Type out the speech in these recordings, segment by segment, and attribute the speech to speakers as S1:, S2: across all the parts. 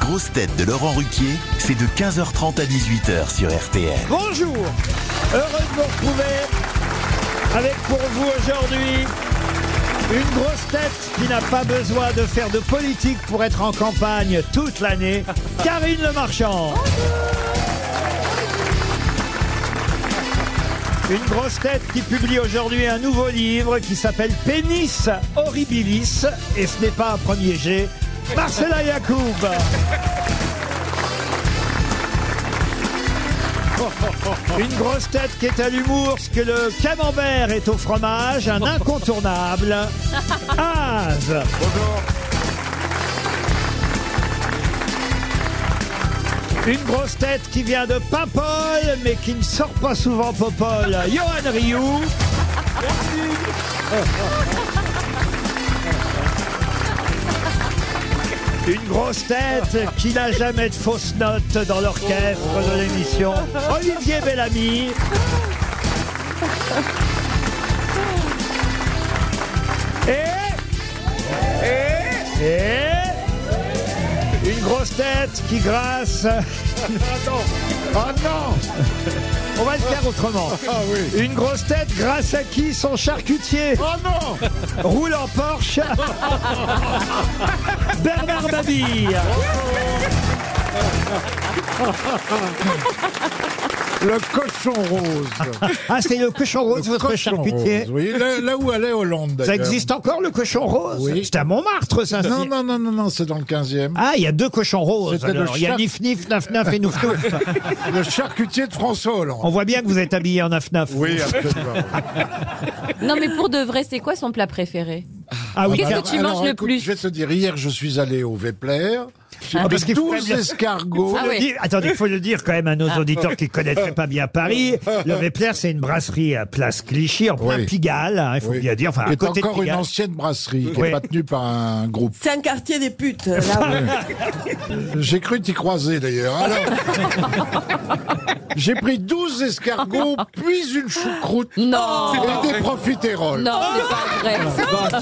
S1: grosses têtes de Laurent Ruquier, c'est de 15h30 à 18h sur RTL.
S2: Bonjour Heureux de vous retrouver avec pour vous aujourd'hui une grosse tête qui n'a pas besoin de faire de politique pour être en campagne toute l'année, Karine Le Marchand. Une grosse tête qui publie aujourd'hui un nouveau livre qui s'appelle Pénis horribilis et ce n'est pas un premier jet. Marcella Yacoub. Une grosse tête qui est à l'humour, ce que le camembert est au fromage, un incontournable.
S3: Ah,
S2: Az. Une grosse tête qui vient de Paimpol, mais qui ne sort pas souvent Popol. Johan Rioux. Une grosse tête qui n'a jamais de fausses notes dans l'orchestre de l'émission. Olivier Bellamy. Et. Et. Une grosse tête qui, grâce. Oh non On va le faire autrement.
S4: Ah
S2: Une grosse tête grâce à qui son charcutier
S4: Oh non
S2: roule en Porsche. Bernard Mabille.
S4: Le cochon rose.
S2: Ah, c'est le cochon rose,
S4: Le
S2: votre
S4: cochon
S2: charcutier.
S4: rose, oui. là, là où allait Hollande.
S2: Ça
S4: d'ailleurs.
S2: existe encore, le cochon rose
S4: Oui.
S2: C'est à Montmartre, ça.
S4: Non,
S2: c'est-
S4: non, non, non, non, c'est dans le 15e.
S2: Ah, il y a deux cochons roses.
S4: C'était le
S2: alors. Il y a
S4: char-
S2: Nif Nif, Naf Naf et Nouf Nouf.
S4: Le charcutier de François Hollande.
S2: On voit bien que vous êtes habillé en Naf Naf.
S4: Oui, absolument.
S5: Non, mais pour de vrai, c'est quoi son plat préféré
S2: Ah oui,
S5: Qu'est-ce
S2: car-
S5: que tu manges le
S4: écoute,
S5: plus
S4: Je vais te dire, hier, je suis allé au Vepler. J'ai
S2: Ah, parce
S4: pris
S2: qu'il faut quand
S4: 12
S2: même-
S4: escargots.
S5: Ah
S2: faut le
S5: oui.
S2: dire- Attendez, il faut le dire quand même à nos
S4: Ah.
S2: auditeurs qui ne connaîtraient pas bien Paris. Le Vepler, c'est une brasserie à Place Clichy, en plein
S4: Oui.
S2: Pigalle, hein, il faut
S4: Oui.
S2: bien dire. Enfin, à
S4: Qui est
S2: côté de
S4: encore une
S2: Pigalle.
S4: ancienne brasserie qui
S2: Oui.
S4: n'est pas tenue par un groupe.
S6: C'est un quartier des putes. euh, Là
S4: J'ai cru t'y croiser d'ailleurs. Alors, j'ai pris 12 escargots, puis une choucroute
S5: Oh. Non
S4: et des profiteroles. Ah.
S5: Non, c'est pas vrai.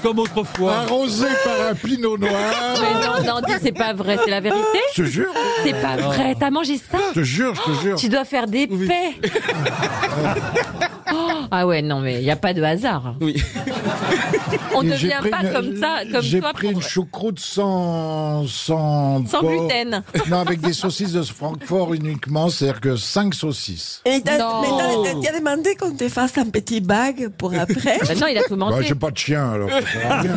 S7: Comme autrefois.
S4: Arrosé par un pinot noir.
S5: Mais non, non, dis, c'est pas vrai, c'est la vérité.
S4: Je te jure,
S5: C'est pas vrai, t'as mangé ça
S4: je te jure, je te jure.
S5: Tu dois faire des paix. Oh, ah ouais, non, mais il n'y a pas de hasard.
S7: Oui.
S5: On ne
S4: Et j'ai
S5: devient
S4: pris
S5: pas
S4: une-
S5: comme ça, comme
S4: J'ai
S5: toi.
S4: pris
S5: pour-
S4: une choucroute sans. Sans,
S5: Sans
S4: porc.
S5: gluten.
S4: Non, avec des saucisses de Francfort uniquement, c'est-à-dire que 5 saucisses.
S6: Et t'as
S5: Non.
S6: mais t'as- t'as- t'as demandé qu'on te fasse un petit bag pour après.
S5: Bah non, il a tout
S4: Bah,
S5: mangé.
S4: j'ai pas de chien alors. ça sert à rien.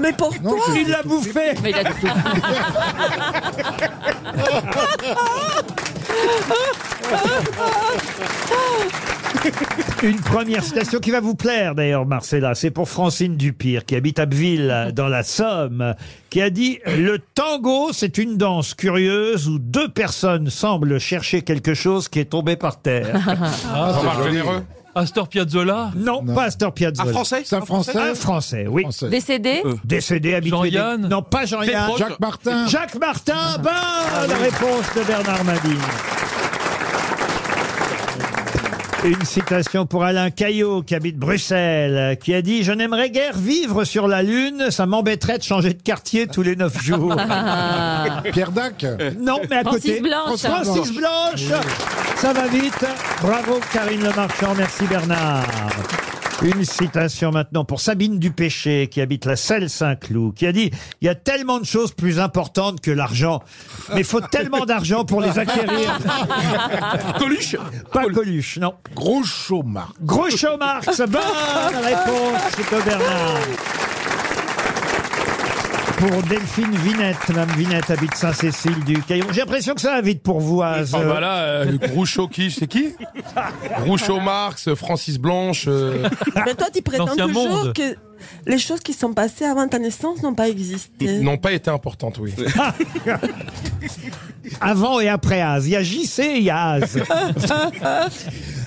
S6: mais pourquoi
S4: Non, je-
S2: Il l'a bouffé
S5: Mais il a tout-
S2: Une première citation qui va vous plaire d'ailleurs, Marcella. C'est pour Francine Dupire, qui habite Abbeville, dans la Somme, qui a dit Le tango, c'est une danse curieuse où deux personnes semblent chercher quelque chose qui est tombé par terre.
S4: Ah, c'est joli.
S7: Ah, Astor Piazzolla.
S2: non, pas Astor Piazzolla.
S4: C'est un français Euh.
S2: Un Français, oui.
S4: Français.
S5: Décédé
S2: Décédé, habitué.
S7: Jean-Yann
S2: des- Non, pas Jean-Yann.
S7: Desproges.
S2: Jacques...
S4: Jacques Martin. Ah
S2: Jacques Martin, bonne réponse de Bernard Mabille. Une citation pour Alain Caillot, qui habite Bruxelles, qui a dit « Je n'aimerais guère vivre sur la Lune, ça m'embêterait de changer de quartier tous les neuf jours.
S5: Ah.
S4: Pierre Dac. »
S2: Non, mais à
S5: Francis
S2: côté...
S5: Blanche.
S2: Francis Blanche Ça va vite Bravo Karine Le Marchand, merci Bernard une citation maintenant pour Sabine Dupéché, qui habite la Selle-Saint-Cloud, qui a dit « Il y a tellement de choses plus importantes que l'argent, mais faut tellement d'argent pour les acquérir.
S7: Coluche »
S2: Pas Coluche, non.
S4: Gros chômard.
S2: Groucho Marx, bonne réponse de Bernard. Pour Delphine Vinette, Mme Vinette habite Saint-Cécile du Caillon. J'ai l'impression que ça va vite pour vous, Az.
S8: Ah bah là, euh, Groucho qui, c'est qui Groucho Marx, Francis Blanche. euh,
S6: Mais toi, tu prétends
S7: L'ancien
S6: toujours
S7: monde.
S6: que les choses qui sont passées avant ta naissance n'ont pas existé.
S8: n'ont pas été importantes, oui.
S6: Ah,
S2: Avant et après Az. Il y a JC et il y a Az.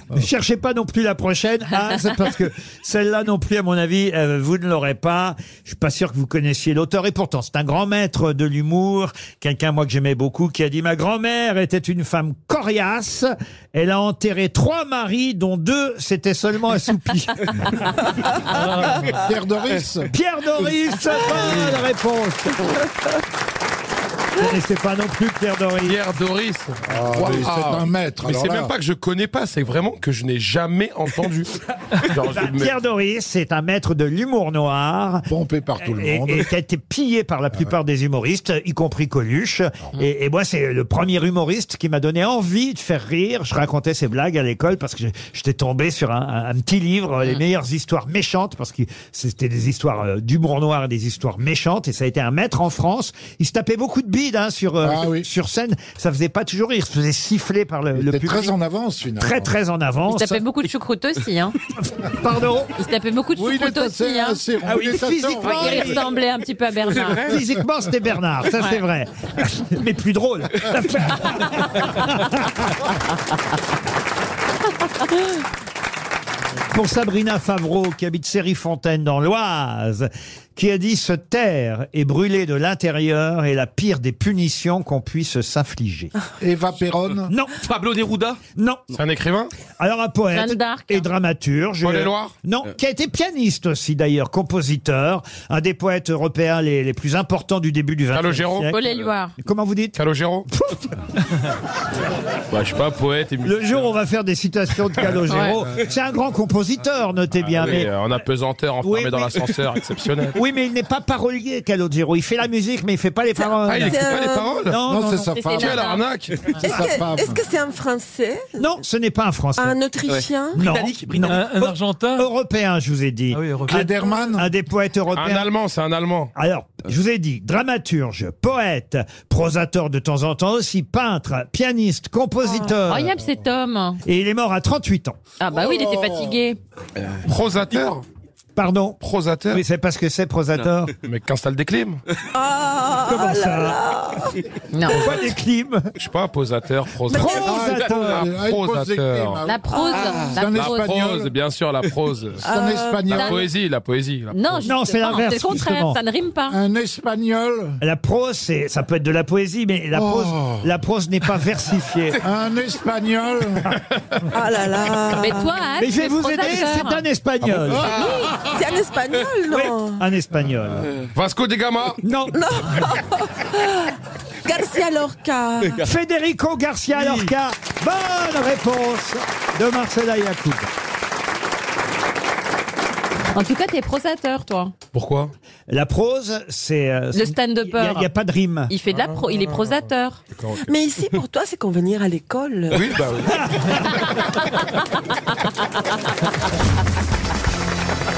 S2: Ne cherchez pas non plus la prochaine Az, parce que celle-là non plus, à mon avis, euh, vous ne l'aurez pas. Je suis pas sûr que vous connaissiez l'auteur. Et pourtant, c'est un grand maître de l'humour, quelqu'un, moi, que j'aimais beaucoup, qui a dit « Ma grand-mère était une femme coriace. Elle a enterré trois maris, dont deux s'étaient seulement assoupis.
S4: Ah, Pierre Doris. »
S2: Pierre Doris, bonne réponse Vous connaissez pas non plus Pierre Doris.
S8: Pierre Doris.
S4: Ah, mais c'est un maître.
S8: Mais
S4: alors
S8: c'est
S4: là.
S8: même pas que je connais pas, c'est vraiment que je n'ai jamais entendu. Genre, je
S2: Bah,
S8: me-
S2: Pierre Doris, c'est un maître de l'humour noir.
S4: pompé par tout le
S2: et,
S4: monde. Ah
S2: et qui a été pillé par la plupart des humoristes, y compris Coluche. Et, et moi, c'est le premier humoriste qui m'a donné envie de faire rire. Je racontais ces blagues à l'école parce que je- j'étais tombé sur un, un- un petit livre,
S5: Mm.
S2: euh, les meilleures histoires méchantes, parce que c'était des histoires euh, d'humour noir, des histoires méchantes. Et ça a été un maître en France. Il se tapait beaucoup de bides hein, sur euh,
S4: Ah oui.
S2: sur scène. Ça faisait pas toujours rire. Il se faisait siffler par le, le
S4: T'es
S2: public.
S4: très en avance finalement.
S2: Très très en avance.
S5: Il tapait beaucoup de choucroute aussi. Hein.
S2: Pardon.
S5: Il tapait beaucoup de
S4: Oui, il
S5: choucroute
S4: est
S5: aussi.
S4: assez,
S5: Hein.
S4: assez
S2: Ah oui,
S4: roulé, ça
S2: physiquement,
S4: sort.
S5: Il ressemblait un petit peu à Bernard.
S2: Physiquement, c'était Bernard, ça c'est vrai. Mais plus drôle. Pour Sabrina Favreau, qui habite Série-Fontaine dans l'Oise, qui a dit se taire et brûler de l'intérieur est la pire des punitions qu'on puisse s'infliger.
S4: Eva Perron.
S2: Non,
S7: Pablo Neruda
S2: non.
S8: C'est un écrivain
S2: Alors un poète
S5: Jeanne d'Arc.
S2: et dramaturge. euh,
S8: Paul Éluard Euh.
S2: Non, qui a été pianiste aussi d'ailleurs, compositeur, un des poètes européens les, les plus importants du début du XXe
S8: Calogero.
S2: siècle. Euh,
S5: Paul Éluard.
S2: Comment vous dites
S8: Calogero Bah, je suis pas poète et
S2: Le jour où on va faire des citations de Calogero, c'est un grand compositeur, notez bien.
S8: Oui,
S2: mais...
S8: euh, en apesanteur, enfermé
S2: Oui,
S8: dans
S2: mais-
S8: l'ascenseur, exceptionnel.
S2: Oui, mais il n'est pas parolier, Calogero. Il fait la musique, mais il fait pas les paroles.
S8: Ah, il écrit pas
S6: euh,
S8: les paroles
S2: non, non,
S4: Non, c'est
S2: non.
S4: sa
S5: C'est
S4: femme.
S5: Nana.
S8: Quelle arnaque
S4: C'est
S6: Est-ce
S4: sa femme.
S6: que est-ce que c'est un Français
S2: Non, ce n'est pas un Français.
S6: Un Autrichien
S2: Non, non.
S7: Un, un Argentin
S2: Européen, je vous ai dit.
S7: Ah oui, européen.
S4: Klederman.
S2: Un des poètes
S8: Un
S2: européens.
S8: Allemand, c'est un Allemand.
S2: Alors, je vous ai dit, dramaturge, poète, prosateur de temps en temps aussi, peintre, pianiste, compositeur.
S5: Incroyable cet homme.
S2: Et il est mort à 38 ans.
S5: Ah bah oui, il était fatigué.
S8: Prosateur
S2: Pardon
S8: Prosateur
S2: Oui, c'est parce que c'est prosateur.
S8: Mais qu'installe des clims
S6: Ah,
S2: Comment
S6: ah là
S2: ça
S6: là.
S5: Non.
S2: Pas des clims.
S8: Je sais pas, posateur, prosateur.
S2: Prosateur.
S8: Un prosateur.
S5: La prose.
S4: Ah. c'est
S5: la
S4: un
S8: Ah, La
S5: prose.
S8: prose, bien sûr, la prose. Euh,
S4: Un
S8: La
S4: espagnol.
S8: poésie, la poésie. la
S5: Non, justement,
S2: c'est l'inverse,
S5: C'est le contraire,
S2: justement.
S5: ça ne rime pas.
S4: Un espagnol.
S2: La prose, c'est- ça peut être de la poésie, mais la prose, la prose n'est pas versifiée. Hein
S4: Un espagnol.
S6: Ah là là.
S5: Mais toi, Anne,
S2: Mais je vais
S5: t'es
S2: vous aider,
S5: prosateur.
S2: c'est un espagnol.
S6: Ah C'est un Espagnol, non
S2: Un espagnol.
S8: Euh, Vasco de Gama
S2: Non,
S6: Garcia Lorca.
S2: Federico Garcia Lorca. Bonne réponse de Marcela Yacoub.
S5: En tout cas, t'es prosateur, toi.
S8: Pourquoi
S2: La prose, c'est. euh, c'est-
S5: stand-upper.
S2: Il n'y a, pas de rime.
S5: Il fait de la pro, il est prosateur.
S6: Mais ici, pour toi, c'est convenir à l'école.
S8: Oui, bah oui.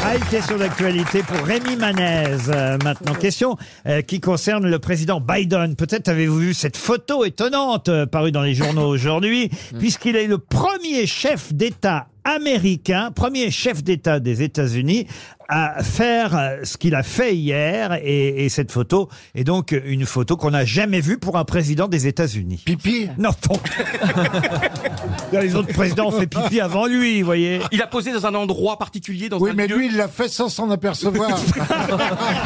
S2: Ah, une question d'actualité pour Rémi Manez. euh, maintenant, question euh, qui concerne le président Biden. Peut-être avez-vous vu cette photo étonnante euh, parue dans les journaux aujourd'hui, puisqu'il est le premier chef d'État américain, premier chef d'État des États-Unis à faire euh, ce qu'il a fait hier. Et, et cette photo est donc une photo qu'on n'a jamais vue pour un président des États-Unis.
S4: Pipi.
S2: Non, non. Les autres présidents ont fait pipi avant lui, vous voyez.
S9: Il a posé dans un endroit particulier, dans
S4: Oui,
S9: un
S4: mais
S9: lieu.
S4: lui, il l'a fait sans s'en apercevoir.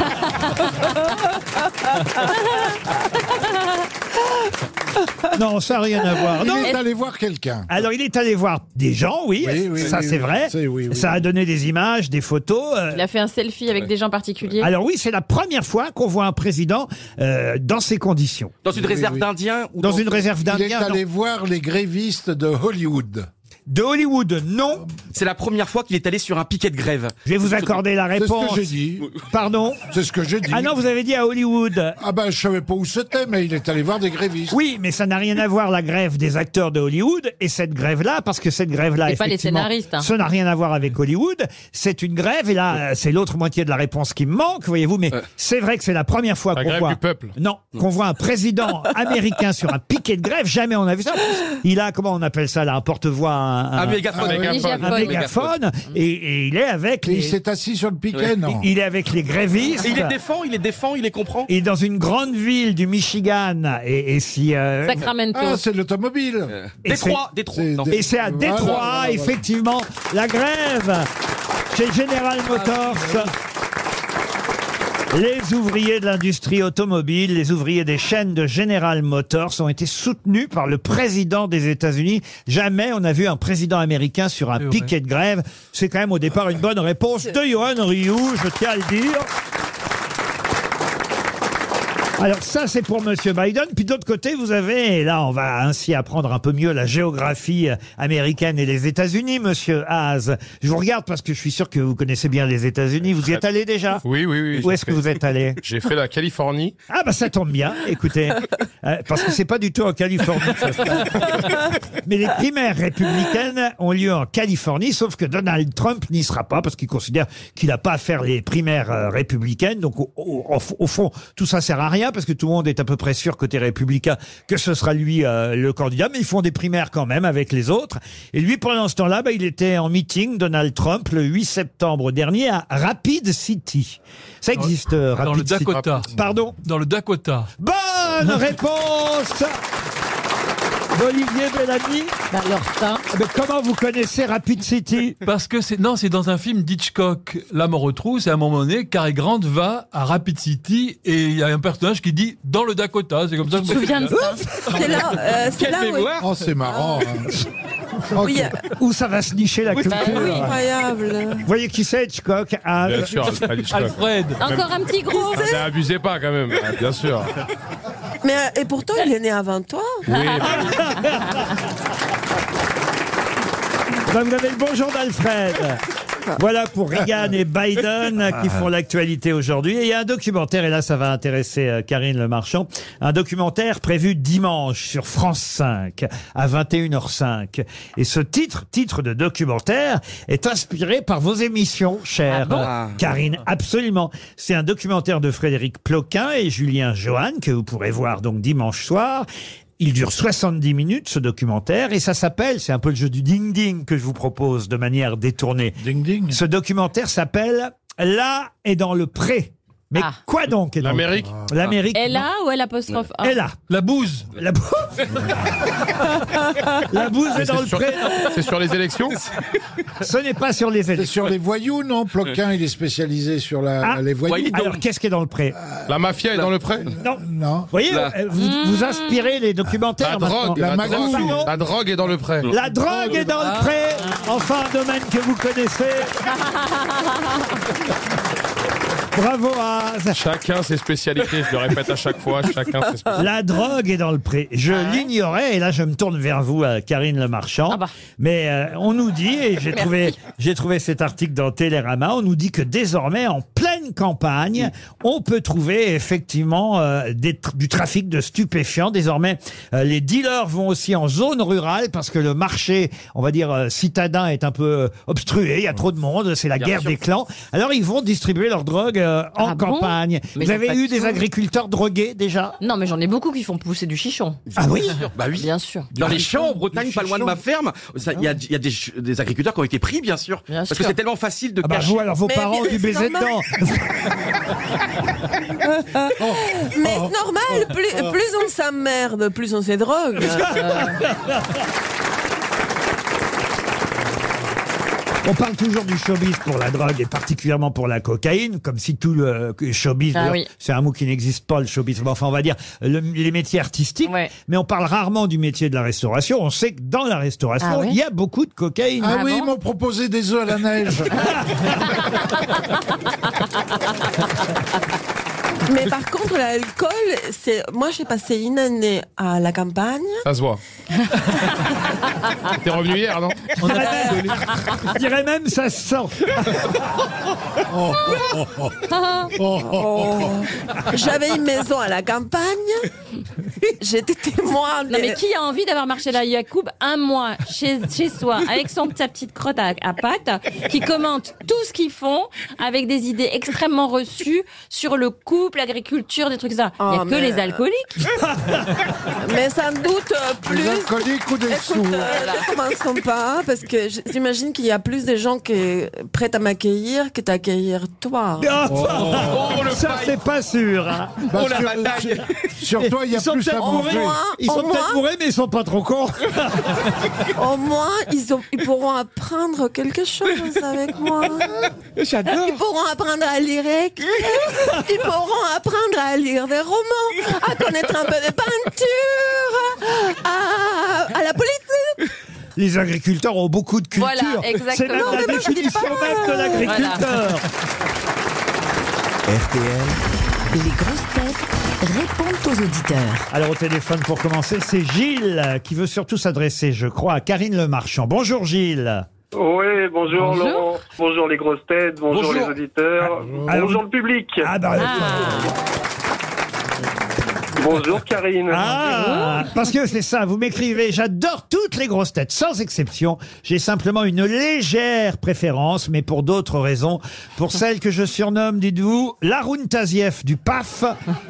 S2: Non, ça n'a rien à voir.
S4: Il
S2: Non,
S4: est allé voir quelqu'un.
S2: Alors, il est allé voir des gens, oui,
S4: Oui, oui,
S2: ça
S4: oui,
S2: c'est
S4: oui.
S2: vrai.
S4: C'est- oui, oui.
S2: Ça a donné des images, des photos. euh,
S5: Il a fait un selfie avec des gens particuliers.
S2: Alors oui, c'est la première fois qu'on voit un président euh, dans ces conditions.
S9: dans une
S4: Oui,
S9: réserve
S4: oui.
S9: d'Indiens ou
S2: Dans une réserve
S4: Il est
S2: d'Indiens.
S4: allé voir les grévistes de Hollywood.
S2: non. De Hollywood, non.
S9: C'est la première fois qu'il est allé sur un piquet de grève.
S2: Je vais vous accorder la
S4: C'est ce
S2: réponse.
S4: que j'ai dit.
S2: Pardon
S4: C'est ce que j'ai dit.
S2: Ah non, vous avez dit à Hollywood.
S4: Ah ben, je savais pas où c'était, mais il est allé voir des grévistes.
S2: Oui, mais ça n'a rien à voir la grève des acteurs de Hollywood et cette grève-là, parce que cette grève-là,
S5: Et pas les
S2: effectivement,
S5: scénaristes, hein.
S2: ça n'a rien à voir avec Hollywood. C'est une grève et là, euh, c'est l'autre moitié de la réponse qui me manque, voyez-vous. Mais c'est vrai que c'est la première fois
S8: La
S2: qu'on
S8: grève
S2: voit
S8: du peuple.
S2: non qu'on voit un président américain sur un piquet de grève. Jamais on a vu ça. En plus, Il a comment on appelle ça là, un porte-voix, un, un-
S9: Un
S8: Ah,
S9: mégaphone.
S8: oui.
S2: un
S5: Mégaphone.
S2: mégaphone, et, et il est avec
S4: Et
S2: les,
S4: il s'est assis sur le piquet, non
S2: il est avec les grévistes.
S9: Et Il les défend, il les défend, il les comprend.
S2: Et dans une grande ville du Michigan, et, et si euh,
S5: Sacramento.
S4: Ah, c'est l'automobile.
S2: et c'est-
S9: Euh, Détroit, Détroit.
S4: c'est
S9: non.
S4: des-
S2: Et c'est à
S4: Voilà,
S2: Détroit,
S4: voilà, voilà.
S2: effectivement, la grève chez General
S4: Ah,
S2: Motors. Les ouvriers de l'industrie automobile, les ouvriers des chaînes de General Motors ont été soutenus par le président des États-Unis. Jamais on a vu un président américain sur un
S7: vrai.
S2: piquet de grève. C'est quand même au départ une bonne réponse de Johan Rioux, je tiens à le dire. Alors ça, c'est pour Monsieur Biden. Puis d'autre côté, vous avez, et là, on va ainsi apprendre un peu mieux la géographie euh, américaine et les États-Unis, Monsieur Haas. Je vous regarde parce que je suis sûr que vous connaissez bien les États-Unis. Vous y êtes allé déjà
S8: Oui, oui, oui.
S2: Où
S8: j'ai
S2: est-ce que
S8: fait-
S2: vous êtes allé
S8: J'ai fait la Californie.
S2: Ah bah ça tombe bien, écoutez, Euh, parce que c'est pas du tout en Californie. que ça se passe. Mais les primaires républicaines ont lieu en Californie, sauf que Donald Trump n'y sera pas parce qu'il considère qu'il n'a pas à faire les primaires euh, républicaines. Donc au, au- au f- au fond, tout ça sert à rien parce que tout le monde est à peu près sûr côté républicain que ce sera lui euh, le candidat. Mais ils font des primaires quand même avec les autres. Et lui, pendant ce temps-là, bah, il était en meeting Donald Trump le 8 septembre dernier à Rapid City. Ça existe, euh,
S7: Dans le
S2: Rapid City.
S7: Dakota.
S2: Pardon
S7: Dans le Dakota.
S2: Bonne réponse d'Olivier Bellamy.
S5: Bah, leur teint.
S2: Mais comment vous connaissez Rapid City
S7: Parce que c'est non, c'est dans un film d'Hitchcock, La mort aux trous, c'est à un moment donné, Cary Grant va à Rapid City et il y a un personnage qui dit dans le Dakota, c'est comme ça. que
S5: Je me souviens de ça.
S6: C'est là, euh, c'est
S7: Quelle
S6: là où- Ah.
S7: mémoire
S4: Oh, c'est marrant. hein.
S6: où il y a-
S9: euh,
S2: Où ça va se nicher la
S9: bah
S2: culture
S6: Incroyable.
S2: Vous voyez qui c'est Hitchcock Ah,
S8: Bien sûr, Alfred Hitchcock.
S7: Alfred.
S5: Encore un petit gros.
S8: Ah, N'abusez pas quand même, Ah, bien sûr.
S6: Mais, euh, et pourtant, il est né avant toi.
S8: Oui,
S2: Ah, bah, Vous avez le bonjour d'Alfred voilà pour Reagan et Biden
S8: Ah.
S2: qui font l'actualité aujourd'hui. Et il y a un documentaire, et là ça va intéresser euh, Karine Le Marchand, un documentaire prévu dimanche sur France 5 à 21h05. Et ce titre, titre de documentaire, est inspiré par vos émissions, chère
S9: Ah bon
S2: Karine, absolument. C'est un documentaire de Frédéric Ploquin et Julien Johan que vous pourrez voir donc dimanche soir. Il dure 70 minutes, ce documentaire, et ça s'appelle, c'est un peu le jeu du ding-ding que je vous propose de manière détournée.
S4: Ding ding.
S2: Ce documentaire s'appelle Là et dans le pré. Mais
S5: Ah.
S2: quoi donc est dans le pré
S8: l'Amérique.
S2: L'Amérique.
S5: Elle a ou elle apostrophe A
S2: est là.
S7: La bouse.
S2: La bouse. La bouse est dans
S8: C'est
S2: le
S8: sur-
S2: pré.
S8: c'est sur les élections
S2: Ce n'est pas sur les
S4: C'est
S2: élections.
S4: sur les voyous, non Ploquin, il est spécialisé sur la,
S2: Ah,
S4: les voyous. Ah
S9: voyous.
S2: Alors, qu'est-ce qui est dans le pré
S8: La mafia est dans le prêt
S2: Non. Vous
S4: Non.
S2: voyez,
S9: La-
S2: euh, vous, vous inspirez les documentaires
S8: La drogue,
S2: maintenant.
S8: la,
S4: La
S8: drogue,
S2: magouille.
S8: la drogue est dans le prêt.
S2: La drogue est dans le pré, enfin un domaine que vous connaissez. Bravo Az.
S8: Chacun ses spécialités, je le répète à chaque fois, chacun ses spécialités.
S2: La drogue est dans le pré. Je l'ignorais et là je me tourne vers vous, euh, Karine Le Marchand.
S5: Ah bah.
S2: Mais euh, on nous dit et j'ai
S5: Merci.
S2: trouvé j'ai trouvé cet article dans Télérama. On nous dit que désormais en pleine campagne, on peut trouver effectivement euh, des tr- du trafic de stupéfiants. Désormais, euh, les dealers vont aussi en zone rurale parce que le marché, on va dire euh, citadin, est un peu euh, obstrué. Il y a trop de monde, c'est la guerre des clans. Alors ils vont distribuer leur drogue euh, en
S5: Ah bon
S2: campagne.
S5: Mais
S2: Vous
S5: c'est
S2: avez
S5: pas
S2: eu
S5: tout.
S2: des agriculteurs drogués déjà
S5: Non, mais j'en ai beaucoup qui font pousser du chichon.
S2: Ah oui.
S9: Bah oui.
S5: Bien sûr.
S9: Dans les champs, en Bretagne,
S4: Du
S9: pas loin de
S4: chichon.
S9: ma ferme, ça, il y a, il y a des, ch- des agriculteurs qui ont été pris, bien sûr.
S5: Bien
S9: parce
S5: sûr.
S9: que c'est tellement facile de
S2: Ah bah
S9: cacher.
S2: vous, alors vos
S6: Mais-
S2: parents
S6: mais
S2: du
S6: c'est
S2: baiser
S6: normal.
S2: dedans.
S6: Mais
S2: Oh.
S6: c'est normal, plus, plus on s'emmerde, plus on se drogue.
S2: On parle toujours du showbiz pour la drogue et particulièrement pour la cocaïne, comme si tout le showbiz,
S5: Ah
S2: d'ailleurs,
S5: oui.
S2: c'est un mot qui n'existe pas, le showbiz, mais enfin on va dire le- les métiers artistiques,
S5: Ouais.
S2: mais on parle rarement du métier de la restauration. On sait que dans la restauration,
S5: Ah oui
S2: il y a beaucoup de cocaïne.
S4: Ah oui,
S5: bon
S4: ils m'ont proposé des œufs à la neige.
S6: Mais par contre, l'alcool, c'est. Moi, j'ai passé une année à la campagne.
S8: Ça se voit. T'es revenu hier, non
S2: On dirait- je dirais même ça se sent.
S6: J'avais une maison à la campagne. J'étais témoin.
S5: Non,
S6: des-
S5: mais qui a envie d'avoir marché là Yacoub un mois chez, chez soi avec son, sa petite crotte à, à pâte qui commente tout ce qu'ils font avec des idées extrêmement reçues sur le couple, l'agriculture, des trucs comme ça. Il n'y a
S6: Oh,
S5: que
S6: mais-
S5: les alcooliques.
S6: Mais sans doute euh, plus.
S4: Des alcooliques ou des
S6: Écoute,
S4: sourds
S6: euh, ne commençons pas, parce que j- j'imagine qu'il y a plus de gens qui prêts à m'accueillir que t'accueillir toi. oh,
S4: Oh.
S2: ça c'est pas sûr. hein.
S4: Bah,
S9: Oh la
S4: sur,
S9: bataille
S4: sur toi, il y a
S2: ils sont
S4: plus à
S2: peut-être bourrés,
S4: manger.
S2: ils sont
S6: Au moins-
S2: peut-être bourrés, mais ils sont pas trop cons.
S6: Au moins, ils, ont- ils pourront apprendre quelque chose avec moi. Ils pourront apprendre à lire écrire. Ils pourront apprendre à lire des romans, à connaître un peu de peinture, à, à la politique.
S2: Les agriculteurs ont beaucoup de culture.
S5: Voilà,
S2: c'est
S5: exactement.
S2: même
S5: Non,
S2: la
S5: mais
S6: moi, je dis
S2: définition
S6: pas.
S2: même de l'agriculteur.
S1: RTL,
S10: Les grosses têtes répondent aux auditeurs.
S2: Alors au téléphone pour commencer, c'est Gilles euh, qui veut surtout s'adresser, je crois, à Karine Le Marchand. Bonjour Gilles.
S11: Oui, bonjour,
S5: Bonjour.
S11: Laurent, bonjour les grosses têtes, bonjour,
S7: Bonjour.
S11: les auditeurs,
S2: Alors-
S11: bonjour le public,
S2: Ah bah
S11: bonjour Karine.
S2: ah, parce que c'est ça, vous m'écrivez, j'adore toutes les grosses têtes sans exception. J'ai simplement une légère préférence mais pour d'autres raisons, pour celle que je surnomme, dites-vous, Laroun Tazieff du PAF,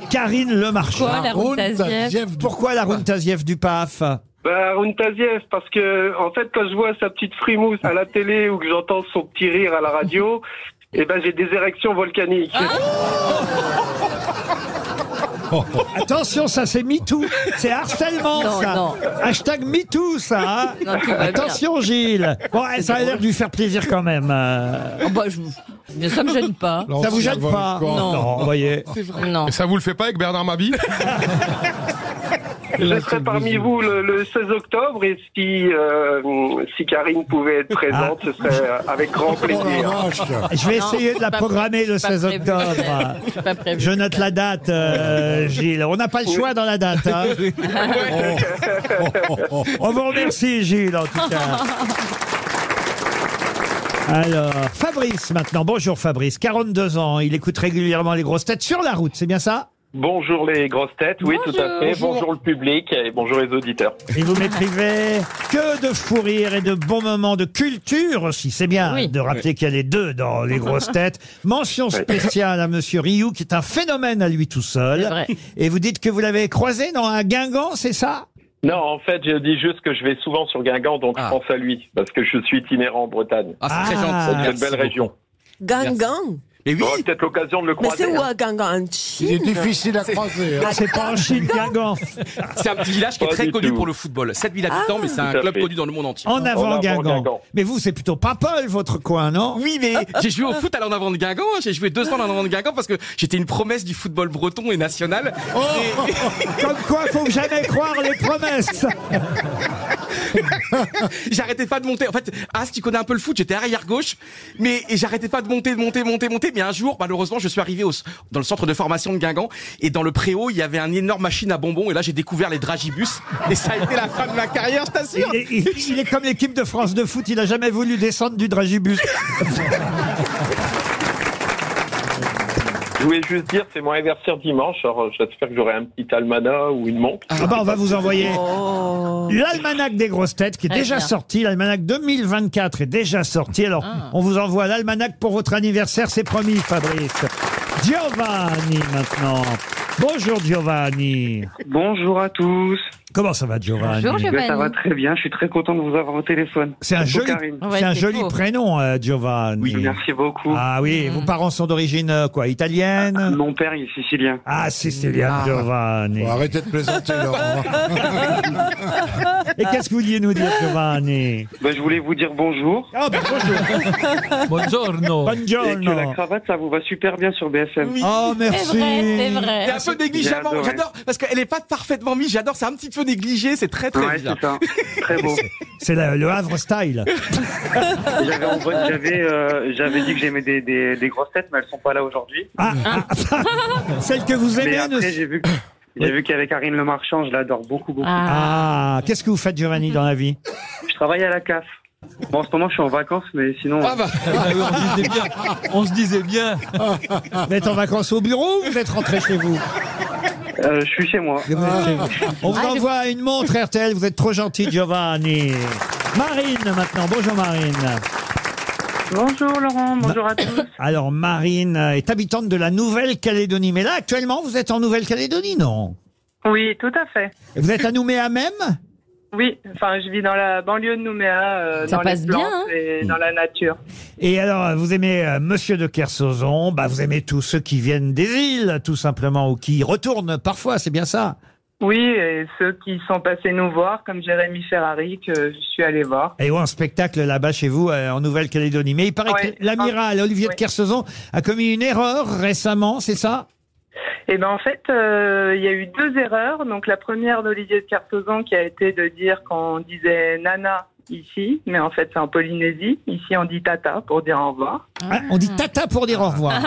S2: Karine Le Marchand.
S5: Quoi, la route d'Azief
S2: Pourquoi Laroun Tazieff du PAF
S11: Bah, Rountaziev, parce que en fait, quand je vois sa petite frimousse à la télé ou que j'entends son petit rire à la radio, eh ben j'ai des érections volcaniques.
S2: Ah. Attention, ça c'est MeToo. C'est harcèlement,
S5: Non,
S2: ça.
S5: non.
S2: Hashtag MeToo, ça. hein.
S5: Non, tout va bien.
S2: Attention, Gilles. Bon, eh, ça a l'air de lui faire plaisir quand même. euh.
S5: Oh, bah, je... mais Ça me gêne pas.
S2: ça vous gêne pas
S5: Non.
S2: vous voyez.
S5: Non.
S8: Et ça vous le fait pas avec Bernard Mabille
S11: je serai parmi vous le, le 16 octobre et si euh, si Karine pouvait
S2: Ah.
S11: être présente, ce serait euh, avec grand plaisir.
S2: Oh, Je vais
S5: Ah Non,
S2: essayer de la
S5: pas-
S2: programmer le
S5: pas
S2: 16
S5: prévu.
S2: octobre.
S5: C'est pas prévu.
S2: Je note la date, euh, Gilles. On n'a pas le choix dans la date. hein. Oh. On vous remercie, Gilles, en tout cas. Alors, Fabrice maintenant. Bonjour Fabrice, 42 ans. Il écoute régulièrement les grosses têtes sur la route, c'est bien ça
S11: Bonjour les grosses têtes, oui tout à fait,
S8: Bonjour.
S11: bonjour le public et bonjour les auditeurs.
S2: Et vous m'écrivez que de fou rire et de bons moments de culture aussi. C'est bien
S5: Oui.
S2: de rappeler qu'il y a les deux dans les grosses têtes. Mention spéciale à Monsieur Rioux qui est un phénomène à lui tout
S5: C'est
S2: seul.
S5: vrai.
S2: Et vous dites que vous l'avez croisé dans un Guingamp, c'est ça
S11: Non, en fait, je dis juste que je vais souvent sur Guingamp, donc
S9: Ah.
S11: je pense à lui, parce que je suis itinérant en Bretagne.
S9: Ah, c'est très
S2: Ah.
S9: gentil.
S11: C'est une
S9: Merci
S11: belle
S9: beaucoup.
S11: région.
S6: Gangan.
S9: Mais oui,
S11: J'aurai peut-être l'occasion de le
S6: Mais
S11: croiser.
S6: c'est où
S11: hein.
S6: à Gangan En
S4: Il est
S6: Chine
S4: difficile à croiser. hein.
S2: Ah, C'est pas en Chine, Guingamp.
S9: c'est un petit village qui est
S11: Pas
S9: très
S11: du
S9: connu
S11: tout.
S9: pour le football. 7000
S6: Ah.
S9: habitants, mais c'est un
S11: Tout à
S9: club
S11: fait.
S9: connu dans le monde entier.
S2: En avant,
S11: avant,
S2: Guingamp.
S11: Guingamp.
S2: Mais vous, c'est plutôt pas Paul, votre coin, non
S9: Oui, mais j'ai joué au foot à l'en avant de Guingamp. hein. J'ai joué deux ans à l'en avant de Guingamp parce que j'étais une promesse du football breton et national. Et-
S2: Oh Comme quoi, faut jamais croire les promesses.
S9: J'arrêtais pas de monter. En fait, As, tu connais un peu le foot, j'étais arrière gauche, mais et j'arrêtais pas de monter, de monter, de monter, de monter. Mais un jour, malheureusement, je suis arrivé au, dans le centre de formation de Guingamp et dans le préau, il y avait une énorme machine à bonbons et là, j'ai découvert les dragibus et ça a été la fin de ma carrière, je t'assure.
S2: Il est, il- il est comme l'équipe de France de foot, il n'a jamais voulu descendre du dragibus.
S11: Je voulais juste dire, c'est mon anniversaire dimanche, alors euh, j'espère que j'aurai un petit almanach ou une montre.
S2: Ah bah, on va vous envoyer.
S6: Oh.
S2: L'almanach des grosses têtes qui est
S5: Très
S2: déjà
S5: bien.
S2: sorti, l'almanach 2024 est déjà sorti. Alors,
S5: Ah.
S2: on vous envoie l'almanach pour votre anniversaire, c'est promis, Fabrice. Giovanni maintenant. Bonjour Giovanni.
S11: Bonjour à tous.
S2: Comment ça va Giovanni
S5: Bonjour,
S11: Ben, ça va
S5: Giovanni.
S11: très bien, je suis très content de vous avoir au téléphone.
S2: C'est un
S11: Surtout
S2: joli,
S11: Karine.
S5: Ouais,
S2: c'est un
S5: c'est
S2: joli
S5: beau.
S2: prénom euh, Giovanni.
S11: Oui, merci beaucoup. Mm. Ah,
S2: Ah oui,
S5: Mm.
S2: vos parents sont d'origine euh, quoi, italienne
S11: Mon père il est sicilien.
S2: Ah, sicilien Giovanni.
S4: Bon, arrêtez de plaisanter, Laurent.
S2: Et qu'est-ce que vous vouliez nous dire Giovanni
S11: Ben, je voulais vous dire bonjour.
S2: Ah ben bonjour.
S7: Buongiorno.
S11: Et que la
S2: Buongiorno.
S11: cravate, ça vous va super bien sur BFM.
S7: Ah,
S2: Oh
S5: C'est
S2: merci.
S5: vrai, c'est
S9: C'est
S5: vrai.
S9: un peu négligé,
S11: J'ai adoré.
S9: j'adore, parce qu'elle est pas parfaitement mise, j'adore, c'est un petit peu négligé, c'est très très
S11: Ouais,
S9: bizarre.
S11: c'est ça. Très beau.
S2: C'est la- le Havre style.
S11: J'avais envoyé- j'avais, euh, j'avais dit que j'aimais des, des, des grosses têtes, mais elles sont pas là aujourd'hui.
S2: Ah, ah, celle que vous
S11: Mais
S2: aimez. ne-
S11: après, j'ai vu, que- j'ai vu qu'avec Karine Le Marchand, je l'adore beaucoup, beaucoup.
S5: Ah.
S2: Ah, qu'est-ce que vous faites, Giovanni, dans la vie
S11: Je travaille à la CAF. Bon, en ce moment, je suis en vacances, mais sinon, euh,
S7: Ah bah, on se disait bien. On se disait bien.
S2: Vous êtes en vacances au bureau ou vous êtes rentré chez vous
S11: euh, je suis chez moi.
S2: Vous êtes chez vous. On
S11: Ah,
S2: vous envoie une montre RTL, vous êtes trop gentil, Giovanni. Marine, maintenant. Bonjour, Marine.
S11: Bonjour Laurent, bonjour à tous.
S2: Alors, Marine est habitante de la Nouvelle-Calédonie. Mais là, actuellement, vous êtes en Nouvelle-Calédonie, non
S11: Oui, tout à fait.
S2: Vous êtes à Nouméa même
S11: Oui, enfin, je vis dans la banlieue de Nouméa, euh,
S5: Ça
S11: dans
S5: passe
S11: les
S5: bien,
S11: plantes
S5: hein.
S11: et dans la nature.
S2: Et alors, vous aimez euh, Monsieur de Kersozon, bah, vous aimez tous ceux qui viennent des îles, tout simplement, ou qui y retournent parfois, c'est bien ça
S11: Oui, et ceux qui sont passés nous voir, comme Jérémy Ferrari, que je suis allé voir.
S2: Et ou Eh un spectacle là-bas chez vous, euh, en Nouvelle-Calédonie. Mais il paraît
S11: Ouais.
S2: que l'amiral Olivier de
S11: Ouais.
S2: Kersauzon a commis une erreur récemment, c'est ça
S11: Et ben en fait, euh, il y a eu deux erreurs. Donc la première d'Olivier de Cartozan qui a été de dire qu'on disait nana
S12: ici, mais en fait c'est en Polynésie. Ici on dit tata pour dire au revoir.
S2: Ah, on dit tata pour dire au revoir.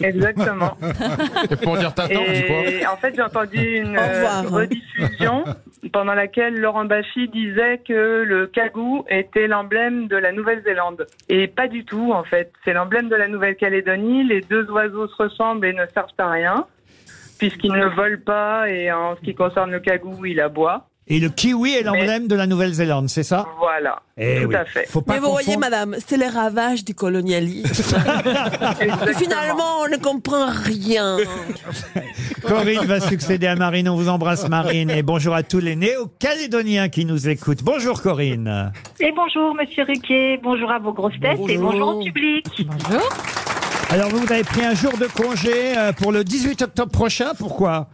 S12: Exactement.
S2: Et pour dire tata, on dit quoi
S12: Et en fait j'ai entendu une euh, rediffusion pendant laquelle Laurent Baffy disait que le kagou était l'emblème de la Nouvelle-Zélande. Et pas du tout en fait. C'est l'emblème de la Nouvelle-Calédonie. Les deux oiseaux se ressemblent et ne servent à rien puisqu'ils ne volent pas et en ce qui concerne le kagou il aboie.
S2: Et le kiwi est l'emblème de la Nouvelle-Zélande, c'est ça
S12: Voilà.
S2: Eh
S12: tout
S2: oui.
S12: à fait.
S2: Faut pas
S6: Mais vous voyez,
S2: confondre-
S6: madame, c'est les ravages du colonialisme. Et finalement, on ne comprend rien.
S2: Corinne va succéder à Marine. On vous embrasse, Marine. Et bonjour à tous les néo-calédoniens qui nous écoutent. Bonjour, Corinne.
S13: Et bonjour Monsieur Ruquier, bonjour à vos grosses têtes et bonjour au public. Bonjour.
S2: Alors, vous, vous avez pris un jour de congé euh, pour le 18 octobre prochain. Pourquoi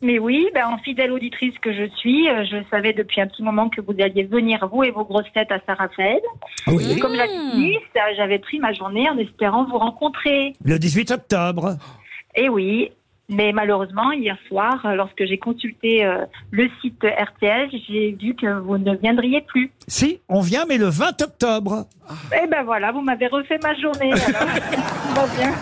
S13: Mais oui, ben, en fidèle auditrice que je suis, euh, je savais depuis un petit moment que vous alliez venir, vous et vos grosses têtes, à Saint-Raphaël. Et comme j'avais dit, ça, j'avais pris ma journée en espérant vous rencontrer.
S2: Le 18 octobre.
S13: Et Eh oui, mais malheureusement, hier soir, euh, lorsque j'ai consulté euh, le site RTL, j'ai vu que vous ne viendriez plus.
S2: Si, on vient, mais le 20 octobre.
S13: Et ben voilà, vous m'avez refait ma journée. alors. Tout va bien.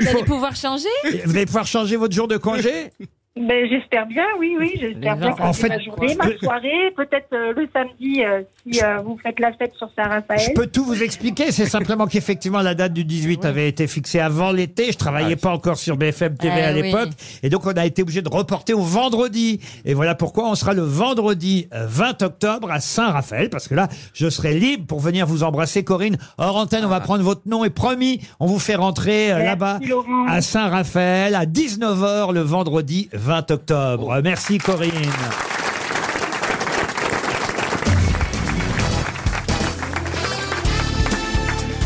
S5: Vous allez pouvoir changer
S2: Et Vous allez pouvoir changer votre jour de congé
S13: Ben, j'espère bien, oui, oui, j'espère
S2: Les
S13: bien.
S2: gens- en
S13: En
S2: fait,
S13: ma journée,
S2: je
S13: ma
S2: peux-
S13: soirée, peut-être euh, le samedi, euh, si euh, vous faites la fête sur
S2: Je
S13: Saint-Raphaël.
S2: peux tout vous expliquer. C'est simplement qu'effectivement, la date du 18 avait été fixée avant l'été. Je travaillais pas encore sur BFM TV
S14: Ah,
S2: à
S14: oui.
S2: l'époque. Et donc, on a été obligé de reporter au vendredi. Et voilà pourquoi on sera le vendredi euh, 20 octobre à Saint-Raphaël. Parce que là, je serai libre pour venir vous embrasser, Corinne. Hors antenne, on va prendre votre nom. Et promis, on vous fait rentrer euh,
S14: Ah. Merci,
S2: là-bas
S14: Laurent.
S2: à Saint-Raphaël à 19h le vendredi 20 octobre.
S14: Oh.
S2: Euh, Merci, Corinne.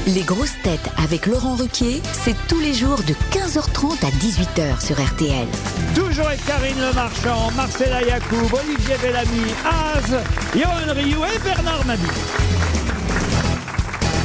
S10: Les grosses têtes avec Laurent Ruquier, c'est tous les jours de 15h30 à 18h sur RTL.
S2: Toujours avec Karine Le Marchand, Marcella Yacoub, Olivier Bellamy, Az, Johan Rioux et Bernard Mabie.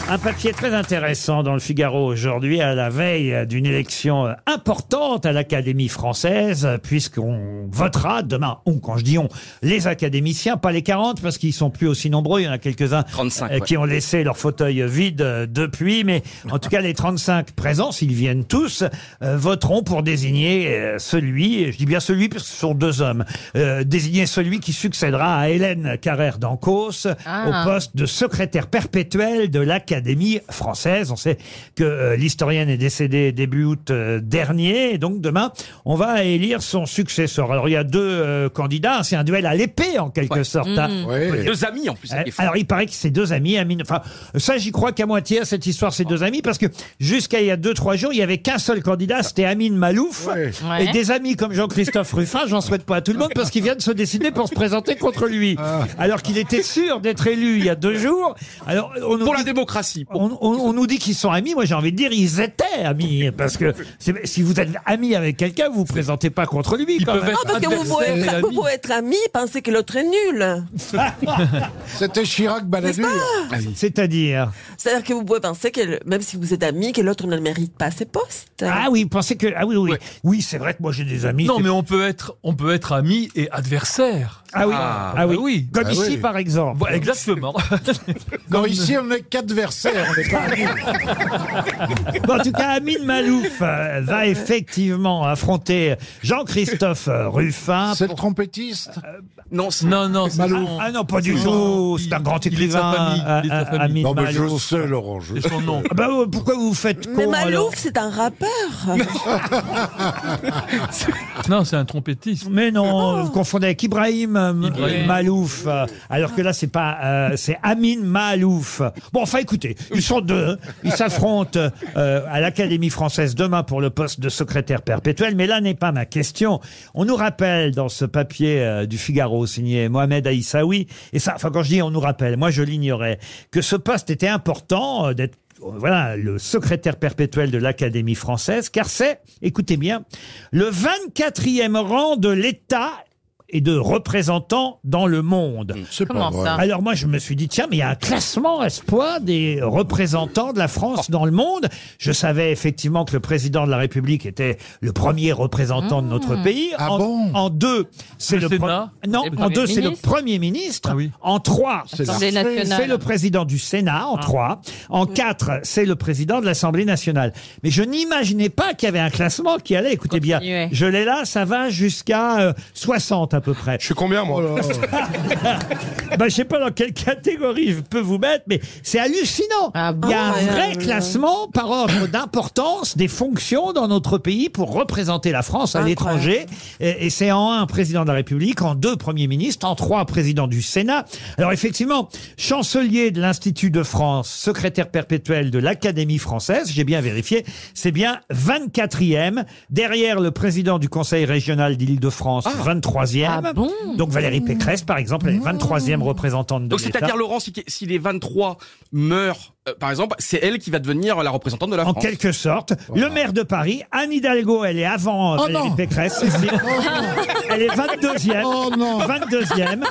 S2: Un papier très intéressant dans le Figaro aujourd'hui, à la veille d'une élection euh, importante à l'Académie française, euh, puisqu'on votera demain, on, quand je dis on, les académiciens, pas les 40, parce qu'ils sont plus aussi nombreux, il y en a quelques-uns
S9: 35,
S2: euh, qui
S9: ouais.
S2: ont laissé leur fauteuil euh, vide euh, depuis, mais en tout cas les 35 présents, s'ils viennent tous, euh, voteront pour désigner euh, celui, et je dis bien celui parce que ce sont deux hommes, euh, désigner celui qui succédera à Hélène Carrère d'Ancos
S14: Ah.
S2: au poste de secrétaire perpétuel de l'Académie française. On sait que euh, l'historienne est décédée début août euh, dernier, et donc demain, on va élire son successeur. Alors il y a deux euh, candidats, c'est un duel à l'épée en quelque sorte. hein.
S9: Mmh.
S2: On peut dire.
S9: Deux amis en plus. ça qui est
S2: Euh,
S9: fort.
S2: Alors, il paraît que c'est deux amis. Amine- Enfin, ça, j'y crois qu'à moitié à cette histoire, c'est deux amis, parce que jusqu'à il y a deux, trois jours, il y avait qu'un seul candidat, c'était Amine Malouf.
S14: Ouais.
S2: Et des amis comme Jean-Christophe Ruffin, j'en souhaite pas à tout le monde, parce qu'ils viennent se décider pour se présenter contre lui. Alors qu'il était sûr d'être élu il y a deux jours. Alors, on pour la
S9: démocratie.
S2: On, on- on nous dit qu'ils sont amis. Moi, j'ai envie de dire, ils étaient amis, parce que c'est- si vous êtes ami avec quelqu'un, vous vous présentez pas contre lui. quand même.
S6: Non, Ah, parce que vous pouvez, être, vous pouvez être amis et penser que l'autre est nul.
S4: C'était Chirac Balladur.
S6: Ah,
S2: C'est-à-dire
S6: C'est-à-dire que vous pouvez penser que, le- même si vous êtes amis, que l'autre ne mérite pas ses postes.
S2: Ah oui, vous pensez que. Ah oui, oui. Oui, c'est vrai que moi, j'ai des amis.
S7: Non,
S2: c'est-
S7: mais on peut être, on peut être ami et adversaire.
S2: Ah oui. Ah oui. Comme ici, par exemple.
S7: Voilà, exactement.
S4: Non, ici, on est qu'adversaires, on n'est pas amis.
S2: Bon, en tout cas, Amine Malouf euh, va effectivement affronter Jean-Christophe euh, Ruffin. Euh,
S4: C'est le trompettiste
S9: Non,
S7: non, non. c'est-
S2: Ah non, pas du tout. C'est un grand
S7: Il est de sa
S2: écrivain.
S7: famille, il est de sa
S2: euh,
S7: famille.
S2: Amine
S4: Non, mais je
S2: Malouf.
S4: le sais, Laurent. je-
S7: C'est son nom.
S2: Ah bah, euh, pourquoi vous vous faites
S6: Mais
S2: con, alors
S6: Malouf, c'est un rappeur.
S7: Non, c'est un trompettiste.
S2: Mais non, vous confondez avec Ibrahim, euh,
S7: Ibrahim.
S2: Malouf. euh, Alors que là, c'est pas, euh, c'est Amine Malouf. Bon, enfin, écoutez, ils sont deux. Ils s'affrontent euh, à l'Académie française demain pour le poste de secrétaire perpétuel. Mais là n'est pas ma question. On nous rappelle dans ce papier euh, du Figaro signé Mohamed Aïssaoui, et ça, enfin, quand je dis on nous rappelle, moi je l'ignorais, que ce poste était important euh, d'être voilà, le secrétaire perpétuel de l'Académie française, car c'est, écoutez bien, le 24e rang de l'État et de représentants dans le monde.
S4: Hum, pas Comment vrai. ça
S2: Alors moi, je me suis dit, tiens, mais il y a un classement à ce poids des représentants de la France dans le monde. Je savais effectivement que le président de la République était le premier représentant de notre
S7: Hum.
S4: Mmh.
S2: pays. en, en deux, c'est le, pro-
S7: Sénat
S2: non,
S7: Et
S2: en
S7: le Premier
S2: deux, c'est le
S7: ministre
S2: premier ministre. En trois, Ah.
S7: C'est
S2: Ah c'est
S7: l'Assemblée
S2: c'est
S7: nationale.
S2: le président du Sénat. En trois, en quatre, c'est le président de l'Assemblée nationale. Mais je n'imaginais pas qu'il y avait un classement qui allait. Écoutez bien,
S14: Continuez.
S2: je l'ai là, ça va jusqu'à euh, 60 à peu près. Oh Je suis combien moi bah, je sais pas dans quelle catégorie je peux vous mettre, mais c'est hallucinant. Il y a un
S14: Ah bon euh,
S2: vrai
S14: Ouais.
S2: classement par ordre d'importance des fonctions dans notre pays pour représenter la France à l'étranger. Et, et c'est en un président de la République, en deux premiers ministres, en trois président du Sénat. Alors effectivement, chancelier de l'Institut de France, secrétaire perpétuel de l'Académie française, j'ai bien vérifié, c'est bien 24e, derrière le président du Conseil régional d'Île-de-France, 23e. Donc Valérie Pécresse, par exemple, elle est 23e représentante de
S9: Donc
S2: l'État.
S9: c'est-à-dire, Laurent, si, si les 23 meurent, euh, par exemple, c'est elle qui va devenir la représentante de la
S2: En
S9: France.
S2: quelque sorte, le maire de Paris, Anne Hidalgo, elle est avant euh,
S9: Oh
S2: Valérie
S9: non.
S2: Pécresse. si, si. Elle est 22e.
S4: Oh non.
S2: 22e.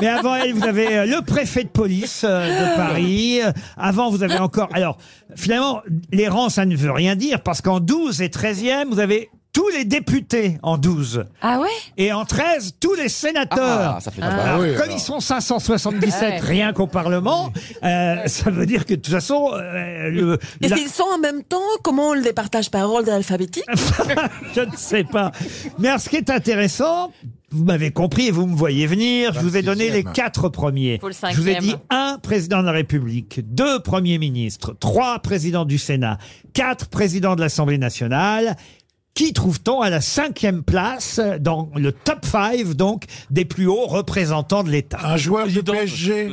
S2: Mais avant elle, vous avez euh, le préfet de police euh, de Paris. Euh, Avant, vous avez encore. Alors, finalement, les rangs, ça ne veut rien dire parce qu'en 12 et 13e, vous avez tous les députés en 12.
S5: Ah ouais
S2: Et en 13, tous les sénateurs.
S9: Ah, ça fait
S2: Alors,
S9: pas mal. Ah oui,
S2: comme
S9: alors.
S2: ils sont 577
S6: Ouais.
S2: rien qu'au Parlement, euh, ça veut dire que de toute façon, euh, le,
S6: Et
S2: la-
S6: s'ils sont en même temps, comment on les partage par ordre alphabétique
S2: je ne sais pas. Mais alors, ce qui est intéressant, vous m'avez compris et vous me voyez venir, je vous ai donné les
S14: 26e.
S2: quatre premiers.
S14: Faut le
S2: Je vous ai
S14: cinquième.
S2: dit un président de la République, deux premiers ministres, trois présidents du Sénat, quatre présidents de l'Assemblée nationale. Qui trouve-t-on à la cinquième place dans le top 5, donc, des plus hauts représentants de l'État Un joueur du PSG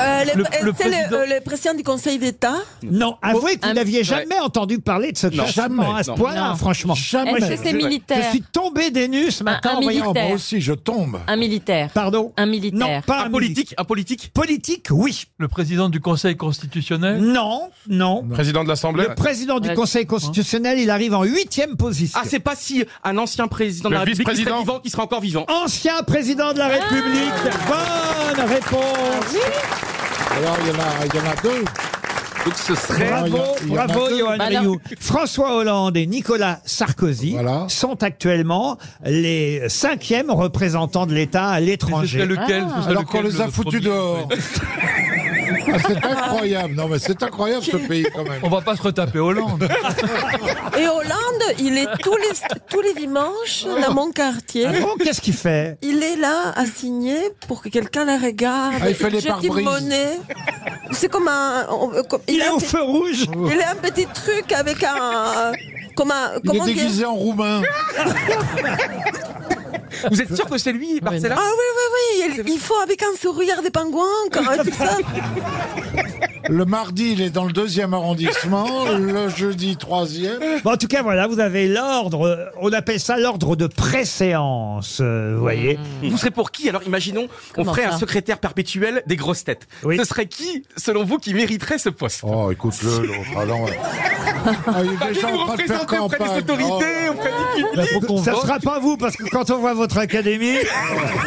S6: Euh, le- euh, C'est le, euh, le président du Conseil d'État
S2: Non, avouez que vous
S6: Un-
S2: n'aviez jamais entendu parler de ce
S6: Non,
S2: classement
S6: jamais,
S2: à ce
S6: non.
S2: point-là,
S6: Non.
S2: franchement.
S6: Jamais. Est-ce
S4: Eh,
S6: que c'est militaire
S2: Je suis tombé des nues ce matin.
S5: un
S2: en voyant-
S5: militaire.
S2: Oh,
S4: je tombe.
S5: Un militaire.
S2: Pardon
S5: Un militaire.
S2: Non, pas un politique.
S9: Un politique
S2: Politique, oui.
S7: Le président du Conseil constitutionnel
S2: Non, non.
S8: Président de l'Assemblée
S2: Le président du Conseil constitutionnel, il arrive en huitième position.
S9: Ah, c'est pas si un ancien président
S2: Le
S9: de la République qui serait
S2: vice-président.
S9: vivant, qui serait encore vivant.
S2: Ancien président
S4: Ah.
S2: de la République. Bonne réponse.
S4: Alors, il y en a, il y en a deux.
S9: Donc ce
S4: serait.
S2: Bravo, bravo,
S4: Bah,
S2: Johan Rioux. François Hollande et Nicolas Sarkozy sont actuellement les cinquièmes représentants de l'État à l'étranger.
S4: serait lequel Ce serait Alors lequel, qu'on les a le foutus premier dehors. Ah, c'est incroyable. Non, mais c'est incroyable ce pays quand même.
S7: On va pas se retaper Hollande.
S6: Et Hollande, il est tous les, tous les dimanches dans mon quartier.
S2: Ah bon, Qu'est-ce qu'il fait
S6: Il est là à signer pour que quelqu'un la regarde.
S2: Ah, il fait les
S6: jette une
S2: pare-brises.
S6: monnaie. C'est comme un. on- euh, comme- il, est au
S2: feu rouge.
S6: Il a un petit truc avec un. euh, Comme un
S4: Il
S6: comment Ah,
S4: est
S6: dire
S4: déguisé en roumain.
S9: Vous êtes sûr que c'est lui, Marcella
S6: Ah oui, oui, oui. Il, il faut avec un sourire des pingouins, comme tout ça.
S4: Le mardi, il est dans le deuxième arrondissement. Le jeudi, troisième.
S2: Bon, en tout cas, voilà, vous avez l'ordre, euh, on appelle ça l'ordre de préséance, euh, vous voyez.
S9: Mmh. Vous serez pour qui Alors imaginons,
S2: Comment
S9: on ferait
S2: ça
S9: un secrétaire perpétuel des grosses têtes. Ce serait qui, selon vous, qui mériterait ce poste
S4: Oh, écoute-le, l'autre. Ah non, ouais. Ah, il est
S9: Qui
S4: déjà
S9: nous
S4: en train de faire
S9: représente auprès des
S4: campagne. Oh. Bah,
S9: autorités, auprès du public
S2: Ça sera pas vous, parce que quand on voit votre académie...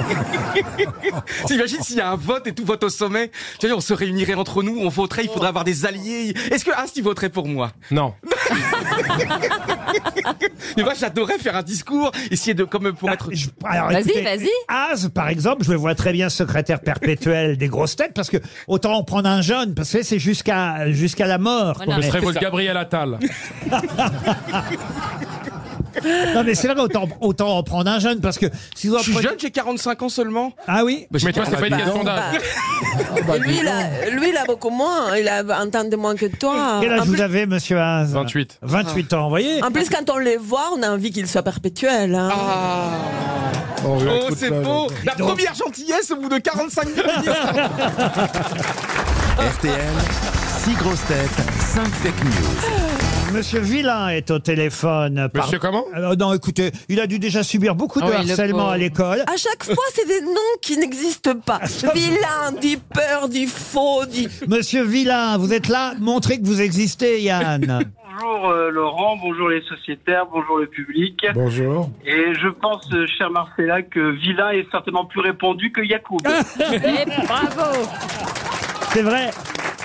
S9: T'imagines s'il y a un vote et tout vote au sommet Tu veux dire, on se réunirait entre nous, on voterait, il faudrait avoir des alliés. Est-ce que Asti voterait pour moi
S8: Non.
S9: Mais moi, j'adorais faire un discours, essayer de, comme pour être.
S2: Ah, Alors, écoutez, Az, par exemple, je le vois très bien secrétaire perpétuel des grosses têtes, parce que autant en prendre un jeune, parce que c'est jusqu'à jusqu'à la mort. quoi.
S8: Je serais votre Gabriel Attal.
S2: Non mais c'est vrai, autant, autant en prendre un jeune, parce que si vous en
S9: Je suis
S2: prenez-
S9: jeune, j'ai 45 ans seulement.
S2: Ah oui
S9: Mais bah toi, c'est pas une question d'âge. Bah,
S6: Et lui, il a, lui, il a beaucoup moins. Il a un temps de moins que toi. Ah,
S2: Quel
S6: En
S2: âge
S6: plus-
S2: vous avez, monsieur Az
S8: 28.
S2: 28 ans, vous voyez
S6: En plus, quand on les voit, on a envie qu'ils soient perpétuels. hein.
S4: Oh,
S9: Ah. Oh,
S4: écoute,
S9: c'est
S4: là,
S9: beau
S4: là.
S9: La première gentillesse au bout de 45 minutes
S1: RTL, 6 grosses têtes, 5 fake news.
S2: Monsieur Villain est au téléphone.
S1: Monsieur comment
S2: Alors, Non, écoutez, il a dû déjà subir
S6: Ah
S2: beaucoup de
S4: euh,
S2: harcèlement à l'école.
S6: À chaque fois, c'est des noms qui n'existent Ah, pas. Vilain, du peur, du faux, du.
S2: Monsieur Villain, vous êtes là, montrez que vous existez, Yann.
S11: Bonjour euh, Laurent, Laurent, bonjour les sociétaires, bonjour le public.
S4: Bonjour.
S11: Et je pense, euh, cher Marcella, que Villa est certainement plus répandu que Yacoub.
S2: Eh,
S5: bravo
S2: C'est vrai.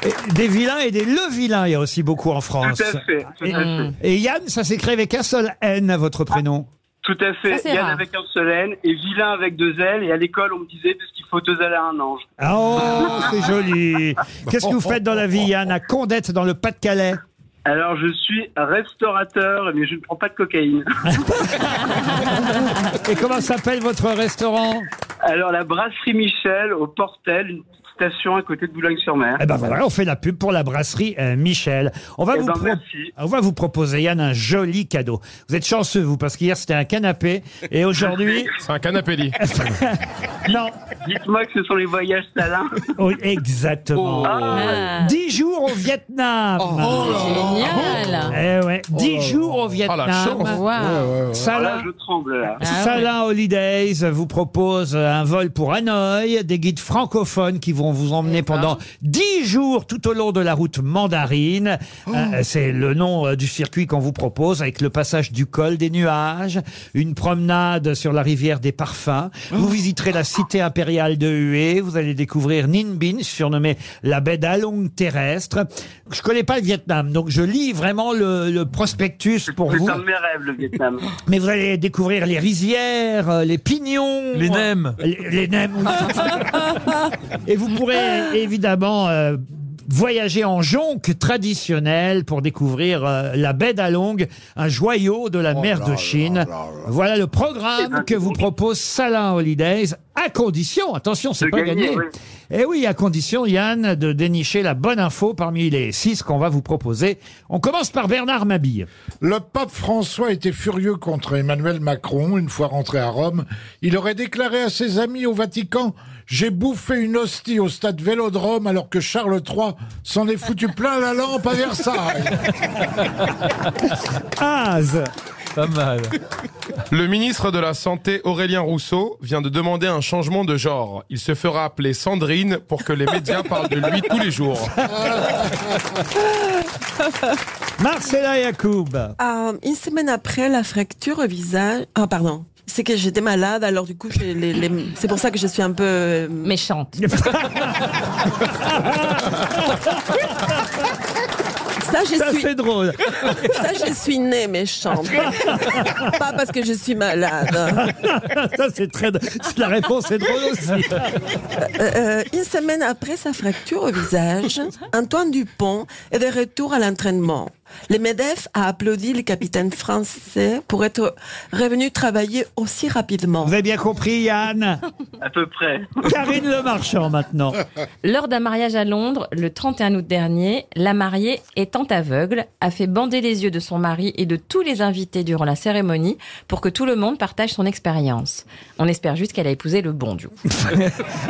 S2: Et Des vilains et des le vilains, il y a aussi beaucoup en France.
S11: Tout à fait, tout à
S2: et,
S11: fait.
S2: et Yann, ça s'écrit avec un seul N à votre prénom.
S11: Tout à fait.
S2: Ça, c'est
S11: Yann
S2: rare.
S11: avec un seul N et vilain avec deux L. Et à l'école, on me disait de ce qu'il faut deux L à un ange.
S2: Ah, Oh, c'est joli. Qu'est-ce que vous faites dans la vie, Yann, à Condette, dans le Pas-de-Calais
S11: Alors, je suis restaurateur, mais je ne prends pas de cocaïne.
S2: Et comment s'appelle votre restaurant
S11: Alors, la brasserie Michel au Portel, une petite station à côté de Boulogne-sur-Mer.
S2: Eh ben voilà, on fait la pub pour la brasserie euh, Michel. On va,
S11: Hein? Eh
S2: vous
S11: ben,
S2: pro-
S11: merci.
S2: on va vous proposer, Yann, un joli cadeau. Vous êtes chanceux, vous, parce qu'hier c'était un canapé et aujourd'hui.
S8: C'est un canapé lit.
S2: non.
S11: Dites-moi que ce sont les voyages salins.
S2: Oh, exactement.
S11: Oh. Ah.
S2: 10 jours au Vietnam.
S11: Oh là là.
S2: Génial. Eh ouais, 10 jours au Vietnam. Salin-
S11: Ça, Ah, là, je tremble, là.
S2: Salin Holidays vous propose un vol pour Hanoï, des guides francophones qui vont vous
S11: Eh
S2: emmener
S11: ben.
S2: pendant 10 jours tout au long de la route mandarine.
S11: Oh.
S2: Euh, C'est le nom euh, du circuit qu'on vous propose avec le passage du col des nuages, une promenade sur la rivière des parfums.
S11: Oh.
S2: Vous visiterez la cité impériale de Hue, vous allez découvrir Ninh Binh, surnommée la baie d'Along terrestre. Je connais pas le Vietnam, donc je lis vraiment le, le prospectus pour
S11: C'est
S2: vous.
S11: un de mes rêves, le Vietnam.
S2: Mais vous allez découvrir les rizières, euh, les pignons. Les nems. Les, les nems, oui. Et vous pourrez euh, évidemment euh, voyager en jonque traditionnelle pour découvrir euh, la baie d'Along, un joyau de
S11: Oh
S2: la mer de Chine. Voilà le programme que vous propose Salin Holidays, à condition, attention, c'est
S11: De
S2: pas
S11: gagner,
S2: gagné.
S11: oui.
S2: Et oui, à condition, Yann, de dénicher la bonne info parmi les six qu'on va vous proposer. On commence par Bernard Mabille.
S4: Le pape François était furieux contre Emmanuel Macron une fois rentré à Rome. Il aurait déclaré à ses amis au Vatican J'ai bouffé une hostie au stade Vélodrome alors que Charles III s'en est foutu plein la lampe à Versailles.
S6: Ah
S2: Az.
S8: Pas mal. Le ministre de la Santé, Aurélien Rousseau, vient de demander un changement de genre. Il se fera appeler Sandrine pour que les médias parlent de lui tous les jours.
S2: Marcella Yacoub.
S6: Euh, une semaine après la fracture au visage. Ah, pardon. C'est que j'étais malade, alors du coup, j'ai les- les- c'est pour ça que je suis un peu. euh,
S5: Méchante.
S6: Ça, je
S2: Ça,
S6: suis...
S2: c'est drôle.
S6: Ça, je suis née méchante. Pas parce que je suis malade.
S2: Ça, c'est très. La réponse est drôle aussi.
S6: Euh, euh, une semaine après sa fracture au visage, Antoine Dupont est de retour à l'entraînement. Le MEDEF a applaudi le capitaine français pour être revenu travailler aussi rapidement. Vous
S2: avez bien compris, Yann
S11: À peu près.
S2: Karine Le Marchand maintenant.
S5: Lors d'un mariage à Londres, le 31 août dernier, la mariée, étant aveugle, a fait bander les yeux de son mari et de tous les invités durant la cérémonie pour que tout le monde partage son expérience. On espère juste qu'elle a épousé le bon, du coup.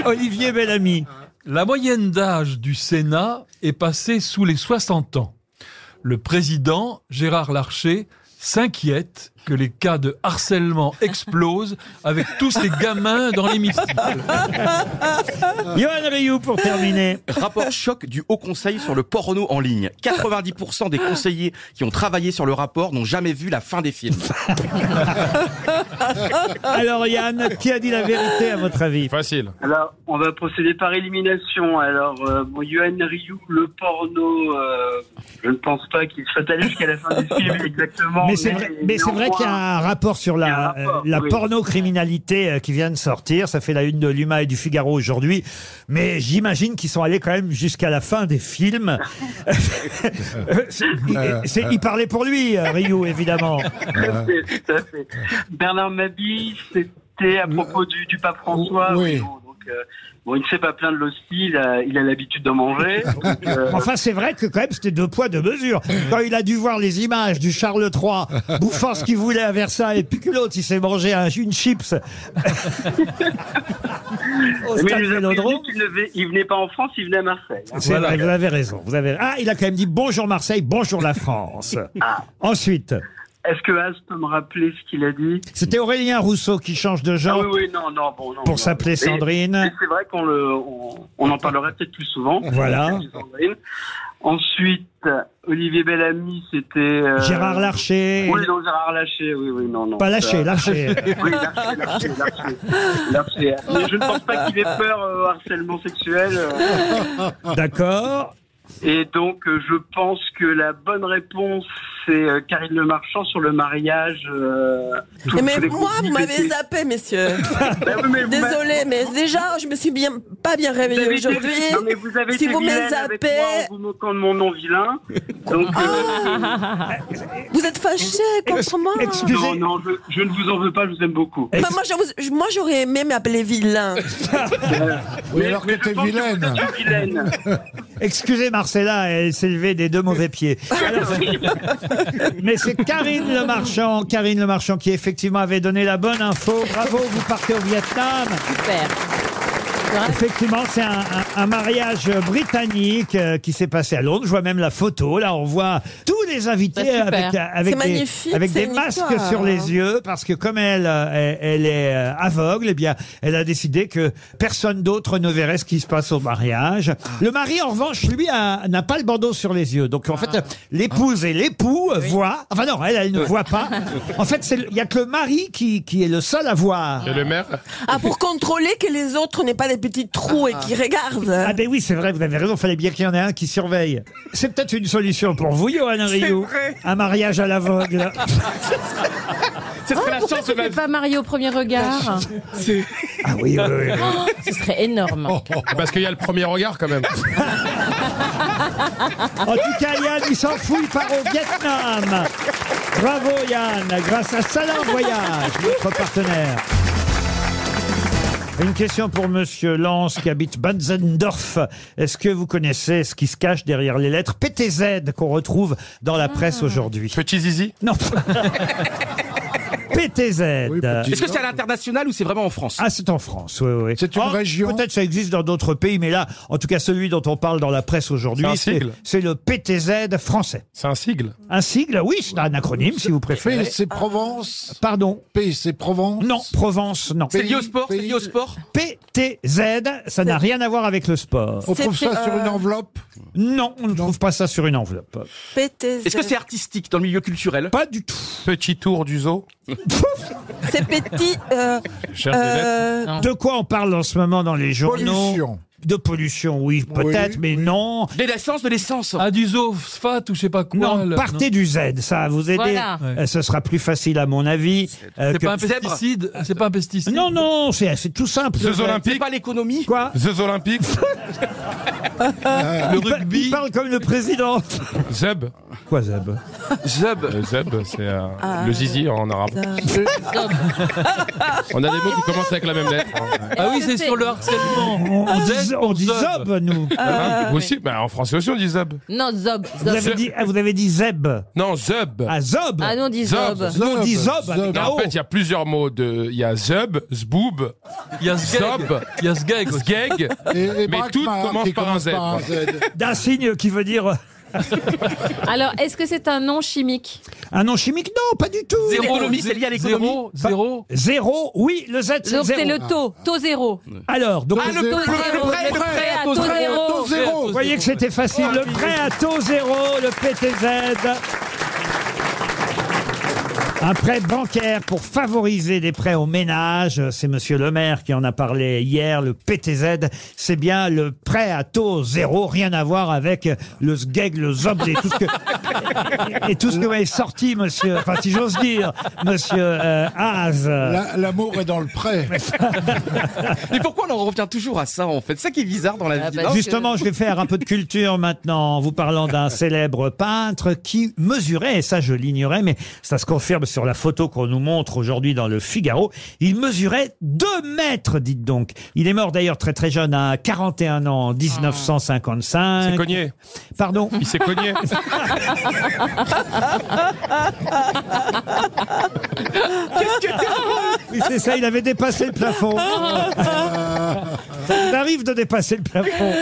S2: Olivier Bellamy.
S7: La moyenne d'âge du Sénat est passée sous les 60 ans. Le président, Gérard Larcher, s'inquiète que les cas de harcèlement explosent avec tous ces gamins dans l'hémicycle.
S2: Johan Rioux pour terminer.
S9: Rapport choc du Haut Conseil sur le porno en ligne. 90% des conseillers qui ont travaillé sur le rapport n'ont jamais vu la fin des films.
S2: Alors, Yann, qui a dit la vérité à votre avis
S8: Facile.
S11: Alors, on va procéder par élimination. Alors, euh, bon, Yohan Ryu, le porno, euh, je ne pense pas qu'il soit allé jusqu'à la fin du film exactement.
S2: Mais c'est vrai, mais c'est vrai qu'il y a un rapport sur la, euh, la
S11: oui.
S2: porno-criminalité euh, qui vient de sortir. Ça fait la une de l'UMA et du Figaro aujourd'hui. Mais j'imagine qu'ils sont allés quand même jusqu'à la fin des films. Euh, C'est- il- c'est- il parlait pour lui, euh, Rioux, évidemment.
S11: Tout
S2: Euh, Ah.
S11: à fait, tout à fait. Bernard Mabie, c'était à propos du, du pape François.
S2: Oui.
S11: Mais bon, donc, euh, bon, il ne s'est pas plaint de l'hostie, il a il a l'habitude d'en manger. donc, euh,
S2: Enfin, c'est vrai que quand même, c'était deux poids, deux mesures. Quand il a dû voir les images du Charles III bouffant ce qu'il voulait à Versailles, et puis que l'autre, il s'est mangé un- une chips. au
S11: mais
S2: stade
S11: il nous a prévenu
S2: Vélodrome.
S11: qu'il ne venait- il venait pas en France, il venait à Marseille. hein.
S2: C'est vrai, vous avez raison. Vous avez... Ah, il a quand même dit bonjour Marseille, bonjour la France.
S11: Ah.
S2: Ensuite,
S11: Est-ce que As peut me rappeler ce qu'il a dit
S2: c'était Aurélien Rousseau qui change de genre.
S11: Ah oui, oui, non, non, bon, non,
S2: Pour
S11: non.
S2: s'appeler
S11: Mais-
S2: Sandrine.
S11: mais C'est vrai qu'on le, on, on en parlerait peut-être plus souvent.
S2: Voilà.
S11: Sandrine.
S14: Ensuite, Olivier Bellamy, c'était... euh,
S2: Gérard Larcher.
S14: Oui, non, Gérard Larcher, oui, oui, non, non.
S2: Pas Larcher,
S14: Ça-
S2: Larcher.
S14: oui, Larcher, Larcher, Larcher. Larcher. Mais je ne pense pas qu'il ait peur euh, au harcèlement sexuel. euh.
S2: D'accord.
S14: Et donc, euh, je pense que la bonne réponse, c'est euh, Karine Le Marchand sur le mariage. euh, tous-
S6: Eh, mais
S14: tous les
S6: moi,
S14: conflits
S6: vous m'avez
S14: d'été.
S6: zappé, messieurs.
S14: mais vous m'avez-
S6: Désolé, mais déjà, je me suis bien, pas bien réveillée
S14: Vous avez été-
S6: aujourd'hui.
S14: non, mais vous avez
S6: si
S14: été
S6: vous me
S14: vilaine avec
S6: zappez,
S14: moi en vous moquant de mon nom vilain. Donc, euh,
S6: Ah. vous êtes fâchés contre moi.
S14: Non, non, je, je ne vous en veux pas, je vous aime beaucoup.
S6: Bah, moi, je vous- je- moi, j'aurais aimé m'appeler vilain.
S4: Oui, alors que t'es vilaine.
S2: Excusez Marcella, elle s'est levée des deux mauvais pieds. Alors, mais c'est Karine Le Marchand, Karine Le Marchand qui effectivement avait donné la bonne info. Bravo, vous partez au Vietnam.
S5: Super.
S2: Effectivement, c'est un, un- un mariage britannique euh, qui s'est passé à Londres. Je vois même la photo. Là, on voit tous les invités
S6: Bah, super.
S2: avec, euh, avec
S6: C'est
S2: des,
S6: magnifique,
S2: avec
S6: c'est
S2: des
S6: une
S2: masques
S6: histoire. hein.
S2: sur les yeux parce que comme elle, euh, elle, elle est euh, aveugle, eh bien, elle a décidé que personne d'autre ne verrait ce qui se passe au mariage. Le mari, en revanche, lui, a- n'a pas le bandeau sur les yeux. Donc, en
S6: Ah.
S2: fait, l'épouse et l'époux euh, voient. Enfin non, elle, elle ne voit pas. En fait, c'est le- il y a que le mari qui, qui est le seul à voir.
S8: Et le maire
S6: Ah, pour contrôler que les autres n'aient pas des petits trous et qu'ils regardent.
S2: Ah ben oui, c'est vrai, vous avez raison, fallait bien qu'il y en ait un qui surveille. C'est peut-être une solution pour vous, Johan
S6: C'est
S2: Rioux.
S6: vrai.
S2: Un mariage à l'aveugle.
S5: C'est Oh, pourquoi tu ne pas marier au premier regard
S2: Ah oui, oui, oui.
S5: Oh, Ce serait énorme.
S8: Oh. Parce qu'il y a le premier regard quand même.
S2: En tout cas, Yann, il s'enfouit par au Vietnam. Bravo Yann, grâce à Salin Voyage, notre partenaire. Une question pour Monsieur Lance qui habite Banzendorf. Est-ce que vous connaissez ce qui se cache derrière les lettres PTZ qu'on retrouve dans la presse
S9: Ah.
S2: aujourd'hui
S8: Petit zizi
S2: Non. PTZ.
S9: Est-ce que c'est à l'international ou c'est vraiment en France
S2: Ah, c'est en France, oui, oui.
S9: C'est une région
S2: Peut-être ça existe dans d'autres pays, mais là, en tout cas, celui dont on parle dans la presse aujourd'hui,
S8: C'est un
S2: c'est
S8: sigle.
S2: c'est le PTZ français.
S8: C'est un sigle
S2: Un sigle, oui, c'est un acronyme, si vous préférez. Ah.
S4: PSC Provence.
S2: Pardon
S4: PSC Provence.
S2: Non, Provence, non.
S9: C'est lié au sport C'est lié au sport
S2: PTZ, ça n'a rien à voir avec le sport.
S4: On trouve ça sur une enveloppe
S2: Non, on ne trouve pas ça sur une enveloppe.
S6: PTZ.
S9: Est-ce que c'est artistique dans le milieu culturel
S2: Pas du tout.
S8: Petit tour du zoo
S6: C'est petit. euh,
S8: Cherche des
S6: euh,
S2: De quoi on parle en ce moment dans les journaux
S4: Pollution.
S2: De pollution, oui, peut-être, mais non.
S9: De l'essence, de l'essence.
S7: Ah, du phosphate ou je sais pas quoi.
S2: Non,
S7: là,
S2: partez du Z, ça va vous aider.
S5: Voilà.
S2: Euh, Ce sera plus facile à mon avis. euh,
S7: C'est
S2: que-
S7: pas un pesticide. C'est pas un pesticide.
S2: Non, non, c'est c'est tout simple.
S8: Jeux
S9: C'est
S8: olympiques
S9: pas l'économie
S2: Quoi
S8: Jeux olympiques
S7: Le
S2: Il pa-
S7: rugby.
S2: Il parle comme le président.
S8: Zeb
S2: Quoi, Zeb
S9: Zeb.
S8: Euh, Zeb, c'est euh,
S7: Ah.
S8: le zizi en arabe. On a des mots qui commencent avec la même lettre. hein.
S7: Ah oui, c'est
S5: c'est-
S7: sur le harcèlement.
S2: on,
S7: On
S2: z-
S7: zèle,
S2: on dit
S7: zèle.
S2: Zob, nous.
S7: Ah
S8: Hein Vous aussi Bah, En français aussi, on dit Zeb.
S5: Non, Zob.
S2: Vous
S5: Zob.
S2: avez, dit, ah, vous avez dit Zeb.
S8: Non, Zeb.
S2: Ah, Zob
S5: Ah non, on dit
S8: Zob.
S5: Zob.
S2: Nous, on dit Zob.
S4: Zob.
S2: avec
S8: Non,
S2: un O.
S8: en fait, il y a plusieurs mots. de. Il y a Zeb, Zboob,
S7: Il y a ce
S8: Zob.
S7: Il y a ce gag aussi.
S8: Zgeg.
S4: Et, et
S8: Mais
S4: Brakmar
S8: toutes commencent
S4: qui
S8: par un
S4: commence
S8: Z.
S4: par un Z.
S2: D'un signe qui veut dire euh,
S5: Alors, est-ce que c'est un nom chimique
S2: un nom chimique Non, pas du tout.
S9: Zéro. L'économie, c'est lié à l'économie.
S7: Zéro, zéro.
S2: Zéro, oui, le Z, c'est
S5: Donc, c'est
S2: zéro.
S5: le taux. Taux zéro.
S2: Alors, donc,
S9: Ah,
S2: vous
S9: le
S5: Taux
S9: prêt,
S5: zéro.
S9: le prêt,
S5: Le prêt à
S9: le
S5: taux
S9: prêt à
S5: zéro.
S9: taux zéro.
S2: voyez que c'était facile. Le prêt à taux zéro, le PTZ. Un prêt bancaire pour favoriser des prêts aux ménages. C'est monsieur le maire qui en a parlé hier. Le PTZ, c'est bien le prêt à taux zéro. Rien à voir avec le SGEG, le ZOB et tout ce que, et tout ce que vous avez sorti, monsieur. Enfin, si j'ose dire, monsieur euh, Haas.
S4: La- L'amour est dans le prêt.
S9: Mais pourquoi on en revient toujours à ça en fait C'est ça qui est bizarre dans la
S5: Ah,
S9: vie.
S5: bah,
S9: non
S5: Parce
S2: Justement,
S5: que-
S2: je vais faire un peu de culture maintenant en vous parlant d'un célèbre peintre qui mesurait, et ça je l'ignorais, mais ça se confirme sur la photo qu'on nous montre aujourd'hui dans le Figaro, il mesurait 2 mètres, dites donc. Il est mort d'ailleurs très très jeune, à 41 ans, en 1955.
S8: Ah. C'est cogné.
S2: Pardon
S8: Il s'est cogné.
S2: Oui, c'est ça, il avait dépassé le
S6: Ah,
S2: plafond.
S8: Ah.
S2: Ça arrive de dépasser le plafond.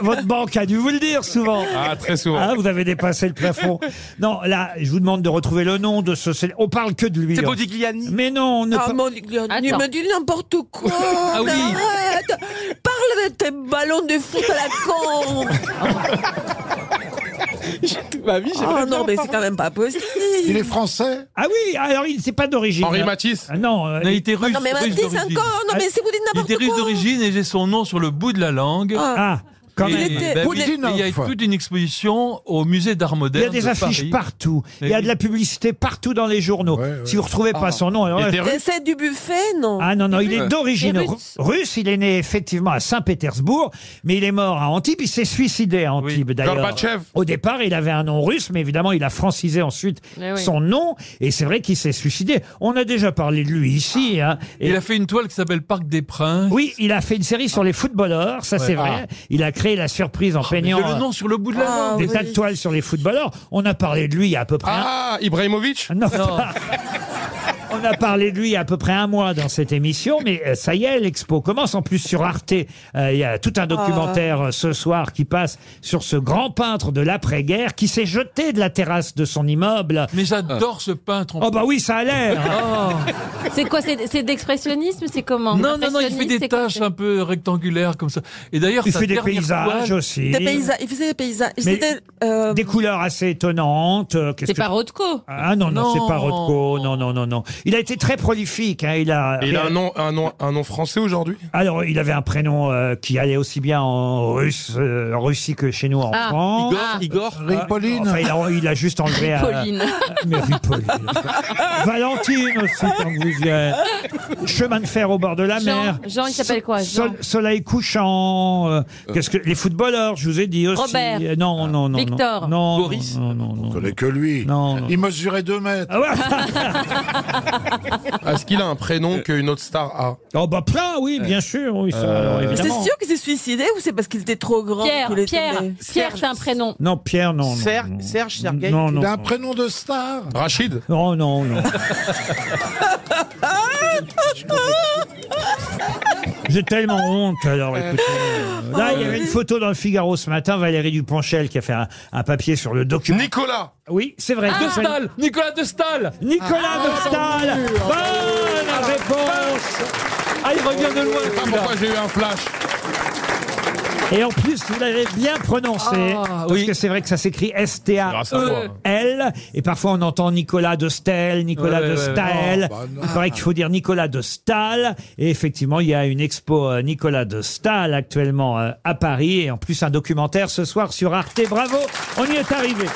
S2: Votre banque a dû vous le dire souvent.
S8: Ah, très souvent.
S2: Ah, vous avez dépassé le plafond. Non, là, je vous demande de retrouver le nom de ce. célé- On parle que de lui.
S9: C'est
S2: hein.
S9: Bodigliani.
S2: Mais non, on ne
S6: Ah,
S2: par-
S6: mon Dieu, tu
S5: Attends.
S6: me dis n'importe quoi.
S7: Ah oui.
S6: Arrête. Parle de tes ballons de foot à la con. Toute ma vie, Oh non, mais c'est quand même pas possible.
S4: Il est français
S2: Ah oui, alors il n'est pas d'origine.
S8: Henri Matisse
S2: Non. euh, Ah,
S7: Non, il était russe.
S6: Ah Non, mais
S7: russe
S6: Matisse
S7: d'origine.
S6: encore, non, mais si vous dites
S7: Il
S6: n'importe
S7: était russe
S6: quoi.
S7: d'origine et j'ai son nom sur le bout de la langue.
S2: Ah, quand
S7: Et-
S2: même.
S7: ben
S4: Bah
S7: oui, et Il y a toute une exposition au musée d'art
S2: Il y
S7: moderne.
S2: a des
S7: de
S2: affiches
S7: Paris.
S2: partout. Il y a de la publicité partout dans les journaux. Si vous ne retrouvez pas
S7: Ah.
S2: son nom, alors là-
S6: C'est du buffet, non
S2: Ah non, non, il est d'origine
S6: Et
S2: ru-
S6: russe.
S2: russe. Il est né effectivement à Saint-Pétersbourg, mais il est mort à Antibes. Il s'est suicidé à Antibes, d'ailleurs.
S8: Gorbatchev.
S2: Au départ, il avait un nom russe, mais évidemment, il a francisé ensuite
S7: Mais Eh oui.
S2: son nom. Et c'est vrai qu'il s'est suicidé. On a déjà parlé de lui ici. hein. Et-
S7: Ah. Il a fait une toile qui s'appelle Parc des Princes.
S2: Oui, il a fait une série sur les footballeurs, ça
S7: Ouais.
S2: c'est vrai.
S7: Ah.
S2: Il a créé la surprise en peignant
S7: j'ai le
S2: euh,
S7: nom sur le bout de la Ah, langue.
S2: des
S7: oui.
S2: tas de toiles sur les footballeurs. On a parlé de lui il y a à peu près. un-
S8: Ah, Ibrahimovic
S2: Non. On a parlé de lui il y a à peu près un mois dans cette émission, mais euh, ça y est, l'expo commence. En plus, sur Arte, euh, il y a tout un documentaire euh, ce soir qui passe sur ce grand peintre de l'après-guerre qui s'est jeté de la terrasse de son immeuble.
S7: Mais j'adore ce peintre. Ah.
S2: Oh bah oui, ça a l'air
S5: C'est quoi C'est c'est d'expressionnisme C'est comment
S7: Non, non, non, il fait
S5: Expressionniste,
S7: des
S5: c'est-
S7: tâches un peu rectangulaires comme ça. Et d'ailleurs,
S2: Il
S7: sa
S2: fait des
S7: dernière
S2: paysages
S7: toile-
S2: aussi.
S6: Des paysages, il faisait des paysages.
S2: Mais
S6: C'était,
S7: Ah.
S6: euh,
S2: Des couleurs assez étonnantes. euh, qu'est-ce
S5: C'est
S2: que-
S5: pas Rothko.
S2: Ah non, non, c'est pas
S5: Non.
S2: Rothko. Non, non, non, non. Il a été très prolifique. hein, Il a.
S8: Et il a un nom, un nom, un nom français aujourd'hui
S2: Alors, il avait un prénom euh, qui allait aussi bien en russe, euh, en Russie que chez nous en
S8: Ah.
S2: France.
S9: Igor,
S2: Ah, enfin, il, a, il a juste enlevé un-
S5: Pauline.
S2: Mais Ripoll. Valentine aussi, quand vous y êtes. Chemin de fer au bord de la
S5: Jean-
S2: mer.
S5: Jean, il s'appelle quoi, Jean
S2: Sol- Soleil couchant. euh, Qu'est-ce que les footballeurs, je vous ai dit aussi.
S5: Robert.
S2: Euh, Non, non, non, non.
S5: Victor.
S2: Non, non,
S5: Boris.
S2: Non, non, non.
S4: connaît que lui.
S2: Non, non.
S4: Il mesurait 2 mètres.
S6: Ah
S8: Est-ce qu'il a un
S9: Euh,
S8: prénom qu'une autre star a
S2: Oh bah plein, oui, bien sûr. Oui, ça,
S8: Euh,
S2: alors,
S6: Mais C'est
S2: évidemment.
S6: sûr qu'il s'est suicidé ou c'est parce qu'il était trop grand
S5: Pierre,
S6: qu'il est
S5: Pierre,
S6: tombé
S5: Pierre, c'est un prénom.
S2: Non, Pierre, non. non,
S9: Serge,
S2: non.
S9: Serge, Sergei.
S2: Non, non.
S4: Il a un prénom de star.
S8: Rachid
S2: Non, non, non. J'ai tellement honte, alors écoutez. euh, Là, il y avait une photo dans le Figaro ce matin, Valérie Duponchel qui a fait un, un papier sur le document.
S8: Nicolas
S2: Oui, c'est vrai.
S5: Ah.
S7: De
S2: Duponchel-
S7: Stahl Nicolas De Stahl
S2: Nicolas
S6: Ah,
S2: de Stahl Bonne réponse Ah, il revient de loin,
S8: Je sais pas
S2: celui-là.
S8: pourquoi j'ai eu un flash.
S2: Et en plus, vous l'avez bien prononcé.
S7: Ah,
S2: parce que c'est vrai que ça s'écrit
S8: Grâce à moi.
S2: S-T-A-E-L. E Et parfois, on entend Nicolas de Stel, Nicolas
S7: Ouais,
S2: de
S7: ouais, ouais.
S2: Staël.
S7: Oh, bah non.
S2: il paraît qu'il faut dire Nicolas de Stahl. Et effectivement, il y a une expo euh, Nicolas de Stahl actuellement euh, à Paris. Et en plus, un documentaire ce soir sur Arte. Bravo, on y est arrivé.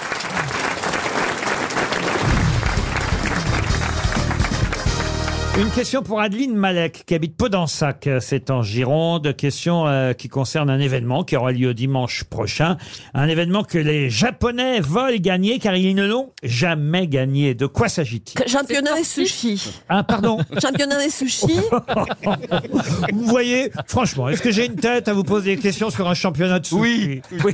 S2: Une question pour Adeline Malek, qui habite Podensac, euh, c'est en Gironde. Question euh, qui concerne un événement qui aura lieu dimanche prochain. Un événement que les Japonais veulent gagner car ils ne l'ont jamais gagné. De quoi s'agit-il
S6: Championnat des sushis.
S2: Ah, pardon. Oh,
S6: Championnat des sushis.
S2: Vous voyez, franchement, est-ce que j'ai une tête à vous poser des questions sur un championnat de sushi Oui.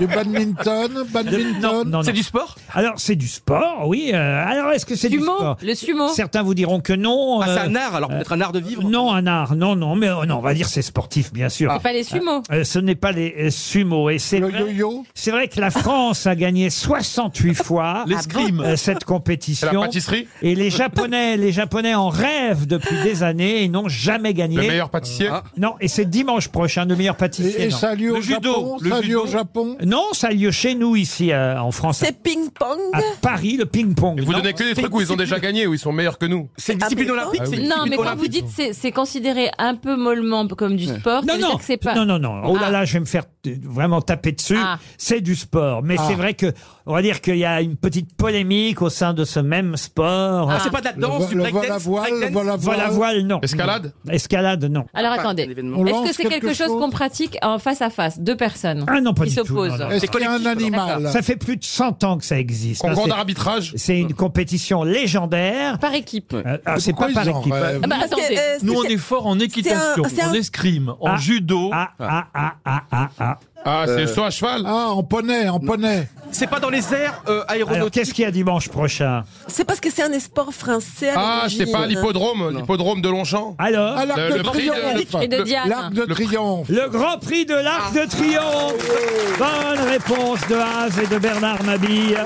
S4: Du badminton, badminton.
S2: Non, non, non.
S7: C'est du sport
S2: Alors, c'est du sport, oui. euh, alors, est-ce que c'est du
S5: Sumo,
S2: sport
S5: le sumo.
S2: Certains vous diront que non.
S9: Ah, c'est
S2: euh,
S9: un art, alors peut-être un art de vivre.
S2: Non, un art, non, non, mais euh, non, on va dire c'est sportif, bien sûr.
S5: C'est pas les sumo.
S2: Euh, ce n'est pas les euh, sumo. Et c'est
S4: Le
S2: vrai-
S4: yo-yo.
S2: C'est vrai que la France a gagné 68 fois
S7: L'escrime.
S2: euh, cette compétition.
S8: C'est la pâtisserie
S2: Et les Japonais, les Japonais en rêvent depuis des années et n'ont jamais gagné.
S8: Le meilleur pâtissier
S2: Non, et c'est dimanche prochain, le meilleur
S4: Et,
S2: pâtissier.
S4: et
S2: non.
S4: ça a lieu au
S7: Le judo,
S4: Japon.
S7: le
S4: ça a lieu au
S7: judo.
S4: Japon.
S2: Non, ça a lieu chez nous ici euh, en France,
S6: C'est ping-pong.
S2: à Paris, le ping-pong.
S8: Et vous
S2: Non.
S8: donnez que des trucs où ils ont déjà gagné, où ils sont meilleurs que nous.
S9: C'est une discipline
S6: Ah, mais
S9: olympique.
S8: non.
S9: c'est une
S5: Non,
S9: discipline
S5: mais quand vous
S9: olympique.
S5: dites c'est c'est considéré un peu mollement comme du sport, ça
S2: Non,
S5: veut
S2: non,
S5: dire que c'est pas.
S2: non, non, non. Oh là
S5: Ah.
S2: là, je vais me faire euh, vraiment taper dessus.
S5: Ah.
S2: C'est du sport. Mais
S4: Ah.
S2: c'est vrai que, on va dire qu'il y a une petite polémique au sein de ce même sport.
S9: Ah, c'est pas de la danse, du
S4: Le, le vol à
S9: breakdance.
S4: voile, le
S9: breakdance.
S4: vol à
S2: Vol à
S4: voile.
S2: voile, non.
S8: Escalade
S2: Non. Escalade, non.
S5: Ah, Alors
S9: Pas
S5: attendez,
S9: un événement.
S4: On
S5: est-ce
S4: lance
S5: que c'est quelque
S4: quelque
S5: chose
S4: chose
S5: qu'on pratique en face à face, deux personnes
S2: Ah non, pas
S5: qui
S2: du tout,
S5: s'opposent
S2: non, non.
S4: Est-ce qu'il y a un
S9: collectif,
S4: animal
S2: Ça fait plus de 100 ans que ça existe. hein.
S8: Concours
S2: C'est-
S8: d'arbitrage
S2: C'est une compétition légendaire.
S5: par équipe
S2: Euh, ah, c'est pas
S4: Pourquoi
S2: par
S4: ils en
S2: équipe.
S4: rêvent
S5: Ah bah
S6: Parce que,
S5: attendez,
S6: euh,
S7: Nous, on
S6: c'est-
S7: est fort en équitation,
S6: c'est un-
S7: en escrime, en
S2: Ah.
S7: judo. Euh.
S2: Ah, ah, ah, ah, ah, ah.
S8: Ah, c'est soit à cheval
S4: Ah, en poney, en poney.
S9: C'est pas dans les airs euh,
S2: Alors,
S9: aéronautiques.
S2: qu'est-ce qu'il y a dimanche prochain
S6: C'est parce que c'est un sport français. à
S8: Ah, c'est pas
S6: l'origine.
S8: l'hippodrome, l'hippodrome de Longchamp
S2: Alors,
S4: Ah, l'arc
S8: Le-
S4: de
S8: le prix de-
S4: triomphe.
S5: et de Diane.
S4: L'arc de
S8: Le-
S4: triomphe.
S2: le Grand Prix de l'Arc de Triomphe. Bonne réponse de Haas et de Bernard Mabille.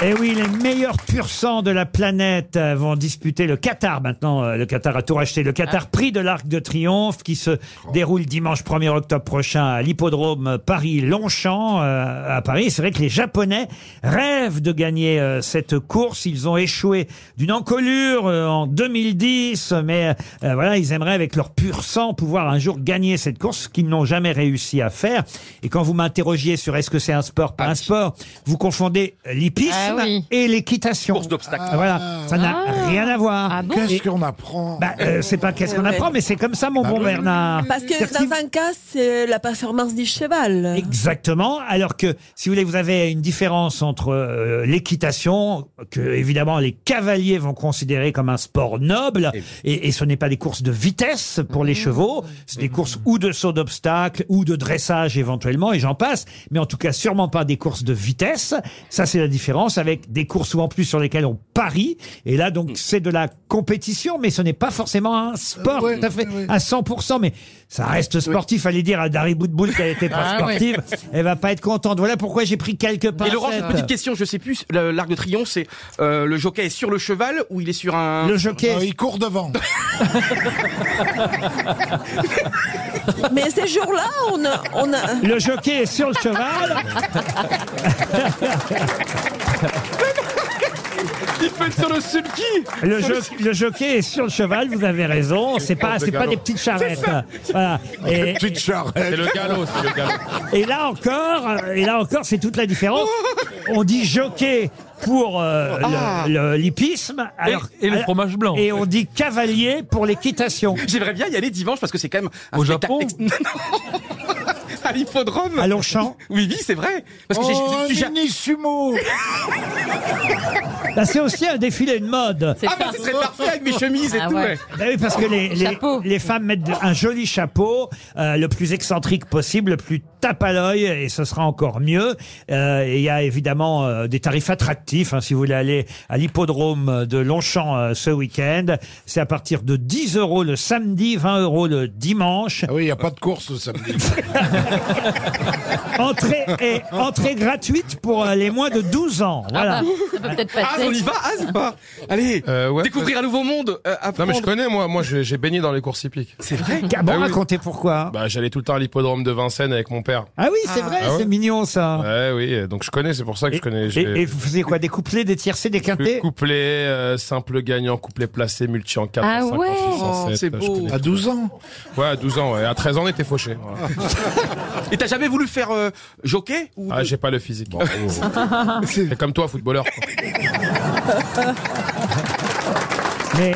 S2: Et Eh oui, les meilleurs pur sang de la planète euh, vont disputer le Qatar maintenant. euh, Le Qatar a tout racheté. Le Qatar Prix de l'Arc de Triomphe qui se déroule dimanche 1er octobre prochain à l'hippodrome Paris-Longchamp euh, à Paris. Et C'est vrai que les Japonais rêvent de gagner euh, cette course. Ils ont échoué d'une encolure euh, en 2010, mais euh, voilà, ils aimeraient avec leur pur sang pouvoir un jour gagner cette course ce qu'ils n'ont jamais réussi à faire. Et quand vous m'interrogiez sur est-ce que c'est un sport, pas un sport, vous confondez euh, l'hippisme
S15: Ah oui.
S2: et l'équitation.
S9: d'obstacles.
S2: Voilà, ça n'a
S15: Ah.
S2: rien à voir.
S4: Qu'est-ce qu'on apprend Bah
S2: bah, euh, C'est pas qu'est-ce qu'on
S6: Ouais.
S2: apprend, mais c'est comme ça, mon
S8: Bah
S2: bon Bernard.
S6: Parce que
S2: C'est-à-dire
S6: dans un cas, c'est la performance du cheval.
S2: Exactement. Alors que, si vous voulez, vous avez une différence entre euh, l'équitation, que évidemment les cavaliers vont considérer comme un sport noble, et, et ce n'est pas des courses de vitesse pour les chevaux, c'est des courses ou de saut d'obstacle, ou de dressage éventuellement, et j'en passe, mais en tout cas sûrement pas des courses de vitesse. Ça, c'est la différence avec des courses ou en plus sur lesquelles on parie, et là, donc, c'est de la compétition, mais ce n'est pas forcément un sport tout à fait, à 100%, mais ça reste sportif. Allez dire à Dari Boudboul qu'elle était pas
S9: Ah, ouais.
S2: sportive, elle va pas être contente. Voilà pourquoi j'ai pris quelques
S9: Et
S2: pincettes.
S9: Laurent, j'ai une petite question, je sais plus, le- l'arc de triomphe, c'est euh, le jockey est sur le cheval ou il est sur un...
S2: Le jockey.
S4: il court devant.
S6: Mais ces jours-là, on a, on a...
S2: Le jockey est sur le cheval.
S9: Il peut être sur le sulky
S2: Le, jo- le jockey est sur le cheval, vous avez raison. C'est pas, c'est pas des petites charrettes. Voilà.
S4: Des petites charrettes. C'est le galop, c'est le galop.
S2: Et là encore, euh, et là encore, c'est toute la différence. On dit jockey pour euh, le-
S7: Ah.
S2: le- l'hippisme, alors
S7: Et- et le
S2: alors-
S7: fromage blanc.
S2: Et on dit cavalier pour l'équitation.
S9: J'aimerais bien y aller dimanche parce que c'est quand même un Au Japon À l'hippodrome
S2: À Longchamp
S9: Oui, oui, c'est vrai Parce que j'ai-
S4: Oh,
S9: j'ai- j'ai-
S4: un mini sumo
S2: Là, Bah, c'est aussi un défilé de mode.
S9: Ah, bah, ce serait parfait avec mes chemises et tout ouais.
S2: Bah oui, parce que les, les- les femmes mettent de- un joli chapeau, euh, le plus excentrique possible, le plus tape à l'œil, et ce sera encore mieux. Euh, et Il y a évidemment euh, des tarifs attractifs, hein, si vous voulez aller à l'hippodrome de Longchamp euh, ce week-end. C'est à partir de 10 euros le samedi, 20 euros le dimanche.
S9: Ah
S4: oui, il n'y a pas de course le samedi.
S2: entrée, et, entrée gratuite pour euh, les moins de 12 ans.
S3: bah
S2: Voilà.
S9: Ah, on y va Ah, c'est pas Allez
S8: Euh,
S9: Découvrir un nouveau monde euh,
S8: Non mais
S9: apprendre.
S8: je connais moi, moi j'ai j'ai baigné dans les courses hippiques.
S9: C'est vrai Bah
S2: Ah bon, racontez pourquoi.
S8: Bah j'allais tout le temps à l'hippodrome de Vincennes avec mon père.
S2: Ah oui, c'est vrai,
S8: Ah ouais
S2: c'est mignon ça.
S8: Ouais oui, euh, donc je connais, c'est pour ça que je connais.
S2: Et, et vous faisiez quoi Des couplets, des tiercés, des quintés
S8: Couplé, euh, simple gagnant, couplé placé, multi en 4,
S2: Ah
S8: en 5,
S2: ouais.
S8: en 6, en
S2: Oh,
S8: 7,
S2: c'est
S8: je
S2: beau.
S8: connais
S2: À
S8: tout.
S4: 12 ans
S8: Ouais, à 12 ans, ouais. À 13 ans, on était fauchés. voilà.
S9: Et t'as jamais voulu faire euh, jockey ou... oh.
S8: Ah, j'ai pas le physique. C'est comme toi, footballeur. quoi.
S6: Ah,
S2: Mais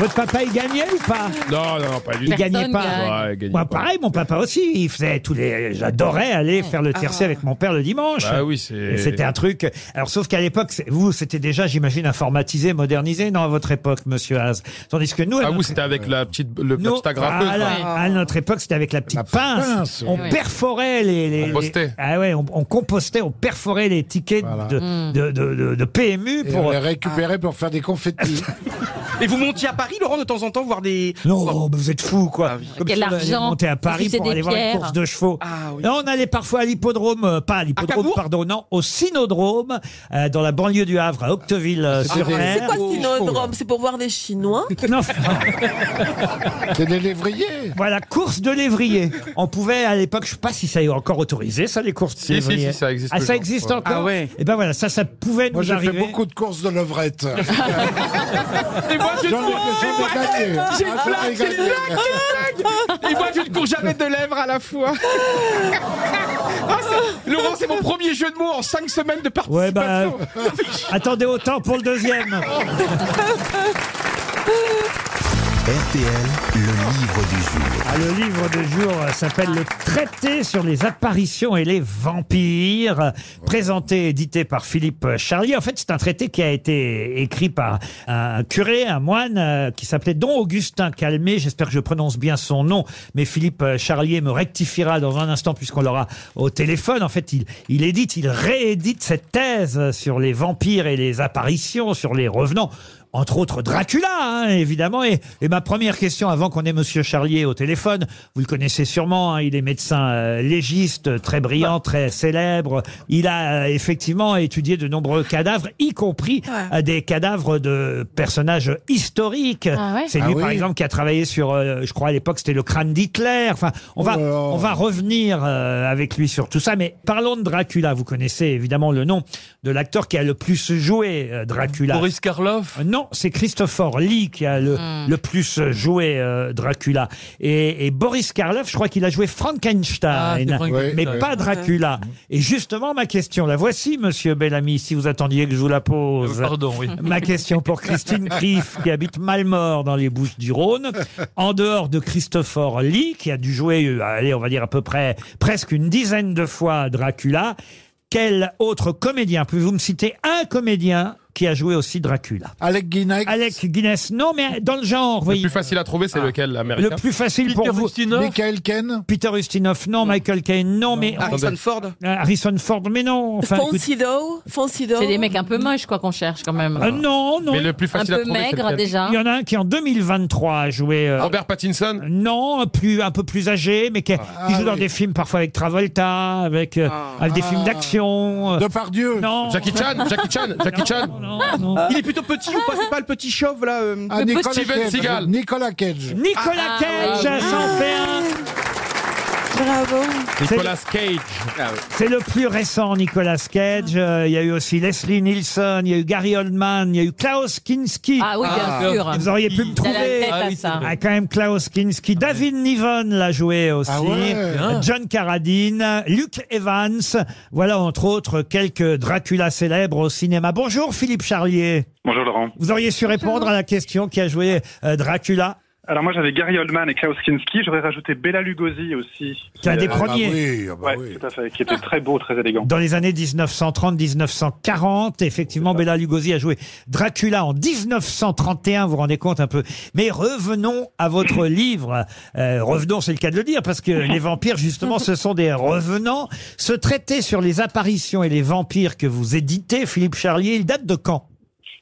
S2: votre papa, il gagnait ou pas
S8: Non, non, pas du
S2: Il
S8: tout.
S2: gagnait pas.
S8: Ouais, il gagnait
S2: Moi,
S8: pas.
S2: pareil, mon papa aussi. Il faisait tous les. J'adorais aller faire le
S9: Ah.
S2: tiercé avec mon père le dimanche.
S8: Bah oui, c'est-
S2: Et C'était un truc. Alors, sauf qu'à l'époque, c'est- vous, c'était déjà, j'imagine, informatisé, modernisé, non, à votre époque, monsieur Haas. Tandis que nous, à
S8: Ah,
S2: notre-
S8: vous, c'était avec la petite, le
S2: nous,
S8: petite agrafeuse,
S2: voilà,
S8: ouais.
S2: à notre époque, c'était avec la petite pince.
S8: pince,
S2: On
S8: oui.
S2: perforait les. les-
S8: On
S2: les-
S8: postait.
S2: Ah ouais, on, on compostait, on perforait les tickets de,
S9: Hmm.
S2: de, de- de- de PMU
S4: Et
S2: pour.
S4: on les récupérait pour faire des confettis.
S9: Et vous montiez à Paris, Laurent, de temps en temps, voir des... Ah
S2: Non, oh, mais vous êtes fou, quoi. Comme
S9: Quel
S2: si on allait
S9: argent.
S2: monter à
S9: Vous
S2: Paris
S9: foutez
S2: pour
S9: des
S2: aller voir une
S9: pierres.
S2: course de chevaux. Non, on allait parfois à l'hippodrome, euh, pas à l'hippodrome, pardon, non, au Cynodrome, euh, dans la banlieue du Havre, à euh,
S8: Ah,
S6: Ah, C'est quoi
S2: Octeville-sur-Mer.
S6: le
S8: Oh,
S6: synodrome C'est pour voir des Chinois
S2: Non.
S4: C'est des lévriers.
S2: Voilà, course de lévrier. On pouvait, à l'époque, je sais pas si ça est encore autorisé, ça, les courses de
S8: Si, si,
S2: lévrier.
S8: si, ça existe
S2: Ah, ça
S8: toujours.
S2: existe
S8: Ouais.
S2: encore
S8: Ah ouais.
S2: Et ben voilà, ça, ça pouvait
S4: Moi,
S2: nous
S4: j'ai fait
S2: arriver.
S4: beaucoup de courses de levrette.
S9: Et moi, je ne
S4: J'en ai-
S9: cours-
S4: j'en ai
S9: Et moi,
S4: gagné.
S9: J'ai
S4: Ah, j'en
S9: une
S4: ai
S9: blague, j'ai une
S4: gagné.
S9: blague, j'ai une blague. Et moi, je ne cours jamais de lèvres à la fois. Ah, c'est- Laurent, c'est mon premier jeu de mots en 5 semaines de participation.
S2: Ouais, bah, attendez autant pour le deuxième.
S1: RTL, le livre du jour.
S2: Ah, le livre de jour euh, s'appelle Le traité sur les apparitions et les vampires, euh, présenté et édité par Philippe euh, Charlier. En fait, c'est un traité qui a été écrit par un curé, un moine, euh, qui s'appelait Don Augustin Calmé. J'espère que je prononce bien son nom, mais Philippe euh, Charlier me rectifiera dans un instant puisqu'on l'aura au téléphone. En fait, il, il édite, il réédite cette thèse sur les vampires et les apparitions, sur les revenants. entre autres Dracula, hein, évidemment. Et, et ma première question, avant qu'on ait Monsieur Charlier au téléphone, vous le connaissez sûrement, hein, il est médecin euh, légiste, très brillant, très célèbre. Il a euh, effectivement étudié de nombreux cadavres, y compris euh, des cadavres de personnages historiques.
S15: Ah ouais
S2: C'est lui,
S15: Ah
S2: par
S15: oui.
S2: exemple, qui a travaillé sur, euh, je crois à l'époque, c'était le crâne d'Hitler. Enfin, on va, on va revenir euh, avec lui sur tout ça. Mais parlons de Dracula. Vous connaissez évidemment le nom de l'acteur qui a le plus joué euh, Dracula. Euh,
S7: Boris Karloff
S2: Non, c'est Christopher Lee qui a le,
S7: Hmm.
S2: le plus joué euh, Dracula. Et, et Boris Karloff, je crois qu'il a joué Frankenstein,
S7: Ah, c'est Frankenstein.
S2: mais
S7: Ouais.
S2: pas Dracula. Et justement, ma question, la voici, monsieur Bellamy, si vous attendiez que je vous la pose.
S7: Euh, pardon, oui.
S2: Ma question pour Christine Criff, qui habite Malmort dans les Bouches du Rhône. En dehors de Christopher Lee, qui a dû jouer, euh, allez, on va dire à peu près presque une dizaine de fois Dracula, quel autre comédien Pouvez-vous me citer un comédien qui a joué aussi Dracula
S4: Alec Guinness
S2: Alec Guinness, non, mais dans le genre, vous
S8: Le
S2: voyez. Ah.
S8: plus facile à trouver, c'est lequel, américain
S2: Le plus facile
S8: Peter
S2: pour vous.
S8: Ustinov
S4: Michael Caine
S2: Peter Ustinov, non. Michael Caine, non. Mais Ah,
S9: Harrison Attendez. Ford
S2: Harrison Ford, mais non. Enfin, écoute-
S5: Foncido, Foncido. C'est des mecs un peu moches, quoi, qu'on cherche quand même.
S2: Ah, non, non.
S5: Un peu maigre déjà.
S2: Il y en a un qui en 2023 a joué.
S8: Robert Pattinson
S2: euh, Non, plus, un peu plus âgé, mais qui, qui joue dans des films parfois avec Travolta, avec, euh, avec des
S8: Ah.
S2: films d'action. De
S4: par Dieu.
S2: Non.
S8: Jackie Chan, Jackie Chan, Jackie Chan.
S9: Il est plutôt petit ou pas C'est pas le petit chauve là euh,
S4: Ah, Nicolas Cage.
S9: Seagal.
S4: Nicolas Cage.
S3: Ah,
S2: Nicolas
S6: Ah,
S2: Cage, j'en fais un.
S6: Bravo.
S8: Nicolas Cage.
S9: Ah
S2: C'est le plus récent, Nicolas Cage. Euh, Il y a eu aussi Leslie Nielsen, il y a eu Gary Oldman, il y a eu Klaus Kinski.
S5: Ah oui, bien Ah, sûr.
S2: Vous auriez pu me
S5: T'as la
S2: trouver.
S5: tête à Ah oui, ça. c'est vrai. Ah
S2: Ah, quand même Klaus Kinski. David Niven l'a joué aussi.
S4: Ah ouais.
S2: Euh, John Carradine, Luke Evans. Voilà, entre autres, quelques Dracula célèbres au cinéma. Bonjour, Philippe Charlier.
S16: Bonjour Laurent.
S2: Vous auriez su répondre à la question qui a joué euh, Dracula.
S16: Alors moi j'avais Gary Oldman et Klaus Kinski, j'aurais rajouté Bella Lugosi aussi. Euh,
S2: Qui est un des Ah bah premiers.
S4: oui,
S16: ouais, tout à fait, qui était très beau, très élégant.
S2: Dans les années 1930-1940, effectivement, Bella Lugosi a joué Dracula en 1931, vous vous rendez compte un peu. Mais revenons à votre livre. Euh, revenons, c'est le cas de le dire, parce que les vampires, justement, ce sont des revenants. Ce traité sur les apparitions et les vampires que vous éditez, Philippe Charlier, il date de quand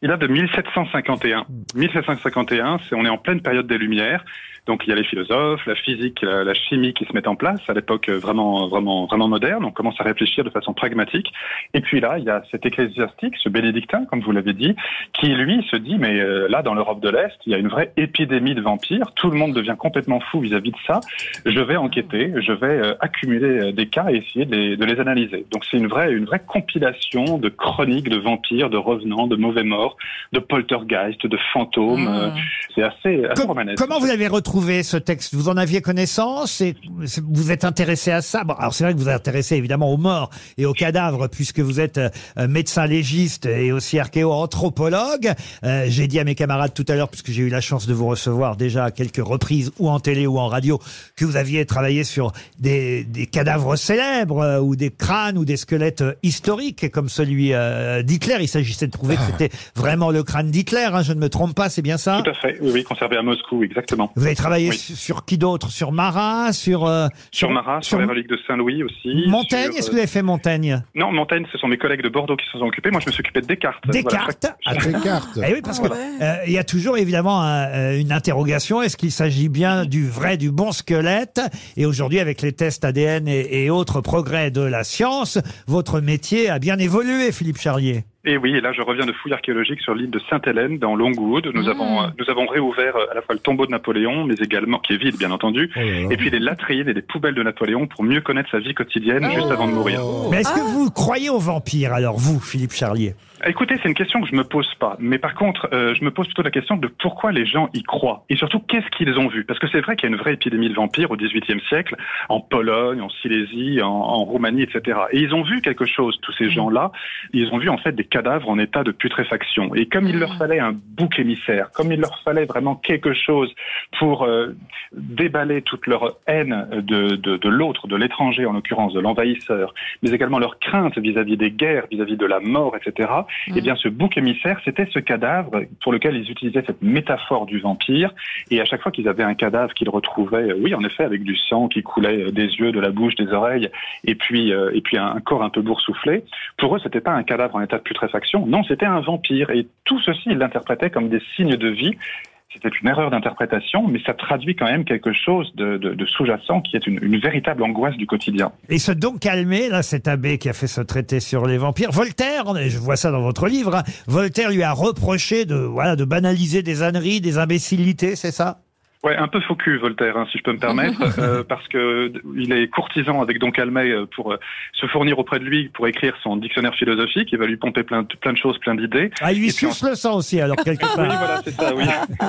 S16: Il a de 1751. 1751, c'est on est en pleine période des Lumières. Donc il y a les philosophes, la physique, la, la chimie qui se mettent en place à l'époque euh, vraiment vraiment vraiment moderne. On commence à réfléchir de façon pragmatique. Et puis là, il y a cet ecclésiastique, ce bénédictin, comme vous l'avez dit, qui lui se dit mais euh, là dans l'Europe de l'Est, il y a une vraie épidémie de vampires. Tout le monde devient complètement fou vis-à-vis de ça. Je vais enquêter, je vais euh, accumuler euh, des cas et essayer de les, de les analyser. Donc c'est une vraie une vraie compilation de chroniques de vampires, de revenants, de mauvais morts, de poltergeists, de fantômes. Euh, C'est assez, assez romanesque.
S2: Hmm. Comment vous l'avez retrouvé ce texte Vous en aviez connaissance et vous êtes intéressé à ça Bon, alors c'est vrai que vous êtes intéressé évidemment aux morts et aux cadavres puisque vous êtes euh, euh, médecin légiste et aussi archéo-anthropologue. Euh, j'ai dit à mes camarades tout à l'heure puisque j'ai eu la chance de vous recevoir déjà à quelques reprises ou en télé ou en radio que vous aviez travaillé sur des, des cadavres célèbres euh, ou des crânes ou des squelettes euh, historiques comme celui euh, d'Hitler. Il s'agissait de prouver que c'était vraiment le crâne d'Hitler. hein, je ne me trompe pas, c'est bien ça
S16: Tout à fait, oui, oui, conservé à Moscou, exactement.
S2: vous avez travaillé
S16: Oui.
S2: su- sur qui d'autre Sur Marat Sur, euh,
S16: sur Marat, sur, les reliques de Saint-Louis aussi.
S2: Montaigne
S16: sur,
S2: Est-ce que
S16: euh,
S2: vous avez fait Montaigne
S16: Non, Montaigne, ce sont mes collègues de Bordeaux qui se sont occupés. Moi, je me suis occupé de Descartes.
S2: Descartes
S16: Voilà. Ah,
S2: Eh oui, parce que euh, il y a toujours évidemment un- euh, une interrogation. Est-ce qu'il s'agit bien du vrai, du bon squelette Et aujourd'hui, avec les tests ADN et, et autres progrès de la science, votre métier a bien évolué, Philippe Charlier.
S16: Et oui, et là, je reviens de fouilles archéologiques sur l'île de Sainte-Hélène, dans Longwood. Nous avons, euh, nous avons réouvert euh, à la fois le tombeau de Napoléon, mais également, qui est vide, bien entendu,
S2: Oh
S16: et puis les latrines et les poubelles de Napoléon pour mieux connaître sa vie quotidienne juste avant de mourir.
S2: Oh. Mais est-ce que vous croyez aux vampires alors, vous, Philippe Charlier
S16: Écoutez, c'est une question que je me pose pas. Mais par contre, euh, je me pose plutôt la question de pourquoi les gens y croient. Et surtout, qu'est-ce qu'ils ont vu Parce que c'est vrai qu'il y a une vraie épidémie de vampires au XVIIIe siècle, en Pologne, en Silésie, en, en Roumanie, etc. Et ils ont vu quelque chose, tous ces gens-là. Ils ont vu en fait des cadavres en état de putréfaction. Et comme il leur fallait un bouc émissaire, comme il leur fallait vraiment quelque chose pour euh, déballer toute leur haine de, de, de l'autre, de l'étranger en l'occurrence, de l'envahisseur, mais également leur crainte vis-à-vis des guerres, vis-à-vis de la mort, etc., Eh bien, ce bouc émissaire, c'était ce cadavre pour lequel ils utilisaient cette métaphore du vampire. Et à chaque fois qu'ils avaient un cadavre qu'ils retrouvaient, euh, oui, en effet, avec du sang qui coulait euh, des yeux, de la bouche, des oreilles, et puis, euh, et puis un, un corps un peu boursouflé, pour eux, c'était pas un cadavre en état de putréfaction. Non, c'était un vampire. Et tout ceci, ils l'interprétaient comme des signes de vie. C'était une erreur d'interprétation, mais ça traduit quand même quelque chose de, de- de sous-jacent qui est une- une véritable angoisse du quotidien.
S2: Et se donc calmer, là, cet abbé qui a fait ce traité sur les vampires. Voltaire, on- je vois ça dans votre livre, hein, Voltaire lui a reproché de, voilà, de banaliser des âneries, des imbécilités, c'est ça
S16: Ouais, un peu faux cul, Voltaire, hein, si je peux me permettre, euh, parce que d- il est courtisan avec Don Calmet euh, pour euh, se fournir auprès de lui pour écrire son dictionnaire philosophique. Il va lui pomper plein de, plein de choses, plein d'idées.
S2: Ah, il lui
S16: Et puis en-
S2: suce le sang aussi, alors, quelque part.
S16: Oui, voilà, c'est ça, oui.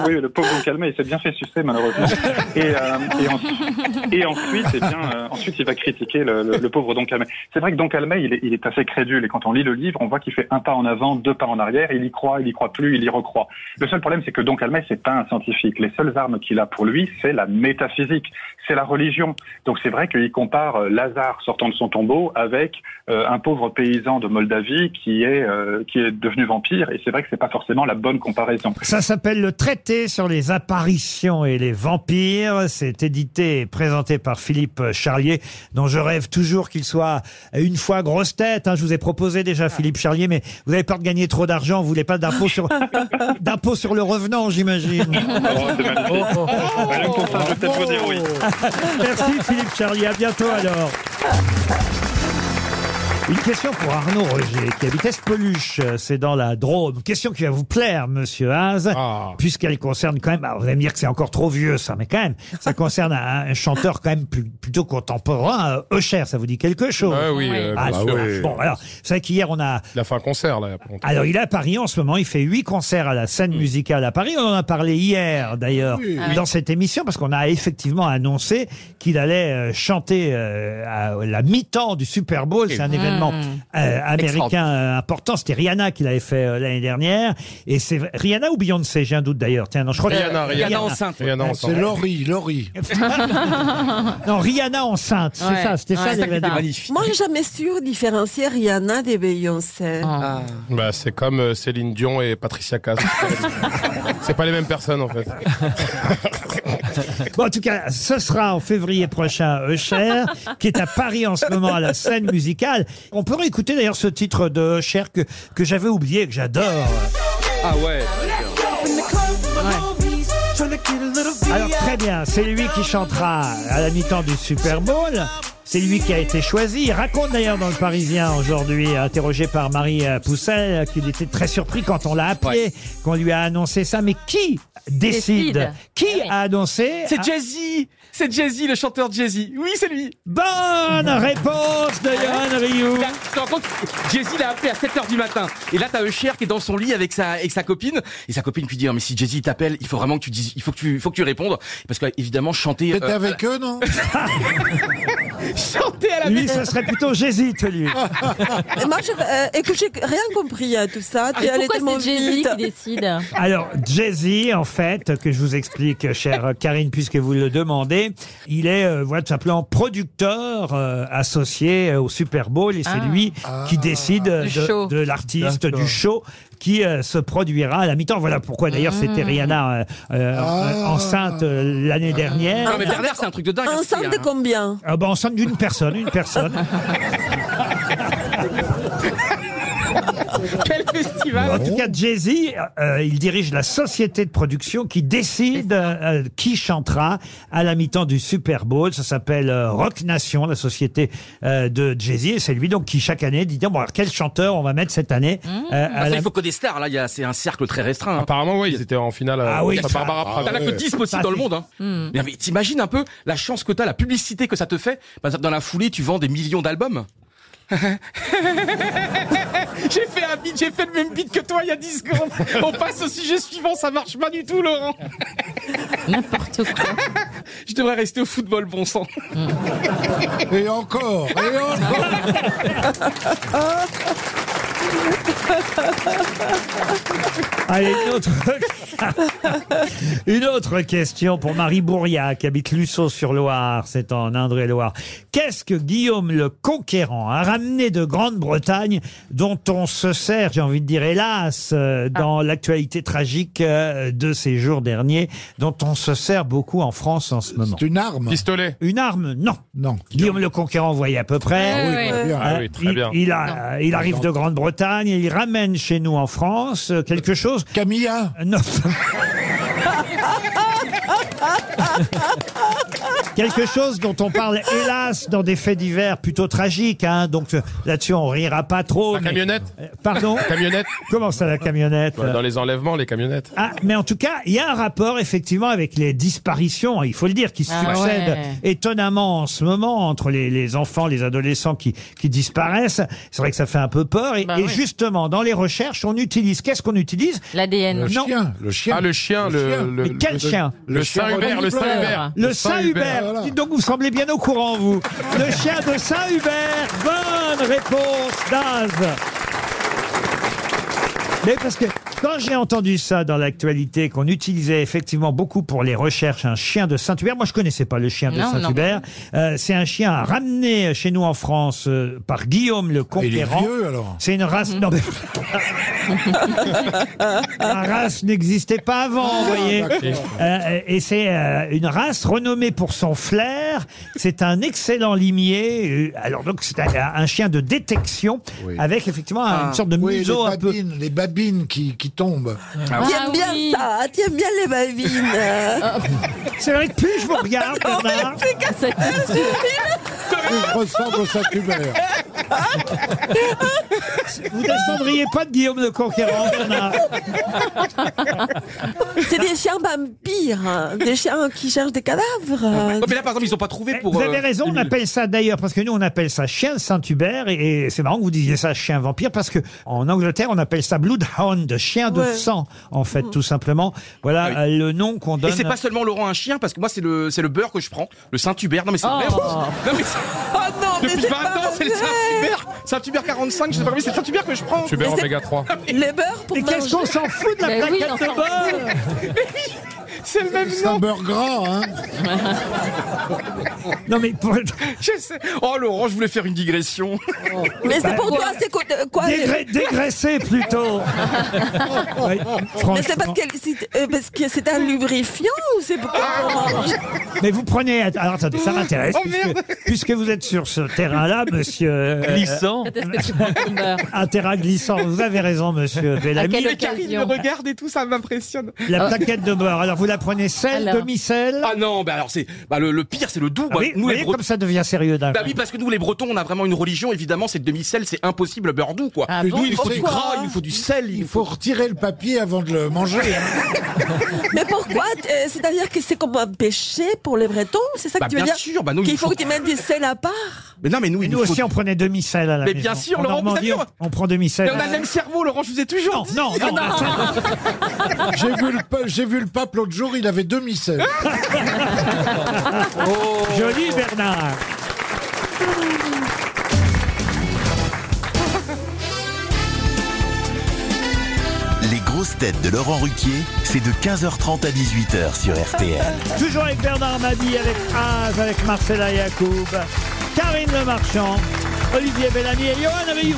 S16: Oui, le pauvre Don Calmet, il s'est bien fait sucer, malheureusement. Et, euh, et, en- et ensuite, eh bien, euh, ensuite, il va critiquer le, le- le pauvre Don Calmet. C'est vrai que Don Calmet, il est, il est assez crédule, et quand on lit le livre, on voit qu'il fait un pas en avant, deux pas en arrière, il y croit, il y croit plus, il y recroit. Le seul problème, c'est que Don Calmet, c'est pas un scientifique. Les seules armes qu'il a pour lui, c'est la métaphysique, c'est la religion. Donc c'est vrai qu'il compare euh, Lazare sortant de son tombeau avec euh, un pauvre paysan de Moldavie qui est, euh, qui est devenu vampire, et c'est vrai que c'est pas forcément la bonne comparaison.
S2: Ça s'appelle le traité sur les apparitions et les vampires. C'est édité et présenté par Philippe Charlier, dont je rêve toujours qu'il soit une fois grosse tête. hein. Je vous ai proposé déjà Philippe Charlier, mais vous avez peur de gagner trop d'argent. Vous voulez pas d'impôt sur, d'impôt sur le revenant, j'imagine.
S3: Oh,
S2: Oh, Merci Philippe Charlier. À bientôt alors. Une question pour Arnaud Roger, qui habite Espeluche, euh, c'est dans la Drôme. Question qui va vous plaire, monsieur Haas, puisqu'elle concerne quand même, alors vous allez me dire que c'est encore trop vieux ça, mais quand même, ça concerne un, un chanteur quand même plus- plutôt contemporain, euh, Eucher, ça vous dit quelque chose
S8: Ah oui, euh,
S2: Ah,
S8: bien
S2: sûr.
S8: sûr.
S2: Bon, alors, c'est vrai qu'hier on a...
S8: Il a fait un concert, là. il y a pas longtemps.
S2: Alors, il est à Paris en ce moment, il fait huit concerts à la scène musicale à Paris. On en a parlé hier, d'ailleurs,
S8: Ah Oui.
S2: dans cette émission, parce qu'on a effectivement annoncé qu'il allait euh, chanter euh, à la mi-temps du Super Bowl. C'est un
S15: Mm.
S2: événement
S8: Ah.
S2: euh, américain
S15: Extraordinaire.
S2: euh, important. C'était Rihanna qui l'avait fait euh, l'année dernière. Et c'est vrai- Rihanna ou Beyoncé, j'ai un doute d'ailleurs. Tiens, non, je crois que-
S8: Rihanna, Rihanna. enceinte. Rihanna enceinte.
S4: C'est Laurie, Laurie.
S2: Non, Rihanna enceinte, c'est
S6: Ouais.
S2: ça, c'était
S6: Ouais,
S2: ça l'événement.
S6: Moi, jamais sûr différencier Rihanna de Beyoncé.
S8: Bah, c'est comme euh, Céline Dion et Patricia Cass. c'est pas les mêmes personnes, en fait.
S2: Bon, en tout cas, ce sera en février prochain, Eucher, qui est à Paris en ce moment à la scène musicale. On peut réécouter d'ailleurs ce titre de Eucher que, que j'avais oublié, que j'adore.
S9: Ah ouais.
S2: Alors très bien, c'est lui qui chantera à la mi-temps du Super Bowl. C'est lui qui a été choisi. Il raconte d'ailleurs dans le Parisien aujourd'hui, interrogé par Marie euh, Poussel, euh, qu'il était très surpris quand on l'a appelé, qu'on lui a annoncé ça. Mais qui décide,
S9: Décide. Ah
S2: Qui a annoncé
S9: C'est
S2: Ah,
S9: Jay-Z C'est Jay-Z, le chanteur Jay-Z. Oui, c'est lui Ah
S2: Bonne réponse de Johan Rioux
S9: Tu te rends compte Jay-Z l'a appelé à 7h du matin. Et là, t'as Usher qui est dans son lit avec sa, avec sa copine. Et sa copine lui dit, Ah, mais si Jay-Z t'appelle, il faut vraiment que tu dises, il faut que tu, il faut que tu répondes. Parce que, évidemment, chanter...
S4: T'étais
S9: euh,
S4: avec eux, non
S9: Chanter à la
S2: Lui, ce serait plutôt j'hésite, lui.
S6: Et moi, je, euh, écoute, j'ai rien compris à tout ça.
S5: Ah,
S6: T'es allé
S5: pourquoi
S6: tellement
S5: c'est Jay-Z
S6: vite.
S5: qui décide
S2: Alors, Jay-Z, en fait, que je vous explique, chère Karine, puisque vous le demandez, il est, euh, voilà, tout simplement producteur euh, associé euh, au Super Bowl et c'est
S15: Ah.
S2: lui qui décide euh,
S15: Du
S2: de,
S15: show.
S2: de l'artiste,
S15: D'accord.
S2: du show qui euh, se produira à la mi-temps. Voilà pourquoi, d'ailleurs, c'était
S15: Mmh.
S6: Mm.
S2: Rihanna euh, euh,
S15: Ah.
S2: enceinte euh, l'année dernière.
S9: Non, mais Bernard, c'est un truc de dingue.
S6: Enceinte de
S9: hein.
S6: combien
S2: Ah bah, enceinte d'une personne, une personne.
S9: Quel
S2: En
S9: festival
S2: tout cas, Jay-Z, euh, il dirige la société de production qui décide euh, euh, qui chantera à la mi-temps du Super Bowl. Ça s'appelle euh, Rock Nation, la société euh, de Jay-Z. Et c'est lui donc qui, chaque année, dit, bon, alors, quel chanteur on va mettre cette année euh,
S9: Parce
S2: à
S9: qu'il
S2: la-
S9: faut que des stars, là, Mmh. il y a- c'est un cercle très restreint. hein.
S8: Apparemment, oui, ils étaient en finale. euh,
S2: Ah oui,
S8: contre
S2: ça-
S8: Barbara Pravi.
S9: T'as la que 10 possible dans le monde. Hein. Mais, mais t'imagines un peu la chance que t'as, la publicité que ça te fait. Par exemple, dans la foulée, tu vends des millions d'albums. j'ai fait un beat, j'ai fait le même beat que toi il y a 10 secondes. On passe au sujet suivant, ça marche pas du tout, Laurent.
S5: N'importe quoi.
S9: Je devrais rester au football, bon sang.
S4: Et encore, et encore.
S2: Allez, une autre... une autre question pour Marie Bourria, qui habite Lussot-sur-Loire, c'est en Indre-et-Loire. Qu'est-ce que Guillaume le Conquérant a ramené de Grande-Bretagne, dont on se sert, j'ai envie de dire, hélas, euh, dans
S8: Ah.
S2: l'actualité tragique euh, de ces jours derniers, dont on se sert beaucoup en France en ce moment
S4: Une arme
S8: Pistolet
S2: Une arme Non. Non. Guillaume le Conquérant, vous voyez à peu près.
S8: Ah oui, très bien. Ah oui, très
S2: il-
S8: bien.
S2: Il, a-
S8: Non.
S2: il arrive de
S8: Non.
S2: Grande-Bretagne et il ramène chez nous en France euh, quelque chose. Euh,
S4: Camilla
S2: Non. quelque chose dont on parle, hélas, dans des faits divers plutôt tragiques. hein. Donc euh, là-dessus, on rira pas trop.
S8: La
S2: mais-
S8: camionnette
S2: Euh, Pardon
S8: Camionnette
S2: Comment ça, la camionnette
S8: Bah, Dans les enlèvements, les camionnettes.
S2: Ah, mais en tout cas, il y a un rapport effectivement avec les disparitions, hein, il faut le dire, qui
S8: Ah
S2: succèdent
S8: ouais.
S2: étonnamment en ce moment entre les, les enfants, les adolescents qui, qui disparaissent. C'est vrai que ça fait un peu peur.
S8: Bah
S2: Et, et justement, dans les recherches, on utilise, qu'est-ce qu'on utilise
S5: L'ADN.
S2: Le Non. chien,
S4: le chien.
S8: Ah, le chien, le. le-
S2: Mais quel
S8: le-
S2: chien Ah,
S8: Le Saint-Hubert, le Saint-Hubert.
S2: Le Saint-Hubert.
S8: Voilà.
S2: Dites donc, vous semblez bien au courant, vous. Le chien de Saint-Hubert. Bonne réponse, Daz. Mais parce que quand j'ai entendu ça dans l'actualité, qu'on utilisait effectivement beaucoup pour les recherches un chien de Saint-Hubert, moi je connaissais pas le chien de
S15: Non, non.
S2: Saint-Hubert, Euh, c'est un chien ramené chez nous en France euh, par Guillaume le Conquérant.
S4: vieux, alors.
S2: C'est une race... non, mais- la race n'existait pas avant, vous voyez.
S4: Ah, d'accord.
S2: Euh, et c'est euh, une race renommée pour son flair. C'est un excellent limier. Euh, Alors donc c'est un, un chien de détection avec effectivement un-
S15: Ah.
S2: une sorte de
S4: oui,
S2: museau
S4: les
S2: un peu.
S4: babines, Les babines qui, qui tombent.
S3: Ah
S6: T'aimes bien ça, hein, t'aimes bien les
S9: Oh.
S6: babines.
S2: C'est vrai que plus je vous regarde, Bernard.
S4: Il ressemble au Saint-Hubert.
S2: Vous descendriez pas de Guillaume le Conquérant, Bernard.
S6: C'est des chiens vampires, hein, des chiens qui cherchent des cadavres. hein.
S9: Non, Ah, mais là, par exemple, ils ont pas trouvé pour.
S2: Vous avez
S9: euh,
S2: raison, on
S9: une-
S2: appelle ça d'ailleurs, parce que nous on appelle ça chien de Saint-Hubert, et, et c'est marrant que vous disiez ça chien vampire, parce que en Angleterre on appelle ça bloodhound, chien de
S9: Ouais.
S2: sang, en fait, tout simplement. Voilà euh, le nom qu'on donne.
S9: Ah Et c'est pas seulement Laurent un chien, parce que moi, c'est le, c'est le beurre que je prends, le Saint-Hubert. Non, mais c'est
S2: Oh.
S9: vrai. Non, mais c'est- Depuis 20 ans, c'est le Saint-Hubert. Saint-Hubert 45, je sais pas combien, c'est le Saint-Hubert que je prends.
S8: Saint-Hubert Mais c'est- oméga 3.
S6: Les beurres pour
S2: Et qu'est-ce qu'on s'en fout de la
S9: Mais oui,
S2: plaquette
S9: on
S2: de
S9: s'en
S2: beurre
S9: C'est le même nom.
S4: C'est un beurre gras, hein.
S2: Non, mais.
S9: Je sais. Oh, Laurent, je voulais faire une digression.
S6: Oh. Mais c'est pour toi, c'est quoi, euh, quoi les-
S2: Dégra- dégraisser Bah, plutôt. Oui,
S6: Mais c'est
S2: franchement.
S6: parce que c'est euh, parce que c'est un lubrifiant ou c'est pour
S9: Ah,
S2: Mais vous prenez. Alors attendez, ça m'intéresse.
S6: Oh,
S2: puisque-
S6: merde.
S2: puisque, vous êtes sur ce terrain-là, monsieur. euh,
S7: Glissant.
S2: Un terrain glissant. Vous avez raison, monsieur Bellamy.
S9: Les carines me regardent et tout, ça m'impressionne.
S6: Ah.
S2: La plaquette de beurre. Alors vous la prenez sel,
S9: Ah. Alors.
S2: demi-sel
S9: Ah non, bah alors c'est bah le, le pire, c'est le doux.
S2: Ah
S9: Bah,
S2: oui, vous
S9: nous, les
S2: voyez
S9: Bretons-
S2: comme ça devient sérieux d'un
S9: Bah
S2: coup.
S9: oui, parce que nous les Bretons, on a vraiment une religion. Évidemment, c'est le demi-sel, c'est impossible le beurre doux, quoi.
S2: Ah
S9: nous,
S2: bon,
S9: il faut du
S2: pourquoi
S9: gras, il nous faut du sel. Il
S4: Il faut retirer le papier avant de le manger. hein.
S6: Mais pourquoi euh, C'est-à-dire que c'est comme un péché pour les Bretons C'est ça que
S9: Bah,
S6: tu veux
S9: bien
S6: dire
S9: sûr, bah, nous, il
S6: Qu'il faut
S9: faut-
S6: que tu mettes des sels à part
S9: Mais non, mais nous, il
S2: Nous
S9: nous faut-
S2: aussi, on prenait demi-sel à la
S9: Mais
S2: maison.
S9: bien sûr,
S2: En
S9: Laurent, vous
S2: Normandie,
S9: aviez-
S2: on, on prend demi-sel.
S9: Mais on a le même cerveau, Laurent, je vous ai toujours dit.
S2: Non, non, non.
S4: J'ai vu, le pa- j'ai vu le pape l'autre jour, il avait demi sel
S9: Oh.
S2: Joli Bernard.
S1: Les grosses têtes de Laurent Ruquier, c'est de 15h30 à 18h sur RTL.
S2: Toujours avec Bernard Mabie, avec Az, avec Marcella Yacoub, Karine Le Marchand, Olivier Bellamy et Johan Rioux.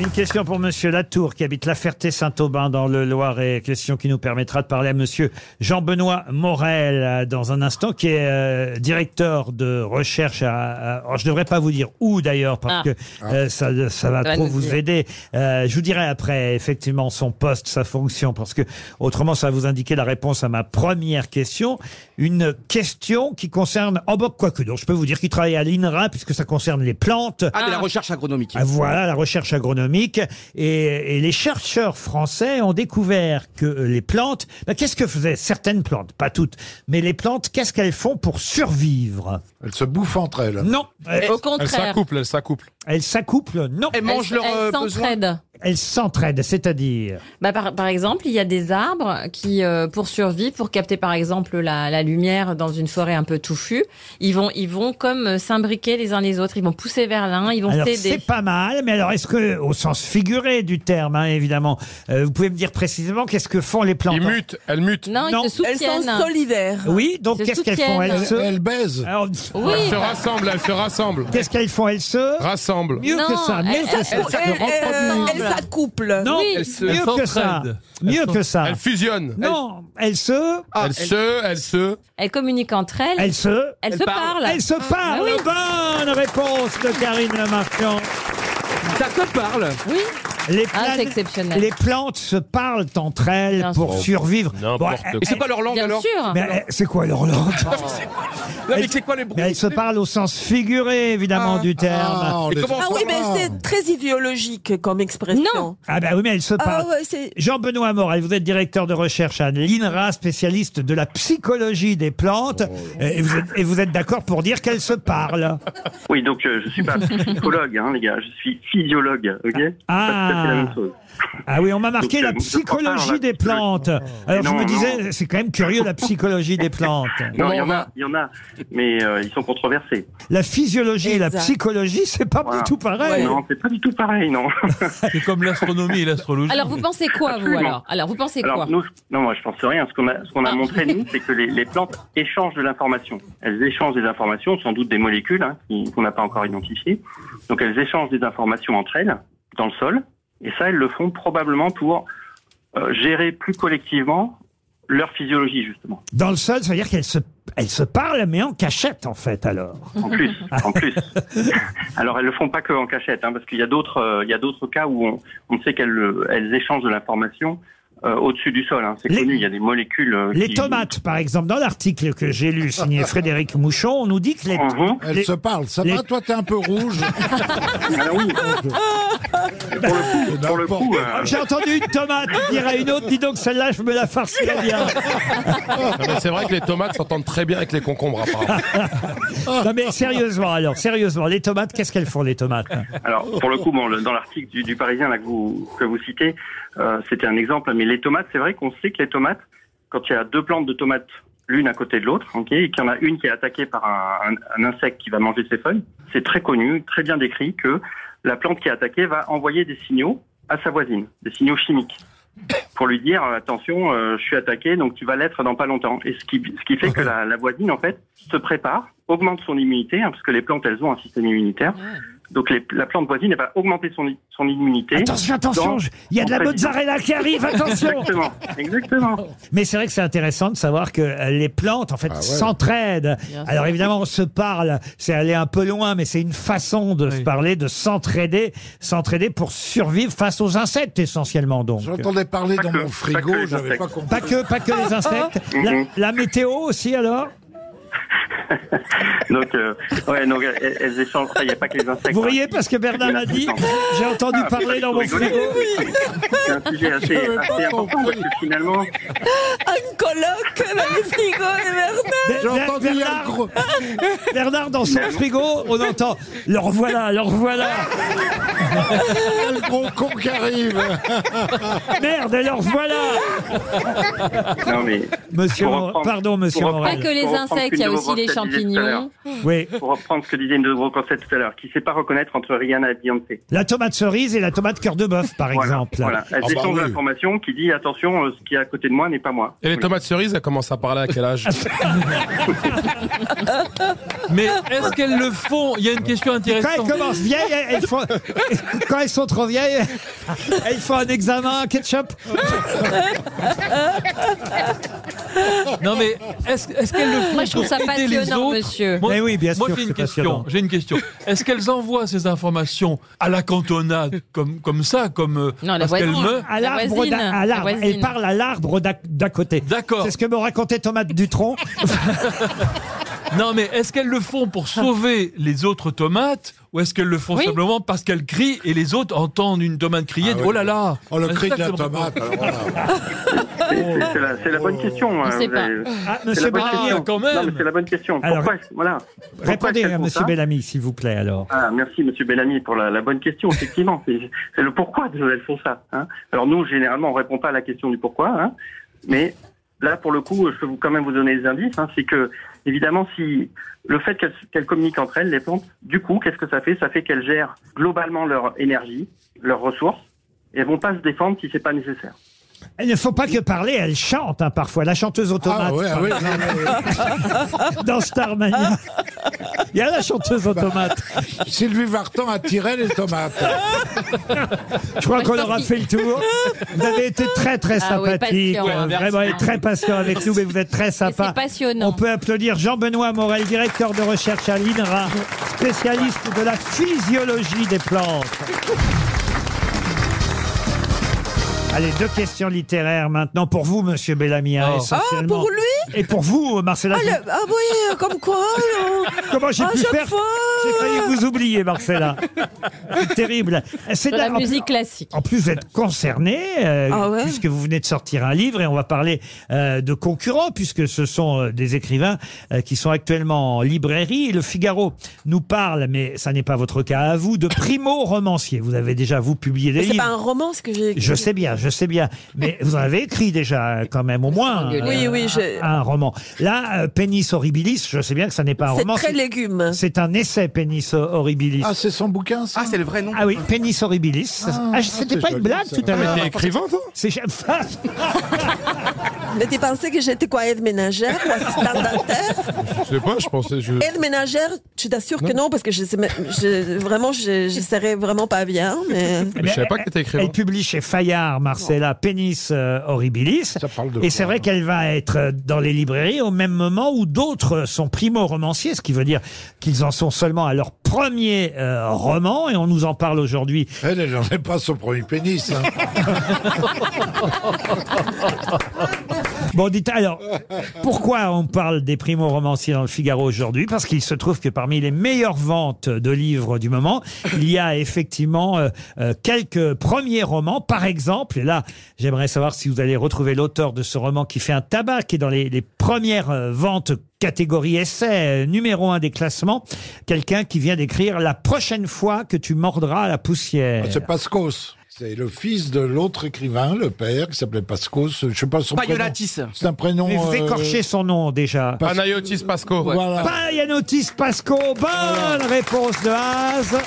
S2: Une question pour Monsieur Latour qui habite La Ferté-Saint-Aubin dans le Loiret. Question qui nous permettra de parler à Monsieur Jean-Benoît Morel euh, dans un instant, qui est euh, directeur de recherche à. à- alors, je devrais pas vous dire où d'ailleurs parce
S15: Ah.
S2: que euh, ça, ça va
S15: Ça va
S2: trop
S15: nous
S2: vous
S15: dire.
S2: aider. Euh, je vous dirai après effectivement son poste, sa fonction, parce que autrement ça va vous indiquer la réponse à ma première question. Une question qui concerne. Oh bah quoi que donc, je peux vous dire qu'il travaille à l'INRA puisque ça concerne les plantes.
S9: Ah, de la recherche agronomique.
S2: Ah, Voilà la recherche agronomique. Et, et les chercheurs français ont découvert que les plantes, bah, qu'est-ce que faisaient certaines plantes, pas toutes, mais les plantes, qu'est-ce qu'elles font pour survivre
S4: Elles se bouffent entre elles.
S2: Non.
S5: Au contraire.
S8: Elles s'accouplent, elles s'accouplent.
S2: Elles s'accouplent, non.
S5: Elles- elles s'entraident.
S2: elles s'entraident, c'est-à-dire
S5: Bah, par, par exemple, il y a des arbres qui, euh, pour survivre, pour capter par exemple la, la lumière dans une forêt un peu touffue, ils vont, ils vont comme euh, s'imbriquer les uns les autres. Ils vont pousser vers l'un, ils vont
S2: Alors
S5: s'aider.
S2: c'est pas mal, mais alors est-ce que, au sens figuré du terme, hein, évidemment, euh, vous pouvez me dire précisément qu'est-ce que font les plantes Elles mutent,
S8: elles mutent.
S5: Non, ils se soutiennent.
S2: Oui, donc
S5: Ils se
S2: qu'est-ce qu'elles font
S5: soutiennent.
S2: Elles se
S4: baisent.
S5: Oui.
S8: Elles se rassemblent, elles se rassemblent.
S2: Qu'est-ce qu'elles font Elles se
S8: rassemblent.
S2: Mieux que ça, mieux que ça.
S6: s'accouplent.
S2: Non, mieux que ça. Mieux que ça.
S8: Elles fusionnent.
S2: Non, elles se.
S8: Elles se, elles se.
S5: Elles communiquent entre elles.
S2: Elles se.
S5: Elles, se Ah parlent.
S2: Elles se parlent. Bonne réponse de Karine Lamarchand.
S9: Ça te parle
S5: Oui.
S2: Les,
S5: Ah, c'est
S2: planes-
S5: exceptionnel.
S2: les plantes se parlent entre elles
S5: Bien
S2: pour
S5: sûr.
S2: survivre.
S9: N'importe
S2: elles-
S9: quoi. Et c'est quoi leur langue, Bien alors sûr.
S2: Mais elles- c'est quoi leur langue
S9: Non, mais c'est quoi les
S2: Mais elles se parlent au sens figuré, évidemment, du terme.
S6: Ah, oui, mais c'est très idéologique comme expression. Non.
S2: Ah bah oui, mais elle se
S6: Ah
S2: parle.
S6: ouais, c'est-
S2: Jean-Benoît Morel, vous êtes directeur de recherche à l'INRA, spécialiste de la psychologie des plantes,
S14: Oh
S2: et vous êtes, et vous êtes d'accord pour dire qu'elles se parlent.
S14: Oui, donc euh, je suis pas psychologue, hein, les gars, je suis physiologue, ok
S2: Ah.
S14: Parce que c'est la même chose.
S2: Ah oui, on m'a marqué
S14: Donc,
S2: la
S14: euh, je crois pas,
S2: psychologie
S14: là.
S2: des plantes. Alors je
S14: non,
S2: me
S14: non.
S2: disais, c'est quand même curieux la psychologie des plantes.
S14: Non, il y en a, il y en a, mais euh, ils sont controversés.
S2: La physiologie et la
S14: Exact.
S2: psychologie, c'est pas
S14: Voilà.
S2: du tout pareil.
S14: Ah. Non, c'est pas du tout pareil, non.
S7: C'est comme l'astronomie et l'astrologie.
S5: Alors vous pensez quoi vous
S14: Absolument.
S5: alors Alors vous pensez
S14: Alors,
S5: quoi Ah.
S14: nous, Non, moi je pense rien. Ce qu'on a, ce qu'on a montré, nous, c'est que les, les plantes échangent de l'information. Elles échangent des informations, sans doute des molécules hein, qui- qu'on n'a pas encore identifiées. Donc elles échangent des informations entre elles, dans le sol, et ça, elles le font probablement pour euh, gérer plus collectivement leur physiologie, justement.
S2: Dans le sol, ça veut dire qu'elles se, elles se parlent, mais en cachette en fait alors.
S14: En plus, en plus. Alors elles le font pas que en cachette, hein, parce qu'il y a d'autres, euh, il y a d'autres cas où on, on sait qu'elles euh, elles échangent de l'information euh, au-dessus du sol. hein. C'est connu, il y a des molécules. euh,
S2: Les
S14: qui-
S2: tomates, par exemple, dans l'article que j'ai lu signé Frédéric Mouchon, on nous dit que les.
S4: Elles se parlent, ça va Toi, t'es un peu rouge.
S9: Ah
S14: Euh, Pour le coup, euh,
S2: J'ai entendu une tomate dire à une autre, dis donc celle-là, je me la farcirais bien.
S8: Ah, mais C'est vrai que les tomates s'entendent très bien avec les concombres, apparemment.
S2: Non mais sérieusement alors, sérieusement, les tomates, qu'est-ce qu'elles font les tomates hein
S14: Alors, pour le coup, bon, le- dans l'article du, du Parisien là, que, vous, que vous citez, euh, c'était un exemple, mais les tomates, c'est vrai qu'on sait que les tomates, quand il y a deux plantes de tomates l'une à côté de l'autre, ok, et qu'il y en a une qui est attaquée par un, un- un insecte qui va manger ses feuilles, c'est très connu, très bien décrit que la plante qui est attaquée va envoyer des signaux à sa voisine, des signaux chimiques, pour lui dire euh, attention, euh, je suis attaqué, donc tu vas l'être dans pas longtemps. Et ce qui, ce qui fait que la, la voisine, en fait, se prépare, augmente son immunité, hein, parce que les plantes, elles ont un système immunitaire. Donc les- la plante voisine, elle va augmenter son, son immunité.
S2: Attention, attention,
S14: dans-
S2: je- il y a de la
S14: en fait,
S2: mozzarella qui arrive, attention
S14: Exactement, exactement.
S2: Mais c'est vrai que c'est intéressant de savoir que euh, les plantes, en fait,
S14: Ah
S2: s'entraident.
S14: sûr.
S2: Alors évidemment, on se parle, c'est aller un peu loin, mais c'est une façon de se parler, de s'entraider, s'entraider pour survivre face aux insectes essentiellement donc.
S4: J'entendais parler dans mon frigo, j'avais pas compris.
S2: Pas que, pas que
S14: Ah.
S2: les insectes.
S14: Mm-hmm.
S9: Mhm.
S2: La, la météo aussi alors
S14: Donc, euh, ouais, donc elles, elles échangent. Il n'y a pas que les insectes.
S2: Vous
S14: hein.
S2: riez parce que Bernard
S14: Il y en a
S2: l'a
S14: tout
S2: dit.
S14: le temps.
S2: J'ai entendu
S14: Ah,
S2: parler dans
S14: vous
S2: mon
S14: rigolez.
S2: frigo.
S14: C'est un sujet assez,
S2: J'avais pas
S14: assez important parce que finalement,
S6: Un colloque dans le frigo et Bernard.
S2: J'ai entendu Bernard, Bernard dans son frigo, on entend le revoilà, le revoilà.
S4: Quel gros con qui arrive
S2: Merde, alors voilà
S14: non mais.
S2: Monsieur,
S14: pour
S2: Mor- pardon, monsieur
S14: pour reprendre-
S2: Morel.
S5: Pas que les
S14: pour reprendre
S5: insectes,
S14: ce que
S5: il y a
S14: Nino
S5: aussi les
S14: Grosset disait tout à l'heure.
S2: Oui.
S14: Pour reprendre ce que disait une gros Grosset tout à l'heure, qui ne sait pas reconnaître entre Rihanna et Beyoncé.
S2: La tomate cerise et la tomate cœur de bœuf, par exemple.
S14: Voilà, elles échangent
S2: oui.
S14: l'information qui dit attention, euh, ce qui est à côté de moi n'est pas moi.
S8: Et les tomates cerises, elles commencent à parler à quel âge
S7: Mais est-ce qu'elles le font Il y a une question
S2: Quand
S7: intéressante.
S2: elles commencent vieilles, elles elles font- quand elles sont trop vieilles, elles font un examen à ketchup.
S7: Non mais est-ce est-ce qu'elles le font
S5: Moi, je trouve
S7: pour
S5: ça
S7: aider les
S5: passionnant,
S7: autres
S5: monsieur.
S7: Moi-
S2: Mais Eh oui, bien
S7: moi,
S2: sûr
S7: j'ai
S2: que
S7: une
S2: c'est passionnant.
S7: question. J'ai une question. Est-ce qu'elles envoient ces informations à la cantonade comme comme ça, comme euh,
S5: Non, la
S7: parce qu'elles
S5: voisine. hein.
S7: me
S2: À
S5: La
S2: l'arbre,
S5: voisine,
S2: d'à- à
S5: la
S2: l'arbre. Elle
S5: voisine.
S2: parle à l'arbre d'à d'à côté. D'accord. C'est ce que me racontait Thomas Dutronc.
S7: Non mais est-ce qu'elles le font pour sauver les autres tomates Ou est-ce qu'elles le font simplement parce qu'elles crient et les autres entendent une tomate crier
S8: Ah oui.
S7: Oh là là
S8: Oh, le cri de la
S7: Exactement.
S8: tomate, alors C'est
S2: Oh.
S8: c'est la, c'est la bonne question.
S7: On
S8: hein,
S7: sait
S8: vous
S7: pas.
S8: avez-
S7: Ah,
S8: c'est
S7: monsieur
S8: la bonne
S7: Barnier,
S8: question.
S7: quand même.
S8: Non, mais c'est la bonne question.
S2: Alors,
S8: Pourquoi est-ce- voilà. Pourquoi est-ce
S2: Répondez
S8: qu'elles
S2: à
S8: font
S2: Monsieur
S8: ça
S2: Bellamy, s'il vous plaît, alors.
S8: Ah, merci, Monsieur Bellamy, pour la, la bonne question. Effectivement, c'est c'est le pourquoi de elles font ça. hein. Alors nous, généralement, on répond pas à la question du pourquoi, hein, mais là, pour le coup, je peux vous- quand même vous donner des indices. hein, c'est que, évidemment, si le fait qu'elles qu'elles communiquent entre elles, les plantes, du coup, qu'est-ce que ça fait Ça fait qu'elles gèrent globalement leur énergie, leurs ressources, et elles vont pas se défendre si c'est pas nécessaire.
S2: Elles ne faut pas que parler, elles chantent hein, parfois. La chanteuse automate.
S4: Ah ouais, ah ouais, non,
S2: Dans Starmania. Il y a la chanteuse automate.
S4: Bah, Sylvie Vartan a tiré les tomates.
S2: Je crois qu'on aura fait le tour. Vous avez été très très
S5: Ah oui,
S2: sympathique,
S5: patient, hein.
S2: euh, vraiment et très patient avec nous, mais vous êtes très sympa.
S5: c'est passionnant.
S2: On peut applaudir Jean-Benoît Morel, directeur de recherche à l'INRA, spécialiste de la physiologie des plantes. Allez, deux questions littéraires maintenant pour vous, Monsieur Bellamy. hein,
S6: Oh.
S2: essentiellement.
S6: Ah, pour lui
S2: Et pour vous, Marcella.
S6: Ah, le- ah oui, euh, comme quoi alors.
S2: Comment j'ai
S5: Oh,
S6: À
S2: pu
S6: chaque
S2: faire
S6: fois,
S2: J'ai failli vous oublier, Marcella. C'est terrible. C'est
S5: De la
S2: en-
S5: musique classique.
S2: En plus, vous êtes concerné, euh,
S5: Ah ouais
S2: puisque vous venez de sortir un livre et on va parler euh, de concurrents, puisque ce sont euh, des écrivains euh, qui sont actuellement en librairie. Et le Figaro nous parle, mais ça n'est pas votre cas à vous, de primo-romancier. Vous avez déjà, vous, publié des
S6: Mais c'est
S2: livres.
S6: pas un roman ce que j'ai écrit.
S2: Je sais bien, je sais bien. Mais vous en avez écrit déjà, euh, quand même, au moins. euh,
S6: Oui, oui, j'ai-
S2: Un, un roman. Là, euh, Pénis Horribilis, je sais bien que ça n'est pas un
S6: C'est
S2: roman.
S6: très légume.
S2: C'est un essai, Pénis Horribilis.
S4: Ah, c'est son bouquin, ça
S9: Ah, c'est le vrai nom
S2: Ah oui, Pénis Horribilis.
S4: Ah,
S2: Ah,
S4: ah,
S2: c'était
S4: c'est
S2: pas une
S4: joli,
S2: blague
S4: ça.
S2: tout à
S4: Ah, mais
S2: l'heure.
S4: t'es écrivain, Ah,
S2: toi C'est
S6: Mais tu pensais que j'étais quoi, aide ménagère ou assistante dentaire
S8: Je sais pas, je pensais. Je...
S6: Aide ménagère, tu t'assures que non, parce que je sais, même- je, vraiment, je, je serais vraiment pas bien. Mais...
S2: Eh bien, elle- Elle publie chez Fayard, Marcella, Pénis euh, Horribilis.
S4: de hein
S2: Et c'est vrai qu'elle va être euh, dans les librairies au même moment où d'autres sont primo-romanciers, ce qui veut dire qu'ils en sont seulement à leur premier euh, roman, et on nous en parle aujourd'hui.
S4: Elle, elle n'en est pas son premier pénis. hein.
S2: Bon, dites alors, pourquoi on parle des primo-romanciers dans le Figaro aujourd'hui Parce qu'il se trouve que parmi les meilleures ventes de livres du moment, il y a effectivement euh, euh, quelques premiers romans. Par exemple, et là, j'aimerais savoir si vous allez retrouver l'auteur de ce roman qui fait un tabac, qui est dans les, les premières euh, ventes catégorie essai, euh, numéro un des classements, quelqu'un qui vient d'écrire « La prochaine fois que tu mordras la poussière
S4: Ah, C'est Pascos. C'est le fils de l'autre écrivain, le père, qui s'appelait Pascos. Je sais pas son
S9: Pagolatis.
S4: prénom. C'est un prénom.
S2: Mais vous
S4: euh,
S2: écorchez son nom déjà.
S4: Pas-
S8: Panayotis Pasco.
S4: Voilà.
S2: Payanotis Pasco, bonne réponse de Haas.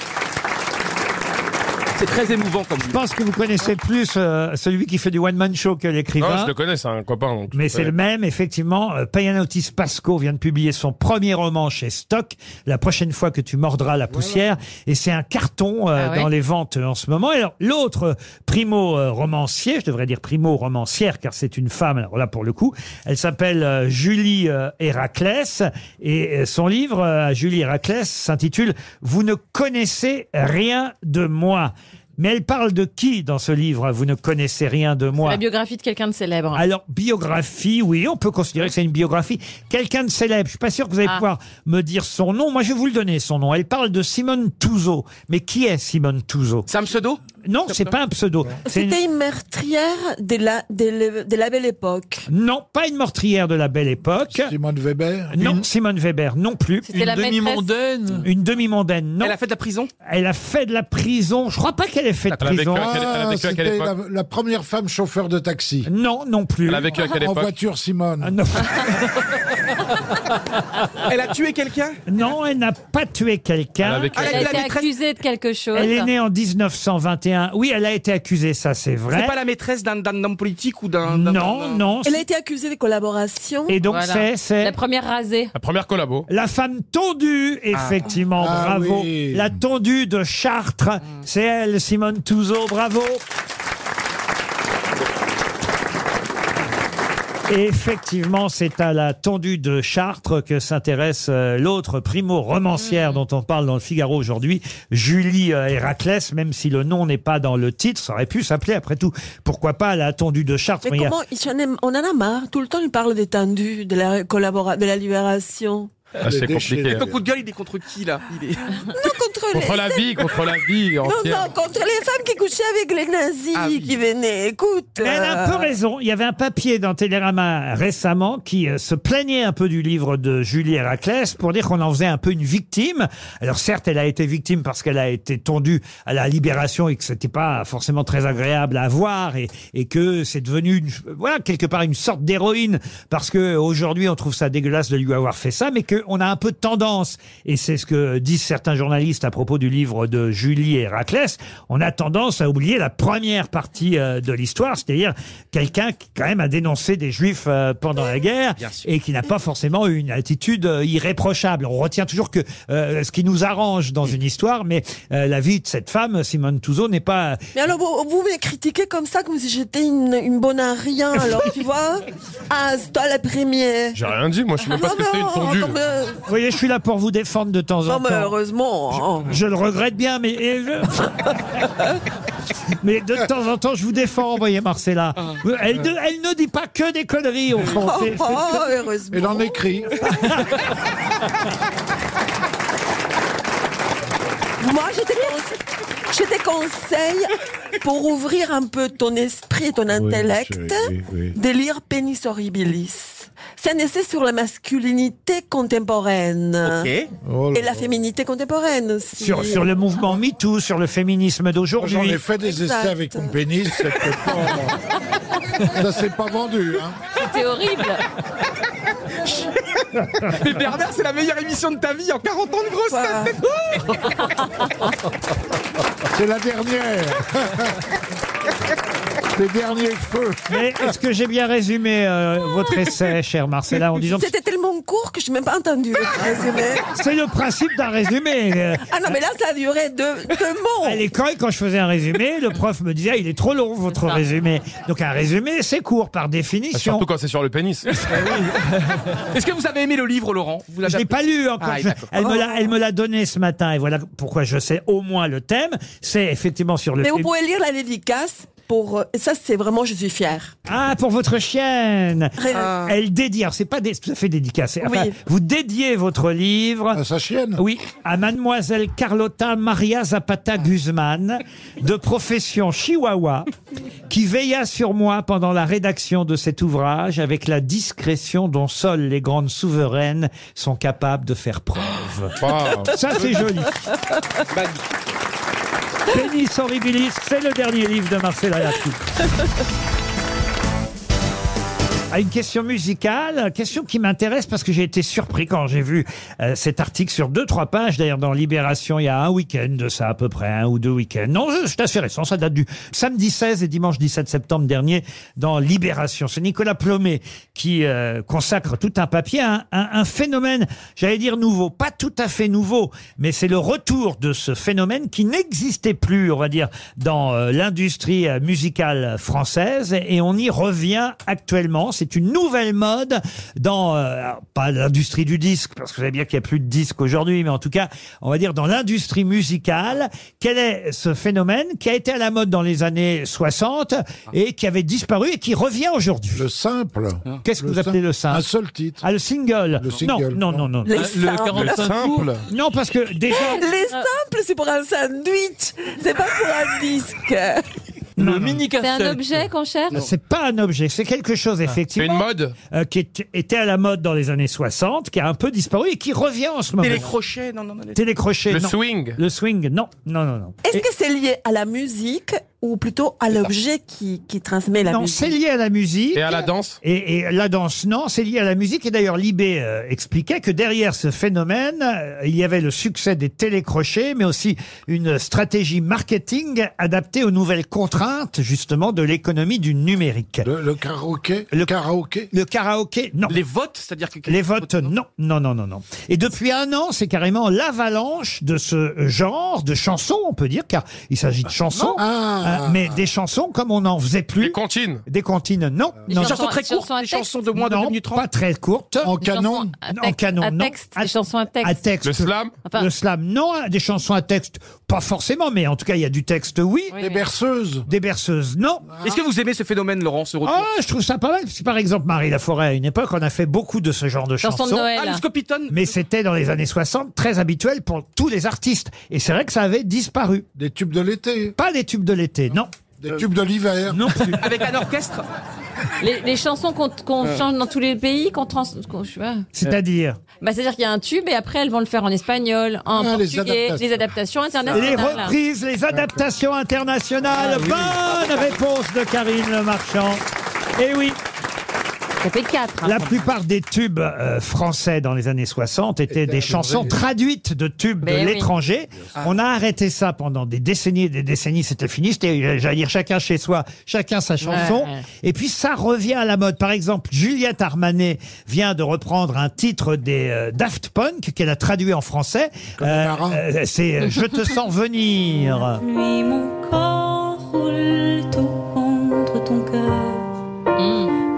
S9: C'est très émouvant comme
S2: Je pense que vous connaissez plus euh, celui qui fait du one-man show que
S8: Non,
S2: l'écrivain.
S8: Oh, je le connais, c'est un copain. donc je
S2: Mais c'est
S8: connais.
S2: le même, effectivement. euh, Payanotis Pasco vient de publier son premier roman chez Stock, La prochaine fois que tu mordras la poussière. Et c'est un carton euh,
S15: Ah ouais.
S2: dans les ventes euh, en ce moment. Et alors, l'autre euh, primo-romancier, je devrais dire primo-romancière, car c'est une femme, alors là pour le coup, elle s'appelle euh, Julie euh, Héraclès. Et euh, son livre, euh, à Julie Héraclès, s'intitule Vous ne connaissez rien de moi. Mais elle parle de qui dans ce livre Vous ne connaissez rien de moi.
S5: La biographie de quelqu'un de célèbre.
S2: Alors, biographie, oui, on peut considérer que c'est une biographie. Quelqu'un de célèbre, je suis pas sûr que vous allez
S5: Ah.
S2: pouvoir me dire son nom. Moi, je vais vous le donner, son nom. Elle parle de Simone Touzeau. Mais qui est Simone Touzeau
S9: C'est un pseudo
S2: Non, c'est pas un pseudo. C'est une-
S6: C'était une meurtrière de la, de le- de la belle époque.
S2: Non, pas une meurtrière de la belle époque.
S4: Simone Weber
S2: Non, Simone Weber non plus.
S5: C'était Une la maîtresse
S7: demi-mondaine
S2: Une demi-mondaine, non.
S9: Elle a fait de la prison
S2: Elle a fait de la prison. Je crois pas qu'elle ait fait de
S8: Elle a vécu
S2: prison.
S8: à quelle- elle a
S4: Ah,
S8: vécu à quelle
S4: c'était la,
S8: époque
S4: la première femme chauffeur de taxi.
S2: Non, non plus.
S8: Elle a vécu à quelle
S4: En
S8: époque
S4: voiture, Simone.
S2: Ah, non.
S9: Elle a tué quelqu'un Ah,
S2: Non, elle n'a pas tué quelqu'un.
S5: Elle a été accusée de quelque chose.
S2: Elle est née en 1921. Oui, elle a été accusée, ça c'est vrai.
S9: C'est pas la maîtresse d'un d'un homme politique ou d'un. d'un-
S2: Non,
S9: d'un-
S2: non.
S6: Elle a été accusée de collaboration.
S2: Et donc
S5: Voilà.
S2: c'est-
S5: La
S2: c'est
S5: première rasée.
S8: La première collabo.
S2: la femme tondue, effectivement.
S4: Ah
S2: bravo.
S4: oui.
S2: La tondue de Chartres. C'est elle, Simone Touzeau. Bravo. Et effectivement, c'est à la tendue de Chartres que s'intéresse euh, l'autre primo-romancière dont on parle dans le Figaro aujourd'hui, Julie euh, Héraclès, même si le nom n'est pas dans le titre, ça aurait pu s'appeler après tout, pourquoi pas la tendue de Chartres.
S6: Mais
S2: mais il y a-
S6: comment il s'en est- on en a marre Tout le temps, il parle des tendus, de la collabora- de la libération.
S3: Euh,
S9: Les
S15: Ah, c'est
S9: déchets
S15: compliqué.
S9: Et ton coup de gueule, il est contre qui, là il est...
S6: Contre,
S15: Contre
S6: les-
S15: la vie, contre la vie
S6: Non,
S15: entière.
S6: non, contre les femmes qui couchaient avec les nazis
S3: Ah
S6: qui venaient. Écoute.
S2: Mais elle a un peu
S6: euh,
S2: raison. Il y avait un papier dans Télérama récemment qui euh, se plaignait un peu du livre de Julie Héraclès pour dire qu'on en faisait un peu une victime. Alors certes, elle a été victime parce qu'elle a été tondue à la libération et que c'était pas forcément très agréable à voir et, et que c'est devenu une, voilà quelque part une sorte d'héroïne parce que aujourd'hui on trouve ça dégueulasse de lui avoir fait ça, mais qu'on a un peu de tendance et c'est ce que disent certains journalistes à propos du livre de Julie Héraclès. On a tendance à oublier la première partie euh, de l'histoire, c'est-à-dire quelqu'un qui quand même a dénoncé des juifs euh, pendant la guerre
S9: Bien sûr.
S2: et qui n'a pas forcément eu une attitude euh, irréprochable. On retient toujours que euh, ce qui nous arrange dans une histoire, mais euh, la vie de cette femme, Simone Touzeau, n'est pas
S6: Mais alors, vous, vous me critiquez comme ça, comme si j'étais une, une bonne à rien, alors tu vois Ah, c'est toi la première.
S15: J'ai rien dit, moi je sais même pas ce que c'est une tondue.
S6: non, mais-
S2: Vous voyez, je suis là pour vous défendre de temps en
S6: Non, mais
S2: temps.
S6: heureusement. hein.
S2: Je, je le regrette bien, mais. et je- mais de temps en temps, je vous défends, vous voyez, Marcella. Elle, ne- elle ne dit pas que des conneries, au fond. C'est-
S6: Oh,
S2: c'est-
S4: Elle en écrit.
S6: Moi, je te, conse- je te conseille, pour ouvrir un peu ton esprit, ton intellect,
S3: oui, oui.
S6: de lire Penis Horribilis. C'est un essai sur la masculinité contemporaine.
S2: Ok. Oh là
S6: Et la
S2: là.
S6: féminité contemporaine aussi.
S2: Sur, sur le mouvement MeToo, sur le féminisme d'aujourd'hui.
S6: J'en ai fait des essais Exact. avec
S2: mon pénis.
S4: Ça s'est pas vendu. Hein.
S5: C'était horrible.
S9: Mais Bernard, c'est la meilleure émission de ta vie en 40 ans de grosse tête.
S4: C'est la dernière. Les derniers feux.
S2: Mais est-ce que j'ai bien résumé euh, votre essai, chère Marcella, en disant que
S6: C'était tellement court que je n'ai même pas entendu le résumé.
S2: c'est le principe d'un résumé euh,
S6: Ah non, mais là, ça a duré deux, deux mots.
S2: À l'école, quand je faisais un résumé, le prof me disait, Ah, il est trop long votre résumé. Donc un résumé, c'est court par
S15: Ah,
S2: définition.
S15: Surtout quand c'est sur le pénis.
S9: Est-ce que vous avez aimé le livre, Laurent vous
S2: Je l'ai pas lu encore.
S9: Ah,
S2: Je-
S9: d'accord.
S2: elle,
S6: Oh.
S2: me l'a, elle me l'a donné ce matin et voilà pourquoi je sais au moins le thème. C'est effectivement sur le.
S6: Mais vous
S2: fé-
S6: pouvez lire la dédicace pour. euh, et ça, c'est vraiment, je suis fière.
S2: Ah, pour votre chienne. Euh,
S6: Ah.
S2: Elle dédie. Alors, c'est pas dé- tout à fait dédicacé. Enfin,
S6: Oui.
S2: Vous dédiez votre livre. À
S4: sa chienne.
S2: Oui, à Mademoiselle Carlota Maria Zapata Guzman, de profession chihuahua, qui veilla sur moi pendant la rédaction de cet ouvrage avec la discrétion dont seules les grandes souveraines sont capables de faire preuve. Ça, c'est joli. Pénis horribilis, c'est le dernier livre de Marcella Latour. À Ah, une question musicale, question qui m'intéresse parce que j'ai été surpris quand j'ai vu euh, cet article sur deux trois pages d'ailleurs dans Libération il y a un week-end de ça à peu près un ou deux week-ends. Non, je- c'est assez récent, ça date du samedi 16 et dimanche 17 septembre dernier dans Libération. C'est Nicolas Plomet qui euh, consacre tout un papier à un, un- un phénomène, j'allais dire nouveau, pas tout à fait nouveau, mais c'est le retour de ce phénomène qui n'existait plus, on va dire, dans euh, l'industrie euh, musicale française et on y revient actuellement. C'est une nouvelle mode dans, euh, alors, pas l'industrie du disque, parce que vous savez bien qu'il n'y a plus de disque aujourd'hui, mais en tout cas, on va dire dans l'industrie musicale, quel est ce phénomène qui a été à la mode dans les années 60 et qui avait disparu et qui revient aujourd'hui Le
S4: simple.
S2: Qu'est-ce que
S4: Le
S2: vous appelez
S4: simple.
S2: le simple
S4: Un seul titre.
S2: Ah, le single.
S4: Le single.
S2: Non, non, non. non.
S4: Les Le simples. 45 coups.
S2: Non, parce que déjà...
S6: Les simples, c'est pour un sandwich, c'est pas pour un disque.
S2: Le
S5: C'est un objet qu'on cherche
S2: C'est pas un objet, c'est quelque chose effectivement.
S15: Ah C'est une mode
S2: euh, qui est- était à la mode dans les années 60, qui a un peu disparu et qui revient en ce moment.
S9: Télécrochet, non, non, non.
S2: Télécrochet.
S15: Le
S2: non.
S15: swing.
S2: Le swing, non, non, non, non.
S6: Est-ce que c'est lié à la musique ou plutôt à l'objet qui, qui transmet la
S2: non,
S6: musique
S2: c'est lié à la musique. Et
S15: à la danse
S2: et, la danse, non, c'est lié à la musique. Et d'ailleurs, Libé euh, expliquait que derrière ce phénomène, euh, il y avait le succès des télécrochets, mais aussi une stratégie marketing adaptée aux nouvelles contraintes, justement, de l'économie du numérique.
S4: Le, le karaoké
S2: Le
S4: karaoké
S2: Le karaoké, non.
S9: Les votes, c'est-à-dire que...
S2: Les votes, non, non, non, non, non. Et depuis un an, c'est carrément l'avalanche de ce genre de chansons, on peut dire, car il s'agit de chansons.
S4: Ah,
S2: Euh, mais des chansons comme on n'en faisait plus. Des
S15: comptines.
S2: Des comptines, non.
S9: Des
S2: non.
S9: chansons très courtes, des chansons de moins de
S2: Non,
S9: 1 minute 30.
S2: Pas très courtes. En
S5: canon
S2: En canon,
S5: à
S2: non.
S5: texte, des chansons à texte.
S2: À texte.
S5: Le slam Enfin-
S2: Le slam, non. hein, Des chansons à texte, pas forcément, mais en tout cas, il y a du texte, oui. Des berceuses Des berceuses, non.
S9: Est-ce que vous aimez ce phénomène, Laurent, ce retour
S2: Ah, je trouve ça pas mal, parce que par exemple, Marie Laforêt, à une époque, on a fait beaucoup de ce genre de
S9: Chanson
S2: chansons.
S9: de Noël. Ah, le Scopitone
S2: Mais c'était dans les années 60, très habituel pour tous les artistes. Et c'est vrai que ça avait disparu. Des tubes de l'été Pas des tubes de l'été, non. Des tubes de l'hiver Euh, Non plus.
S9: Avec un orchestre
S5: Les, les chansons qu'on qu'on
S2: Euh.
S5: chante dans tous les pays, qu'on trans... qu'on- je sais pas.
S2: C'est-à-dire
S5: Bah, C'est-à-dire qu'il y a un tube et après, elles vont le faire en espagnol, en
S2: Ah, les
S5: portugais, les adaptations,
S2: adaptations.
S5: internationales.
S2: Les reprises, les adaptations
S5: Ah
S2: internationales. Bonne réponse de Karine Le Marchand. Eh oui.
S5: Ça fait hein, 4.
S2: La plupart des tubes euh, français dans les années 60 étaient des chansons traduites de tubes
S5: Mais
S2: de
S5: Ben oui.
S2: l'étranger. On a arrêté ça pendant des décennies et des décennies, c'était fini. C'était, j'allais dire, chacun chez soi, chacun sa chanson.
S3: Ouais.
S2: Et puis ça revient à la mode. Par exemple, Juliette Armanet vient de reprendre un titre des euh, Daft Punk qu'elle a traduit en français. Euh, euh, c'est euh, Je te sens venir.
S3: Puis mon corps roule tout contre ton cœur.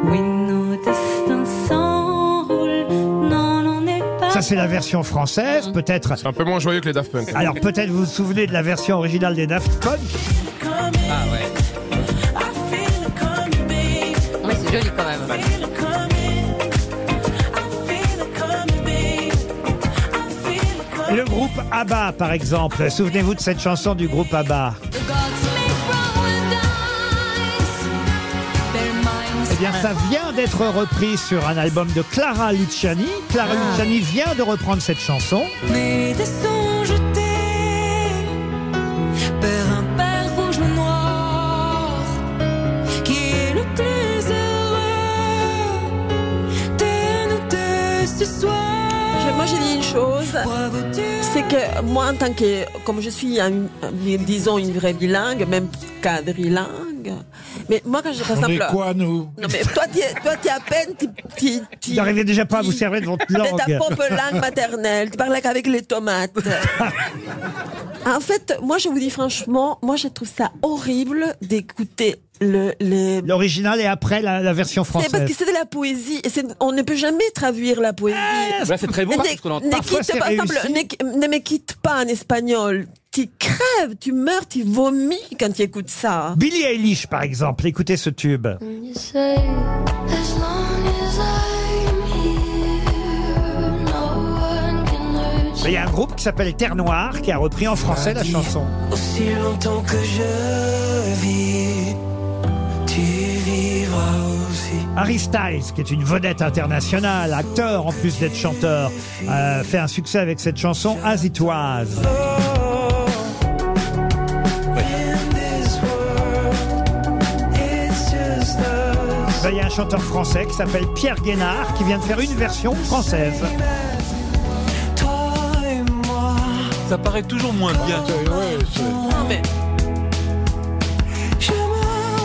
S3: Oui, nos destins s'enroulent. Non, n'en est pas.
S2: Ça, c'est la version française, peut-être.
S15: C'est un peu moins joyeux que les Daft Punk.
S2: Alors peut-être vous vous souvenez de la version originale des Daft Punk.
S15: Ah ouais.
S5: Oui, c'est joli quand même.
S2: Le groupe ABBA, par exemple. Souvenez-vous de cette chanson du groupe ABBA. Eh bien, ça vient d'être repris sur un album de Clara Luciani. Clara Luciani vient de reprendre cette chanson.
S3: Mais des sons jetés par un père rouge ou noir qui est le plus heureux de nous deux ce soir.
S6: Je- Moi, j'ai dit une chose, c'est que moi, en tant que, comme je suis, un- disons, une vraie bilingue, même quadrilingue, mais moi, quand je, par
S4: On est
S6: exemple,
S4: quoi, nous
S6: non mais toi, tu es, toi, tu es à peine, tu, tu, tu-
S2: Vous n'arrivez déjà pas à vous servir de votre
S6: C'est ta
S2: langue.
S6: propre langue maternelle. Tu parles qu'avec les tomates. en fait, moi, je vous dis franchement, moi, je trouve ça horrible d'écouter le, les...
S2: L'original et après la, la version
S6: C'est parce
S2: française.
S6: que c'est de la poésie et c'est- on ne peut jamais traduire la poésie.
S2: Là, Eh, c'est très beau,
S6: Ne,
S2: parce qu'on entend.
S6: ne
S2: Parfois,
S6: quitte
S2: c'est
S6: pas-
S2: réussi.
S6: par exemple, ne- ne me quitte pas en espagnol. Tu crèves, tu meurs, tu vomis quand tu écoutes ça.
S2: Billie Eilish, par exemple. Écoutez ce tube.
S3: You say, as long as I'm here, no one can hurt
S2: Mais Il y a un groupe qui s'appelle Terre Noire qui a repris en français la chanson.
S3: Aussi longtemps que je vis, tu vivras aussi.
S2: Harry Styles, qui est une vedette internationale, acteur en plus d'être chanteur, euh, fait un succès avec cette chanson As It Was. Ben, Il y a un chanteur français qui s'appelle Pierre Guénard qui vient de faire une version française.
S7: Ça paraît toujours moins bien.
S6: Non, mais
S3: Je me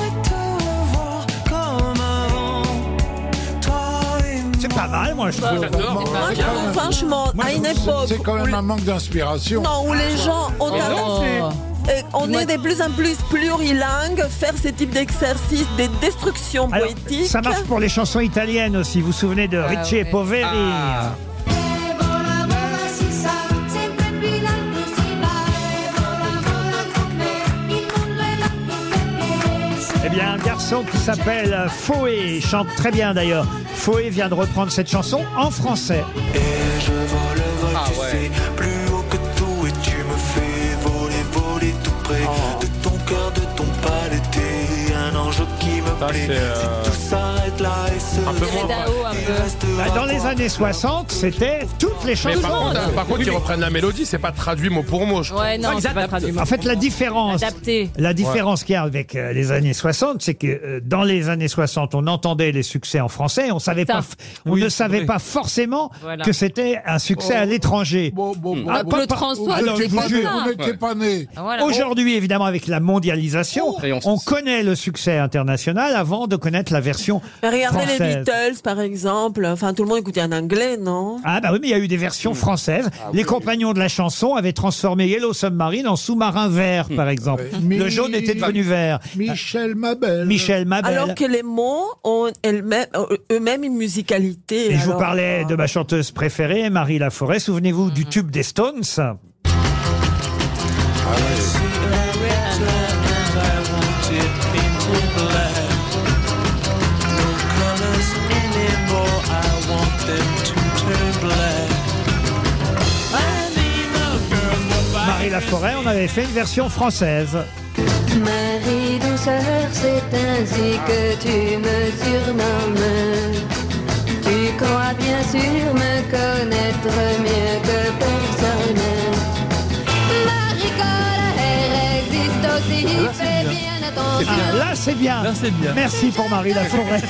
S3: retrouve comme avant. Toi et
S2: C'est pas mal, moi, je
S3: Bah,
S2: trouve.
S3: j'adore.
S6: Moi, je trouve, Ah,
S4: hein.
S6: franchement, à une époque.
S4: C'est quand même
S6: où-
S4: un manque d'inspiration.
S6: Non, où les gens ont
S4: Mais non,
S6: tendance. Et on est de plus en plus plurilingue, faire ce type d'exercice des destructions
S2: Alors,
S6: poétiques.
S2: ça marche pour les chansons italiennes aussi. Vous vous souvenez de
S6: Ah,
S2: Ricci
S6: ouais.
S2: et Poveri
S6: Ah.
S3: vola, vola, si sa, sempre più in alto si va. E vola, vola con me, il mondo è là per te.
S2: Eh bien, un garçon qui s'appelle Foé chante très bien d'ailleurs. Foé vient de reprendre cette chanson en français.
S3: Et je volerai,
S2: Ah
S3: tu sais, plus haut que tout et tu me fais voler, voler tout près
S2: Oh.
S3: de ton cœur, de ton paleté, un ange qui me plaît.
S2: euh,
S3: Si tout s'arrête là et se
S2: Bah, Dans les années 60, c'était toutes les
S15: Mais
S2: chansons.
S15: par contre, par contre, ils reprennent la mélodie, c'est pas traduit mot pour mot. je crois.
S5: Ouais, non, c'est pas traduit mot
S2: En fait, la différence,
S5: Adapté.
S2: la différence qu'il y a avec euh, les années 60, c'est que euh, dans les années 60, on entendait les succès en français, on savait pas, f- on ne savait pas forcément
S4: Voilà.
S2: que c'était un succès à l'étranger.
S4: bon,
S2: Ah,
S4: bon,
S2: pas
S4: bon,
S2: par-
S4: bon,
S2: Ah,
S4: bon,
S2: non, je vous
S4: Oh, vous
S2: jure.
S4: n'étiez pas né.
S2: Aujourd'hui, évidemment, avec la mondialisation, on connaît le succès international. mal avant de connaître la version
S6: Mais Regardez les
S2: française.
S6: Beatles, par exemple. Enfin, tout le monde écoutait en anglais, non
S2: Ah bah oui, mais il y a eu des
S4: Mmh.
S2: versions françaises.
S4: Ah
S2: les compagnons de la chanson avaient transformé Yellow Submarine en sous-marin vert, par exemple. Le jaune était devenu vert.
S4: Mmh. Michel Mabel.
S2: Michel Mabel.
S6: Alors que les mots ont elles-mêmes- euh, eux-mêmes une musicalité.
S2: Et je vous
S6: alors,
S2: parlais
S6: euh,
S2: de ma chanteuse préférée, Marie Laforêt. Souvenez-vous
S6: Mmh.
S2: du tube des Stones. Marie Laforêt, on avait fait une version française.
S17: Marie douceur, c'est ainsi que tu me surnommes. Tu crois bien sûr me connaître mieux que personne. Marie-Colère existe aussi,
S2: Ah, là, c'est
S17: fais
S2: bien. Ah,
S17: bien
S2: là,
S17: attention.
S2: c'est bien. Merci pour Marie Laforêt.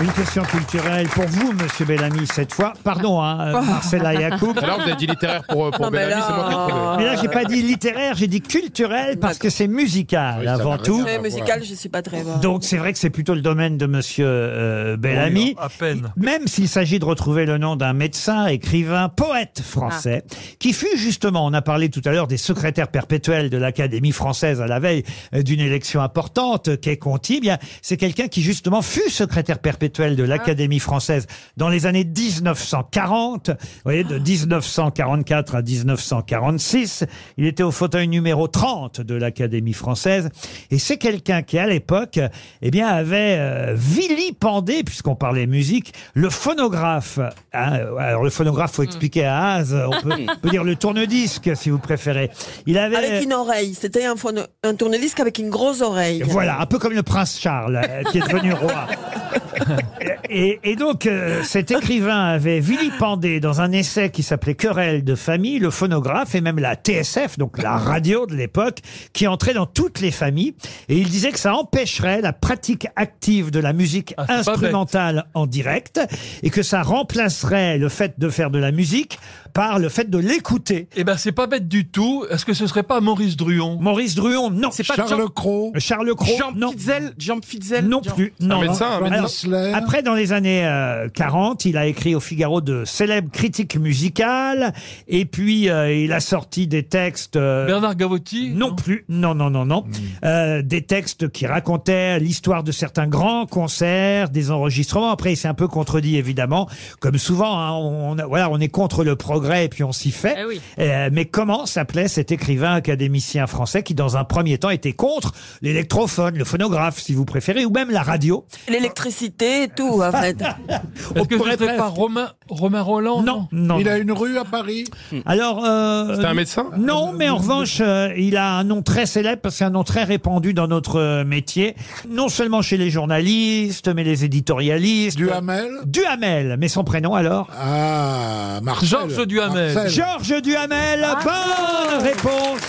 S2: Une question culturelle pour vous, Monsieur Bellamy, cette fois. Pardon, hein, euh, Marcella Yacoub.
S15: Tout à l'heure, Oh. vous avez dit littéraire pour, euh, pour
S2: Non, mais
S15: Bellamy, c'est moi qui ai trouvé.
S2: Mais là, j'ai pas dit littéraire, j'ai dit culturel parce que c'est
S9: Ah
S2: musical
S6: ça
S2: avant
S6: n'a
S2: tout.
S6: Très musical, je suis pas très bonne.
S2: Donc c'est vrai que c'est plutôt le domaine de Monsieur euh, Bellamy.
S7: à peine.
S2: Même s'il s'agit de retrouver le nom d'un médecin, écrivain, poète français, qui fut justement, on a parlé tout à l'heure des secrétaires perpétuels de l'Académie française à la veille euh, d'une élection importante euh, qu'est Conti, bien c'est quelqu'un qui justement fut secrétaire perpétuel de l'Académie française dans les années 1940, vous voyez, de 1944 à 1946. Il était au fauteuil numéro 30 de l'Académie française. Et c'est quelqu'un qui, à l'époque, eh bien, avait euh, vilipendé, puisqu'on parlait musique, le phonographe. hein. alors, le phonographe, faut expliquer à Az. On peut, on peut dire le tourne-disque, si vous euh, préférez. Il avait...
S6: Hmm. Avec une oreille. C'était un, phono- un tourne-disque avec une grosse oreille.
S2: Voilà, un peu comme le prince Charles, euh, qui est devenu roi. Et, et donc, euh, cet écrivain avait vilipendé dans un essai qui s'appelait Querelle de famille, le phonographe et même la TSF, donc la radio de l'époque, qui entrait dans toutes les familles. Et il disait que ça empêcherait la pratique active de la musique
S7: Ah, c'est pas
S2: instrumentale en direct et que ça remplacerait le fait de faire de la musique par le fait de l'écouter.
S7: Eh ben, c'est pas bête du tout. Est-ce que ce serait pas Maurice Druon
S2: Maurice Druon, non.
S7: C'est
S9: pas Charles Jean-
S2: Croc. Charles Croc.
S9: Jean
S2: non.
S9: Pitzel, Jean Pitzel.
S2: Non
S9: Jean-
S2: plus. Non. Alors, après, dans les années euh, 40, il a écrit au Figaro de célèbres critiques musicales. Et puis, euh, il a sorti des textes. euh,
S7: Bernard Gavotti Hmm.
S2: Non plus. Non, non, non, non. Euh, des textes qui racontaient l'histoire de certains grands concerts, des enregistrements. Après, il s'est un peu contredit, évidemment. Comme souvent, hein, on, on- voilà, on est contre le progrès et puis on s'y fait. Euh, mais comment s'appelait cet écrivain académicien français qui, dans un premier temps, était contre l'électrophone, le phonographe, si vous préférez, ou même la radio
S6: L'électricité et tout, en fait.
S2: On pourrait
S7: serait
S2: presque.
S7: pas Romain, Romain Roland
S2: Non, non.
S4: Il a une rue à Paris.
S2: Alors, euh,
S15: C'était un médecin
S2: Non, mais en revanche, euh, il a un nom très célèbre parce que c'est un nom très répandu dans notre euh, métier, non seulement chez les journalistes, mais les éditorialistes.
S4: Duhamel
S2: Duhamel, mais son prénom alors
S4: Ah, Marcel.
S7: Georges Duhamel.
S4: Marcel.
S2: Georges Duhamel, bonne réponse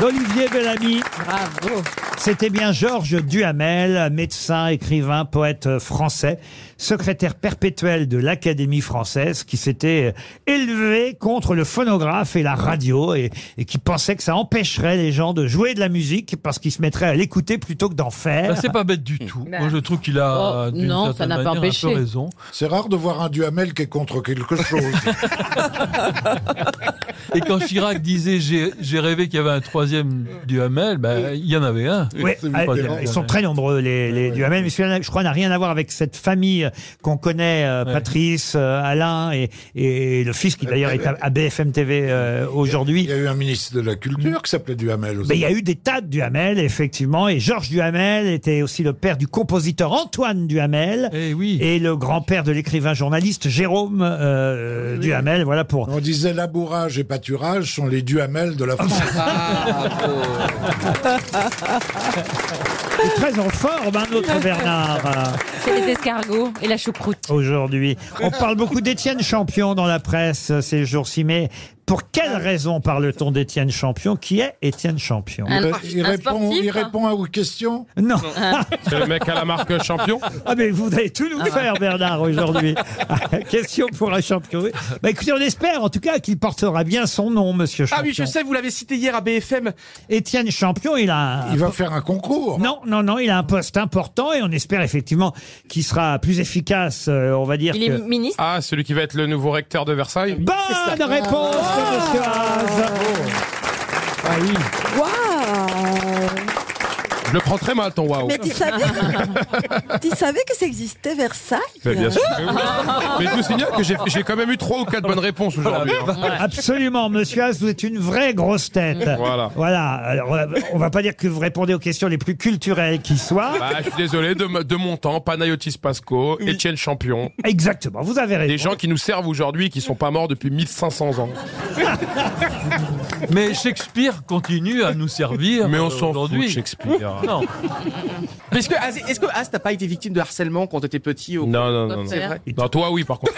S2: d'Olivier Bellamy. Bravo. C'était bien Georges Duhamel, médecin, écrivain, poète euh, français, secrétaire perpétuel de l'Académie française, qui s'était euh, élevé contre le phonographe et la radio et, et qui pensait que ça empêcherait les gens de jouer de la musique parce qu'ils se mettraient à l'écouter plutôt que d'en faire.
S7: Ben, c'est pas bête du tout. Moi, je trouve qu'il a,
S2: Oh,
S7: d'une
S2: non, ça
S7: certaine
S2: n'a pas
S7: manière,
S2: empêché.
S7: un peu raison.
S4: C'est rare de voir un Duhamel qui est contre quelque chose.
S7: Et quand Chirac disait j'ai j'ai rêvé qu'il y avait un troisième Duhamel, ben, il y en avait un.
S2: Oui,
S7: Troisième
S2: ah,
S7: Duhamel.
S2: ils sont très nombreux, les, les Duhamel. Mais celui-là, je crois, n'a rien à voir avec cette famille qu'on connaît, euh, Patrice, euh, Alain et, et le fils qui d'ailleurs est à, à BFM TV euh, aujourd'hui.
S4: Il y a eu un ministre de la Culture qui s'appelait Duhamel aussi.
S2: Mais il y a eu des tas de Duhamel, effectivement. Et Georges Duhamel était aussi le père du compositeur Antoine Duhamel.
S7: Et,
S2: le grand-père de l'écrivain journaliste Jérôme euh, Duhamel. Voilà pour.
S4: On disait labourage et pâturage sont les Duhamel de la
S2: Ah.
S4: France.
S2: Il est Très en forme, hein, notre Bernard. euh.
S5: C'est les escargots et la choucroute.
S2: aujourd'hui. On parle beaucoup d'Étienne Champion dans la presse euh, ces jours-ci, mais Pour
S5: Ah.
S2: quelle raison parle-t-on d'Étienne Champion Qui est Étienne Champion
S15: Euh,
S4: Il, ré- il répond, il répond à vos questions
S2: hein.
S4: Ah.
S2: Non.
S15: C'est le mec à la marque champion
S2: Ah mais vous allez tout nous
S15: Ah.
S2: faire Bernard aujourd'hui. Question pour un champion. Bah écoutez, on espère en tout cas qu'il portera bien son nom, monsieur Champion.
S9: Ah oui, je sais, vous l'avez cité hier à BFM.
S2: Étienne Champion, il a...
S9: Il va
S4: faire un concours.
S2: Non, non, non, il a un poste important et on espère effectivement qu'il sera plus efficace, euh, on va dire. que...
S5: ministre
S15: Ah, celui qui va être le nouveau recteur de Versailles
S2: Bonne réponse de monsieur Haas. Ah oui.
S6: Waouh
S15: Je le prends très mal, ton
S9: Ah
S15: waouh.
S6: Euh, Mais tu savais, tu savais que ça existait Versailles
S15: Mais bien sûr que oui. Mais je vous signale que j'ai- j'ai quand même eu trois ou quatre bonnes réponses aujourd'hui. hein.
S2: Absolument, monsieur Haas, vous êtes une vraie grosse tête.
S15: Voilà.
S2: Voilà. Alors, euh, on va pas dire que vous répondez aux questions les plus culturelles qui soient.
S15: Bah, je suis désolé, de, ma- de mon temps, Panayotis Pasco, Étienne Champion.
S2: Exactement, vous avez raison.
S15: Des gens qui nous servent aujourd'hui, qui sont pas morts depuis 1500 ans.
S7: Mais Shakespeare continue à nous servir.
S15: Mais on
S7: euh,
S15: s'en fout de
S7: aujourd'hui.
S15: Shakespeare.
S7: Non.
S9: Mais Est-ce que, Az- est-ce que As, t'as pas été victime de harcèlement quand t'étais petit ou...
S15: Non, non, non. non.
S9: C'est vrai.
S15: Non, toi, oui, par contre.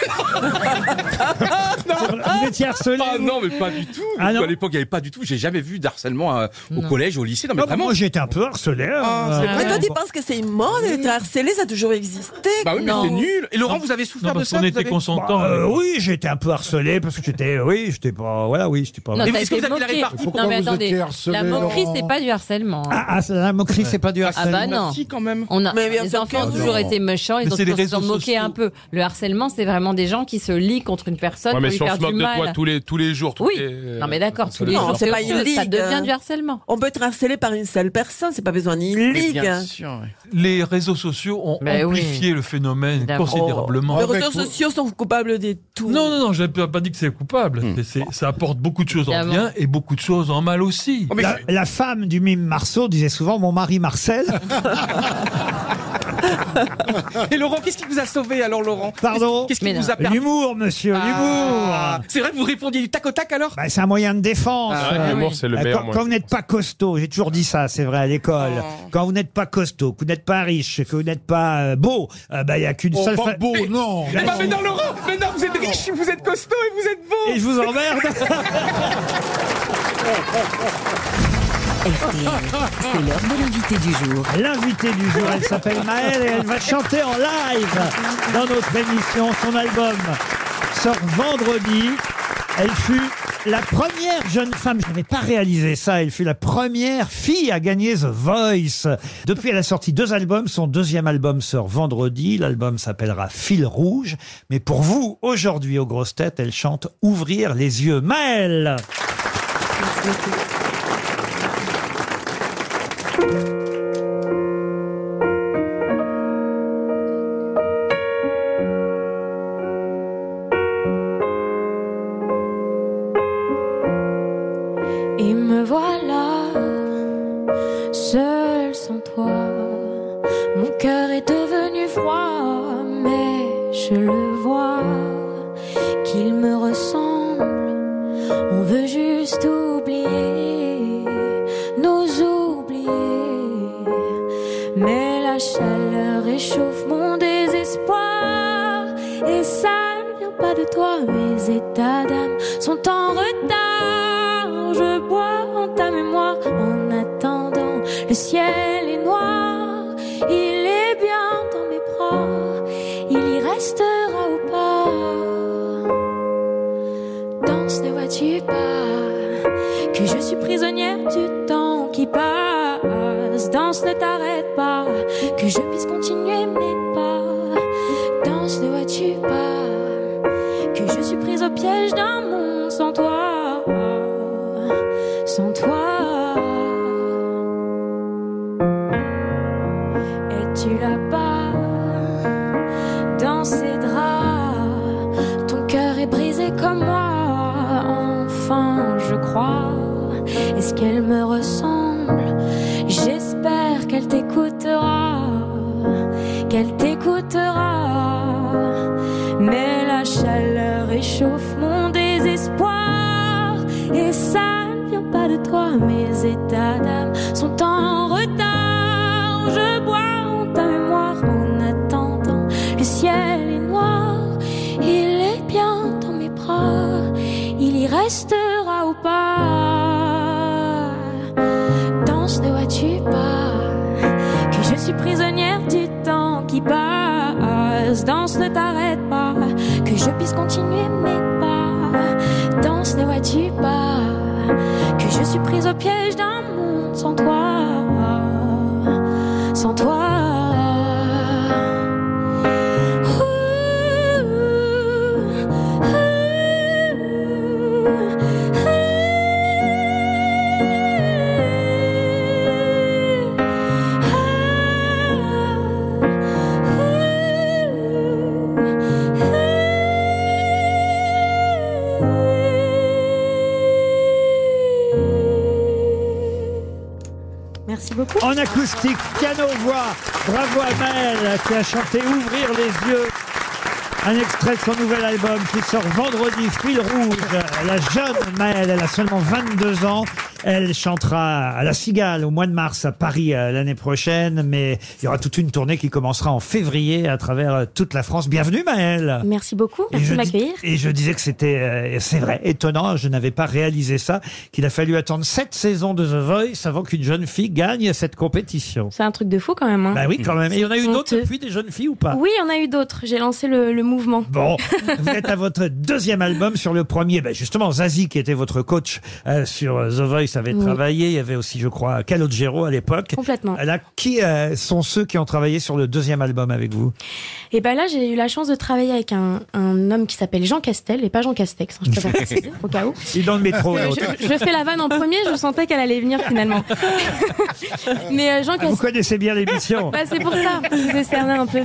S2: Vous étiez harcelé
S9: Ah non, mais pas du tout.
S2: Ah non.
S9: à l'époque, il n'y avait pas du tout. J'ai jamais vu d'harcèlement euh, au collège, au lycée. Non, Ah, mais
S2: Ah, bah,
S9: vraiment.
S2: moi j'étais un peu harcelé. hein.
S6: Mais toi, tu penses que c'est immonde d'être harcelé, ça a toujours existé.
S9: Bah oui, mais
S6: Non.
S9: c'est nul. Et Laurent, vous avez souffert de ça vous avez-
S2: Bah, euh, oui, j'étais un peu harcelé parce que j'étais, oui, j'étais pas, voilà, oui, j'étais pas.
S5: Non,
S2: Mais
S5: ça a
S2: est-ce que
S5: été
S2: vous avez la
S5: moqué.
S2: répartie
S5: Non, mais attendez, la moquerie, c'est pas du harcèlement. hein.
S2: Ah, ah, la moquerie, c'est pas du
S5: Ah
S2: harcèlement.
S5: bah non. On a, les enfants ont
S2: que
S5: toujours
S2: non.
S5: été méchants, ils
S2: Mais
S5: ont
S2: c'est les
S5: toujours se
S2: réseaux
S5: moqué un peu. Le harcèlement, c'est vraiment des gens qui se lient contre une personne
S15: Ouais, mais
S5: pour lui
S15: si on
S5: faire
S15: se moque
S5: du
S15: de
S5: mal.
S15: toi tous les, tous les jours, tous
S5: Oui.
S15: les- euh,
S5: Non, mais d'accord, tous les
S6: Non,
S5: jours.
S6: c'est pas
S5: que
S6: une ligue.
S5: Ça devient du harcèlement.
S6: On peut être harcelé par une seule personne, c'est pas besoin d'une
S7: Mais
S6: ligue.
S7: bien sûr, Les réseaux sociaux ont
S6: Mais oui.
S7: amplifié le phénomène
S6: Évidemment.
S7: considérablement.
S6: Les réseaux sociaux sont coupables de tout.
S7: Non, non, non, je n'ai pas dit que c'est coupable. C'est- c'est- ça apporte beaucoup de choses en
S6: Évidemment.
S7: bien et beaucoup de choses en mal aussi.
S2: La, la femme du mime Marceau disait souvent mon mari Marcel.
S9: Et Laurent, qu'est-ce qui vous a sauvé alors, Laurent
S2: Pardon.
S9: Qu'est-ce qui vous a permis
S2: L'humour, monsieur,
S9: Ah,
S2: l'humour.
S9: C'est vrai que vous répondiez du tac au tac alors
S2: Bah, c'est un moyen de défense.
S15: Ah, ouais, l'humour, c'est le
S2: Bah,
S15: meilleur
S2: quand,
S15: moyen.
S2: quand vous n'êtes pas costaud, j'ai toujours dit ça, c'est vrai, à l'école.
S9: Oh.
S2: Quand vous n'êtes pas costaud, que vous n'êtes pas riche, que vous n'êtes pas euh, beau, euh, bah, il n'y a qu'une
S4: Oh,
S2: seule
S4: pas
S2: fa-
S4: beau, non.
S9: Eh ben, mais non, Laurent, mais non, vous êtes riche, vous êtes costaud et vous êtes beau.
S2: Et je vous emmerde.
S10: C'est l'heure de l'invité du jour.
S2: L'invité du jour, elle s'appelle Maëlle et elle va chanter en live dans notre émission. Son album sort vendredi. Elle fut la première jeune femme, je n'avais pas réalisé ça, elle fut la première fille à gagner The Voice. Depuis, elle a sorti deux albums. Son deuxième album sort vendredi. L'album s'appellera Fil Rouge. Mais pour vous, aujourd'hui, aux grosses têtes, elle chante Ouvrir les yeux. Maëlle
S17: Et me voilà, seul sans toi. Mon cœur est devenu froid, mais je le vois qu'il me ressemble. On veut juste oublier, nous oublier. Mais la chaleur réchauffe mon désespoir. Et ça ne vient pas de toi, mes états d'âme sont en retard. Je bois en ta mémoire en attendant. Le ciel est noir, il est bien dans mes bras. Il y restera ou pas. Danse, ne vois-tu pas que je suis prisonnière du temps qui passe? Danse, ne t'arrête pas, que je puisse continuer mes pas. Danse, ne vois-tu pas que je suis prise au piège d'un monde sans toi, sans toi. Es-tu là-bas dans ces draps Ton cœur est brisé comme moi, enfin je crois. Est-ce qu'elle me ressemble J'espère qu'elle t'écoutera, qu'elle t'écoutera. Mais la chaleur réchauffe mon désespoir. Et ça ne vient pas de toi, mes états d'âme sont en retard. Je bois en ta mémoire en attendant. Le ciel est noir, il est bien dans mes bras. Il y restera
S18: suis prisonnière du temps qui passe. Danse, ne t'arrête pas, que je puisse continuer mes pas. Danse, ne vois-tu pas, que je suis prise au piège d'un monde sans toi. Sans toi.
S2: Merci beaucoup. En acoustique, piano-voix. Bravo à Maëlle qui a chanté Ouvrir les yeux. Un extrait de son nouvel album qui sort vendredi, Fil Rouge. La jeune Maëlle, elle a seulement 22 ans. Elle chantera à la Cigale au mois de mars à Paris euh, l'année prochaine, mais il y aura toute une tournée qui commencera en février à travers euh, toute la France. Bienvenue Maëlle
S18: Merci beaucoup, merci
S2: je
S18: de
S2: dis-
S18: m'accueillir.
S2: Ah. Et je disais que c'était, euh, c'est vrai, étonnant. Je n'avais pas réalisé ça, qu'il a fallu attendre sept saisons de The Voice avant qu'une jeune fille gagne cette compétition.
S18: C'est un truc de fou quand même. hein.
S2: Bah oui, quand même. Et il y en a eu d'autres
S18: Honteux.
S2: depuis, des jeunes filles ou pas
S18: Oui, il y en a eu d'autres. J'ai lancé le, le mouvement.
S2: Bon, vous êtes à votre deuxième album sur le premier. Ben justement, Zazie, qui était votre coach euh, sur euh, The Voice, avait
S18: Oui.
S2: travaillé. Il y avait aussi, je crois, Calogero à l'époque.
S18: Complètement.
S2: Là, qui euh, sont ceux qui ont travaillé sur le deuxième album avec vous
S18: Et ben là, j'ai eu la chance de travailler avec un, un homme qui s'appelle Jean Castel, et pas Jean Castex, hein, je préfère préciser, au cas où.
S2: Il est dans le métro. là,
S18: Je, je fais la vanne en premier, je sentais qu'elle allait venir finalement. Mais euh, Jean
S2: Ah, Vous
S18: Castel.
S2: connaissez bien l'émission.
S18: Bah, c'est pour ça, je vous ai cerné un peu.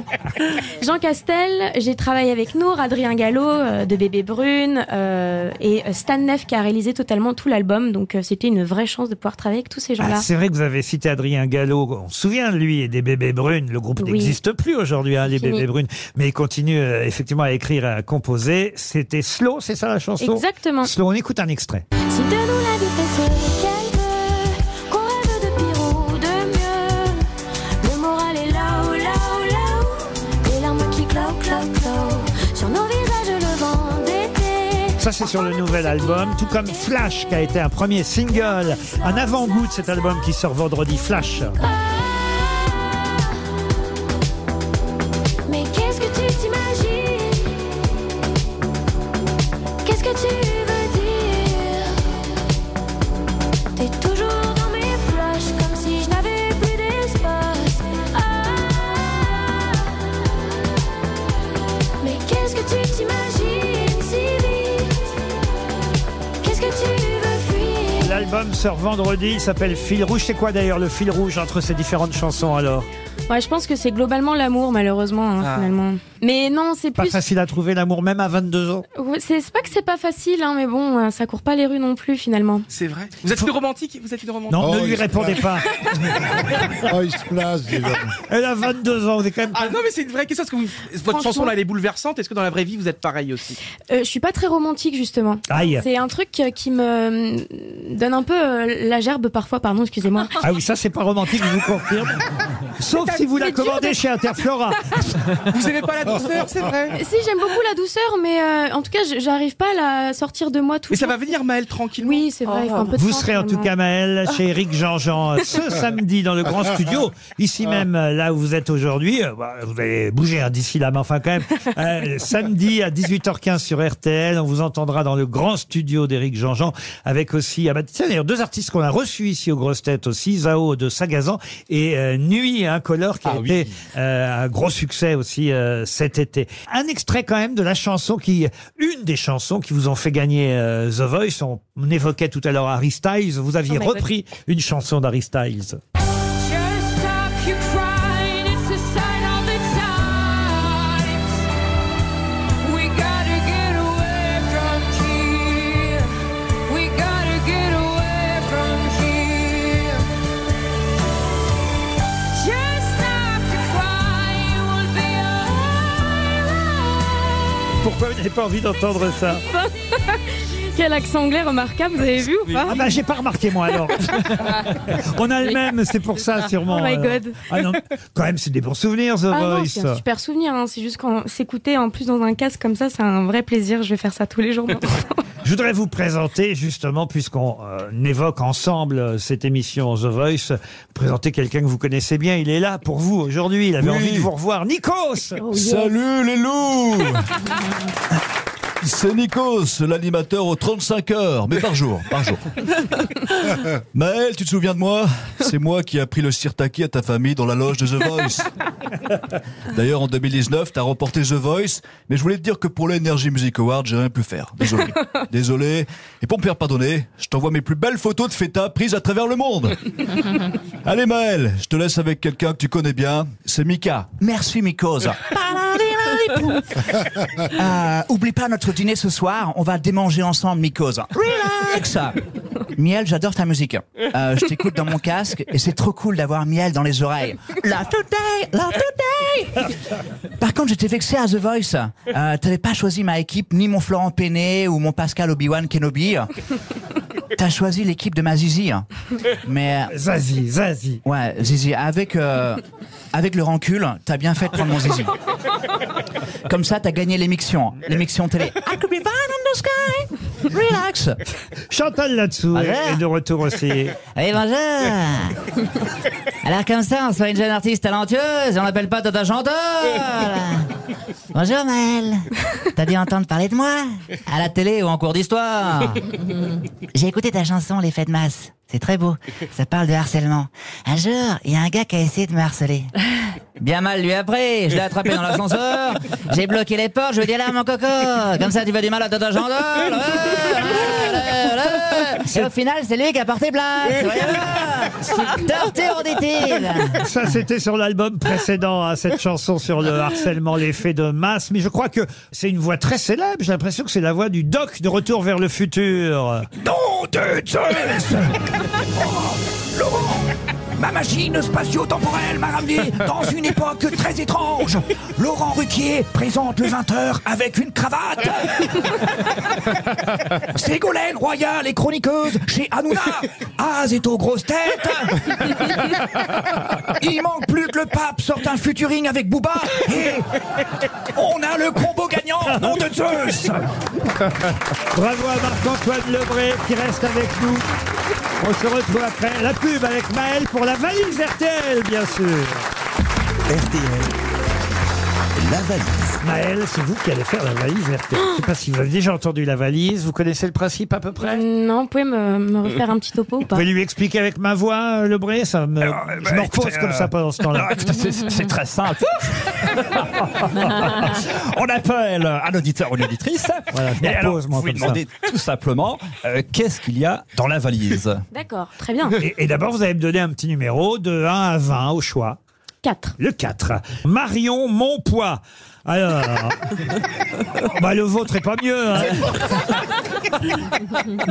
S18: Jean Castel, j'ai travaillé avec Nour, Adrien Gallo euh, de Bébé Brune euh, et Stan Neff qui a réalisé totalement tout l'album. Donc euh, c'était une vraie chance de pouvoir travailler avec tous ces gens-là.
S2: Ah, c'est vrai que vous avez cité Adrien Gallo. On se souvient de lui et des Bébés Brunes. Le groupe
S18: Oui.
S2: n'existe plus aujourd'hui, hein, les
S18: Fini.
S2: Bébés Brunes. Mais il continue euh, effectivement à écrire, à composer. C'était Slow, c'est ça la chanson
S18: Exactement.
S2: Slow, on écoute un extrait.
S18: Si de nous la vie fait ce qu'elle veut, qu'on rêve de pire ou de mieux, le moral est là-haut, là-haut, là-haut, les larmes qui clau, clau, clau, sur nos visages le vent d'été.
S2: Ça, c'est sur le nouvel album, tout comme Flash, qui a été un premier single, un avant-goût de cet album qui sort vendredi, Flash.
S18: Mais qu'est-ce que tu t'imagines Qu'est-ce que tu veux dire T'es toujours dans mes flashs comme si je n'avais plus d'espace. Ah. Mais qu'est-ce que tu t'imagines si vite Qu'est-ce que tu veux fuir
S2: L'album sort vendredi, il s'appelle Fil Rouge. C'est quoi d'ailleurs le fil rouge entre ces différentes chansons alors
S18: Ouais, je pense que c'est globalement l'amour, malheureusement, hein,
S2: Ah.
S18: finalement. Mais non, c'est
S2: Pas
S18: plus.
S2: facile à trouver l'amour, même à 22 ans.
S18: Ouais, C'est c'est pas que c'est pas facile, hein, mais bon, euh, ça court pas les rues non plus, finalement.
S9: C'est vrai. Vous êtes une romantique Vous êtes une romantique
S2: Non, ne lui répondez pas.
S19: Oh, il se place, dis donc.
S2: Elle a 22 ans, vous êtes quand même.
S9: Ah non, mais c'est une vraie question. Est-ce que vous-
S18: Franchement-
S9: votre chanson là, elle est bouleversante Est-ce que dans la vraie vie, vous êtes pareil aussi
S18: Euh, je suis pas très romantique, justement.
S9: Aïe.
S18: C'est un truc euh, qui me euh, donne un peu euh, la gerbe parfois, pardon, excusez-moi.
S2: Ah oui, ça c'est pas romantique, je vous confirme. Sauf si vous la commandez chez Interflora.
S9: Vous aimez pas la douceur, c'est vrai.
S18: Si, j'aime beaucoup la douceur, mais euh, en tout cas, j- j'arrive pas à la sortir de moi tout Mais ça
S9: va venir, Maëlle, tranquillement.
S18: Oui, c'est vrai. il faut Oh, un peu de
S2: Vous
S18: temps,
S2: serez en tout
S18: finalement.
S2: cas, Maël, chez Eric Jean-Jean ce samedi dans le grand studio,
S9: Ah.
S2: ici même, euh, là où vous êtes aujourd'hui. Euh, bah, Vous allez bouger hein, d'ici là, mais enfin quand même. Euh, samedi à 18h15 sur RTL, on vous entendra dans le grand studio d'Éric Jean-Jean avec aussi, ah bah, tiens, d'ailleurs, deux artistes qu'on a reçus ici aux grosses têtes aussi, Zao de Sagazan et euh, Nuit Incolore qui a été euh, un gros succès aussi euh, cet été. Un extrait quand même de la chanson qui, une des chansons qui vous ont fait gagner euh, The Voice. On, on évoquait tout à l'heure Harry Styles. Vous aviez
S3: Oh my God.
S2: repris une chanson d'Harry Styles.
S3: Just stop you crying, it's a sign of the times. We gotta get away from here. We gotta get away from here. Just stop you crying, we'll be
S2: Pourquoi vous n'avez pas envie d'entendre ça
S18: Quel accent anglais remarquable, vous avez vu ou pas
S2: Ah bah j'ai pas remarqué moi alors. on a le même, c'est pour ça sûrement.
S18: Oh my
S2: alors.
S18: God.
S2: Ah non, quand même c'est des bons souvenirs The
S18: Ah non,
S2: Voice.
S18: c'est un super souvenir. hein. C'est juste qu'en s'écouter en plus dans un casque comme ça, c'est un vrai plaisir. Je vais faire ça tous les jours. maintenant.
S2: Je voudrais vous présenter, justement, puisqu'on euh, évoque ensemble euh, cette émission The Voice, présenter quelqu'un que vous connaissez bien. Il est là pour vous aujourd'hui. Il avait
S20: Oui.
S2: envie de vous revoir. Nikos
S21: Oh,
S20: yes. Salut, les loups C'est Nikos, l'animateur aux 35 heures, mais par jour, par jour. Maël, tu te souviens de moi C'est moi qui a pris le sirtaki à ta famille dans la loge de The Voice. D'ailleurs, en 2019, t'as remporté The Voice, mais je voulais te dire que pour l'Energy Music Award, j'ai rien pu faire. Désolé. Désolé. Et pour me faire pardonner, je t'envoie mes plus belles photos de feta prises à travers le monde. Allez Maël, je te laisse avec quelqu'un que tu connais bien, c'est Mika. Merci Mikos.
S21: Euh, oublie pas notre dîner ce soir, on va démanger ensemble, Mycose. Relax Miel, j'adore ta musique. Euh, je t'écoute dans mon casque et c'est trop cool d'avoir Miel dans les oreilles. Love today, love today Par contre, j'étais vexé à The Voice. Euh, T'avais pas choisi ma équipe, ni mon Florent Péné ou mon Pascal Obi-Wan Kenobi. T'as choisi l'équipe de ma Zizi. Mais... euh,
S2: Zazie, Zazie.
S21: Ouais, Zizi. Avec, euh, avec le rancule, t'as bien fait de prendre mon Zizi. Comme ça, t'as gagné l'émission, l'émission télé. I could be fine in the sky. Relax. Ah,
S2: Chantal là-dessous est de retour aussi.
S21: Eh,
S22: Oui, bonjour Alors comme ça, on soit une jeune artiste talentueuse, on l'appelle pas Tata Chantal Bonjour Maëlle T'as dû entendre parler de moi À la télé ou en cours d'histoire J'ai écouté ta chanson Les Fêtes de masse. C'est très beau. Ça parle de harcèlement. Un jour, il y a un gars qui a essayé de me harceler. Bien mal lui après. Je l'ai attrapé dans l'ascenseur. J'ai bloqué les portes. Je lui ai dit là, mon coco. Comme ça, tu veux du mal à Tata Chantal Ouais, ouais, ouais. Et au final, c'est lui qui a porté plainte. Voilà. Torté endetté.
S2: Ça, c'était sur l'album précédent, à cette chanson sur le harcèlement, l'effet de masse. Mais je crois que c'est une voix très célèbre. J'ai l'impression que c'est la voix du doc de Retour vers le futur.
S23: Nom de Zeus Oh, Laurent Ma machine spatio-temporelle m'a ramené dans une époque très étrange. Laurent Ruquier présente le 20h avec une cravate. Ségolène Royal est chroniqueuse chez Hanouna. Az est aux grosses têtes. Il manque plus que le pape sorte un futuring avec Booba. Et on a le combo gagnant, nom de Zeus
S2: Bravo à Marc-Antoine Lebré qui reste avec nous. On se retrouve après la pub avec Maël pour la valise RTL, bien sûr. RTL. La valise. Maël, c'est vous qui allez faire la valise RTL. Je ne sais pas si vous avez déjà entendu la valise. Vous connaissez le principe à peu près
S18: Euh, Non, vous pouvez me, me refaire un petit topo ou
S2: Vous
S18: pas
S2: pouvez lui expliquer avec ma voix, euh, Lebré ça me...
S20: bah,
S2: Je me repose comme ça pendant ce temps-là.
S20: euh, C'est très simple. On appelle un auditeur ou une auditrice.
S2: Voilà, je me
S20: Et alors,
S2: repose, moi,
S20: vous lui
S2: comme ça.
S20: demandez tout simplement euh, qu'est-ce qu'il y a dans la valise.
S18: D'accord, très bien.
S2: Et, et d'abord, vous allez me donner un petit numéro de 1 à 20 au choix.
S18: 4.
S2: Le 4. Marion Monpois. Alors, bah, le vôtre est pas mieux. hein.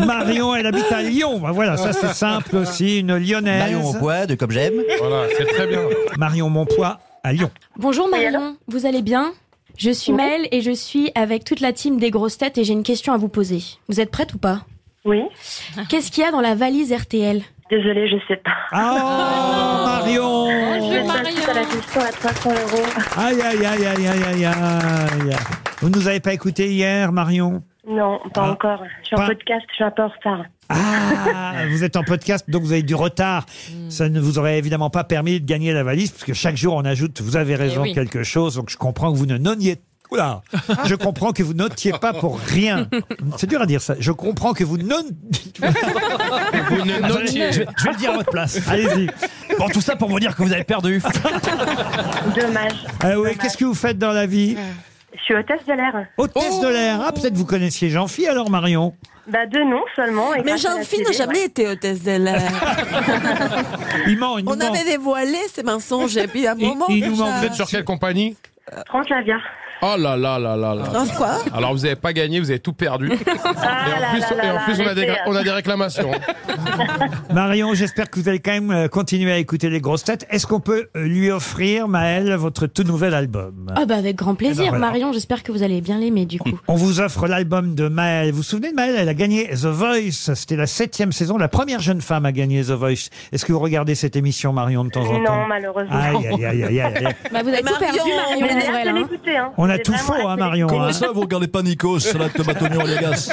S2: Marion, elle habite à Lyon. Bah, voilà, ça c'est simple aussi, une lyonnaise.
S20: Marion
S2: Monpois, de comme j'aime. Voilà, c'est très bien. Marion Monpois à Lyon.
S18: Bonjour Marion, vous allez bien Je suis
S2: Oui.
S18: Maëlle et je suis avec toute la team des grosses têtes et j'ai une question à vous poser. Vous êtes prête ou pas Oui. Qu'est-ce qu'il y a dans la valise RTL Désolée, je sais pas.
S2: Ah Marion
S18: Bonjour
S13: t'inscris à la question à 300 euros.
S2: Aïe, aïe, aïe, aïe, aïe, aïe, aïe. Vous nous avez pas écouté hier, Marion
S13: Non, pas
S2: Ah.
S13: encore. Je suis en
S2: Pas-
S13: podcast, je suis un peu en retard.
S2: Ah, vous êtes en podcast, donc vous avez du retard.
S20: Hmm.
S2: Ça ne vous aurait évidemment pas permis de gagner la valise, parce que chaque jour on ajoute, vous avez raison,
S20: Eh oui.
S2: quelque chose, donc je comprends que vous ne noniez Oula, je comprends que vous notiez pas pour rien. C'est dur à dire ça. Je comprends que vous non.
S20: Vous ne notiez- Ah, Je, vais- je vais le dire à votre place.
S2: Allez-y.
S20: Bon, tout ça pour vous dire que vous avez perdu.
S13: Dommage.
S2: Ah oui, qu'est-ce que vous faites dans la
S18: Euh.
S2: vie
S13: Je suis hôtesse de l'air.
S2: Hôtesse de l'air. Ah, peut-être vous connaissiez Jean-Phi alors, Marion
S13: Bah, deux noms seulement.
S6: Mais Jean-Phi n'a jamais été hôtesse de l'air.
S2: Il ment, il
S6: On
S2: nous ment.
S6: avait dévoilé ces mensonges et puis à un
S15: Il,
S6: moment.
S15: il nous manque.
S6: ça-
S15: Vous êtes sur
S5: Euh,
S15: quelle compagnie
S13: Franck Lavia.
S15: Oh là là là là là.
S6: France quoi
S15: Alors vous n'avez pas gagné, vous avez tout perdu. et en
S13: Ah là
S15: plus,
S13: là
S15: et en
S13: là,
S15: plus, on, a des,
S13: arrêtez,
S15: on a
S13: hein.
S15: des réclamations.
S2: Marion, j'espère que vous allez quand même euh, continuer à écouter les grosses têtes. Est-ce qu'on peut euh, lui offrir, Maëlle, votre tout nouvel album
S18: Ah bah avec grand plaisir
S2: Eh ben voilà.
S18: Marion, j'espère que vous allez bien l'aimer du coup.
S2: On vous offre l'album de Maëlle. Vous vous souvenez de Maëlle Elle a gagné The Voice. C'était la septième saison. La première jeune femme à gagner The Voice. Est-ce que vous regardez cette émission, Marion, de temps en temps
S13: Non, malheureusement.
S2: Aïe, aïe, aïe, aïe, aïe.
S18: Bah vous avez tout
S13: Marion,
S18: perdu Marion
S13: on est hâte
S18: en vrai,
S13: de
S18: là, hein.
S13: l'écouter, hein.
S2: On a tout faux, hein, Marion.
S20: Comment
S2: hein.
S20: ça, vous regardez pas Nikos, salade tomate oignon légasse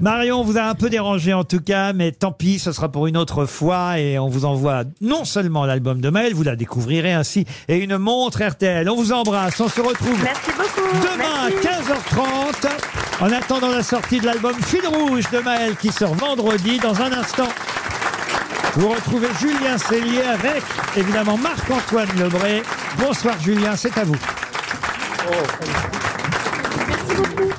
S2: Marion, on vous a un peu dérangé en tout cas, mais tant pis, ce sera pour une autre fois et on vous envoie non seulement l'album de mail, vous la découvrirez ainsi, et une montre RTL. On vous embrasse, on se retrouve demain à 15h30 en attendant la sortie de l'album Fil Rouge de Maël qui sort vendredi dans un instant. Vous retrouvez Julien Cellier avec évidemment Marc-Antoine
S16: Oh.
S2: Lebré. Bonsoir Julien, c'est à vous.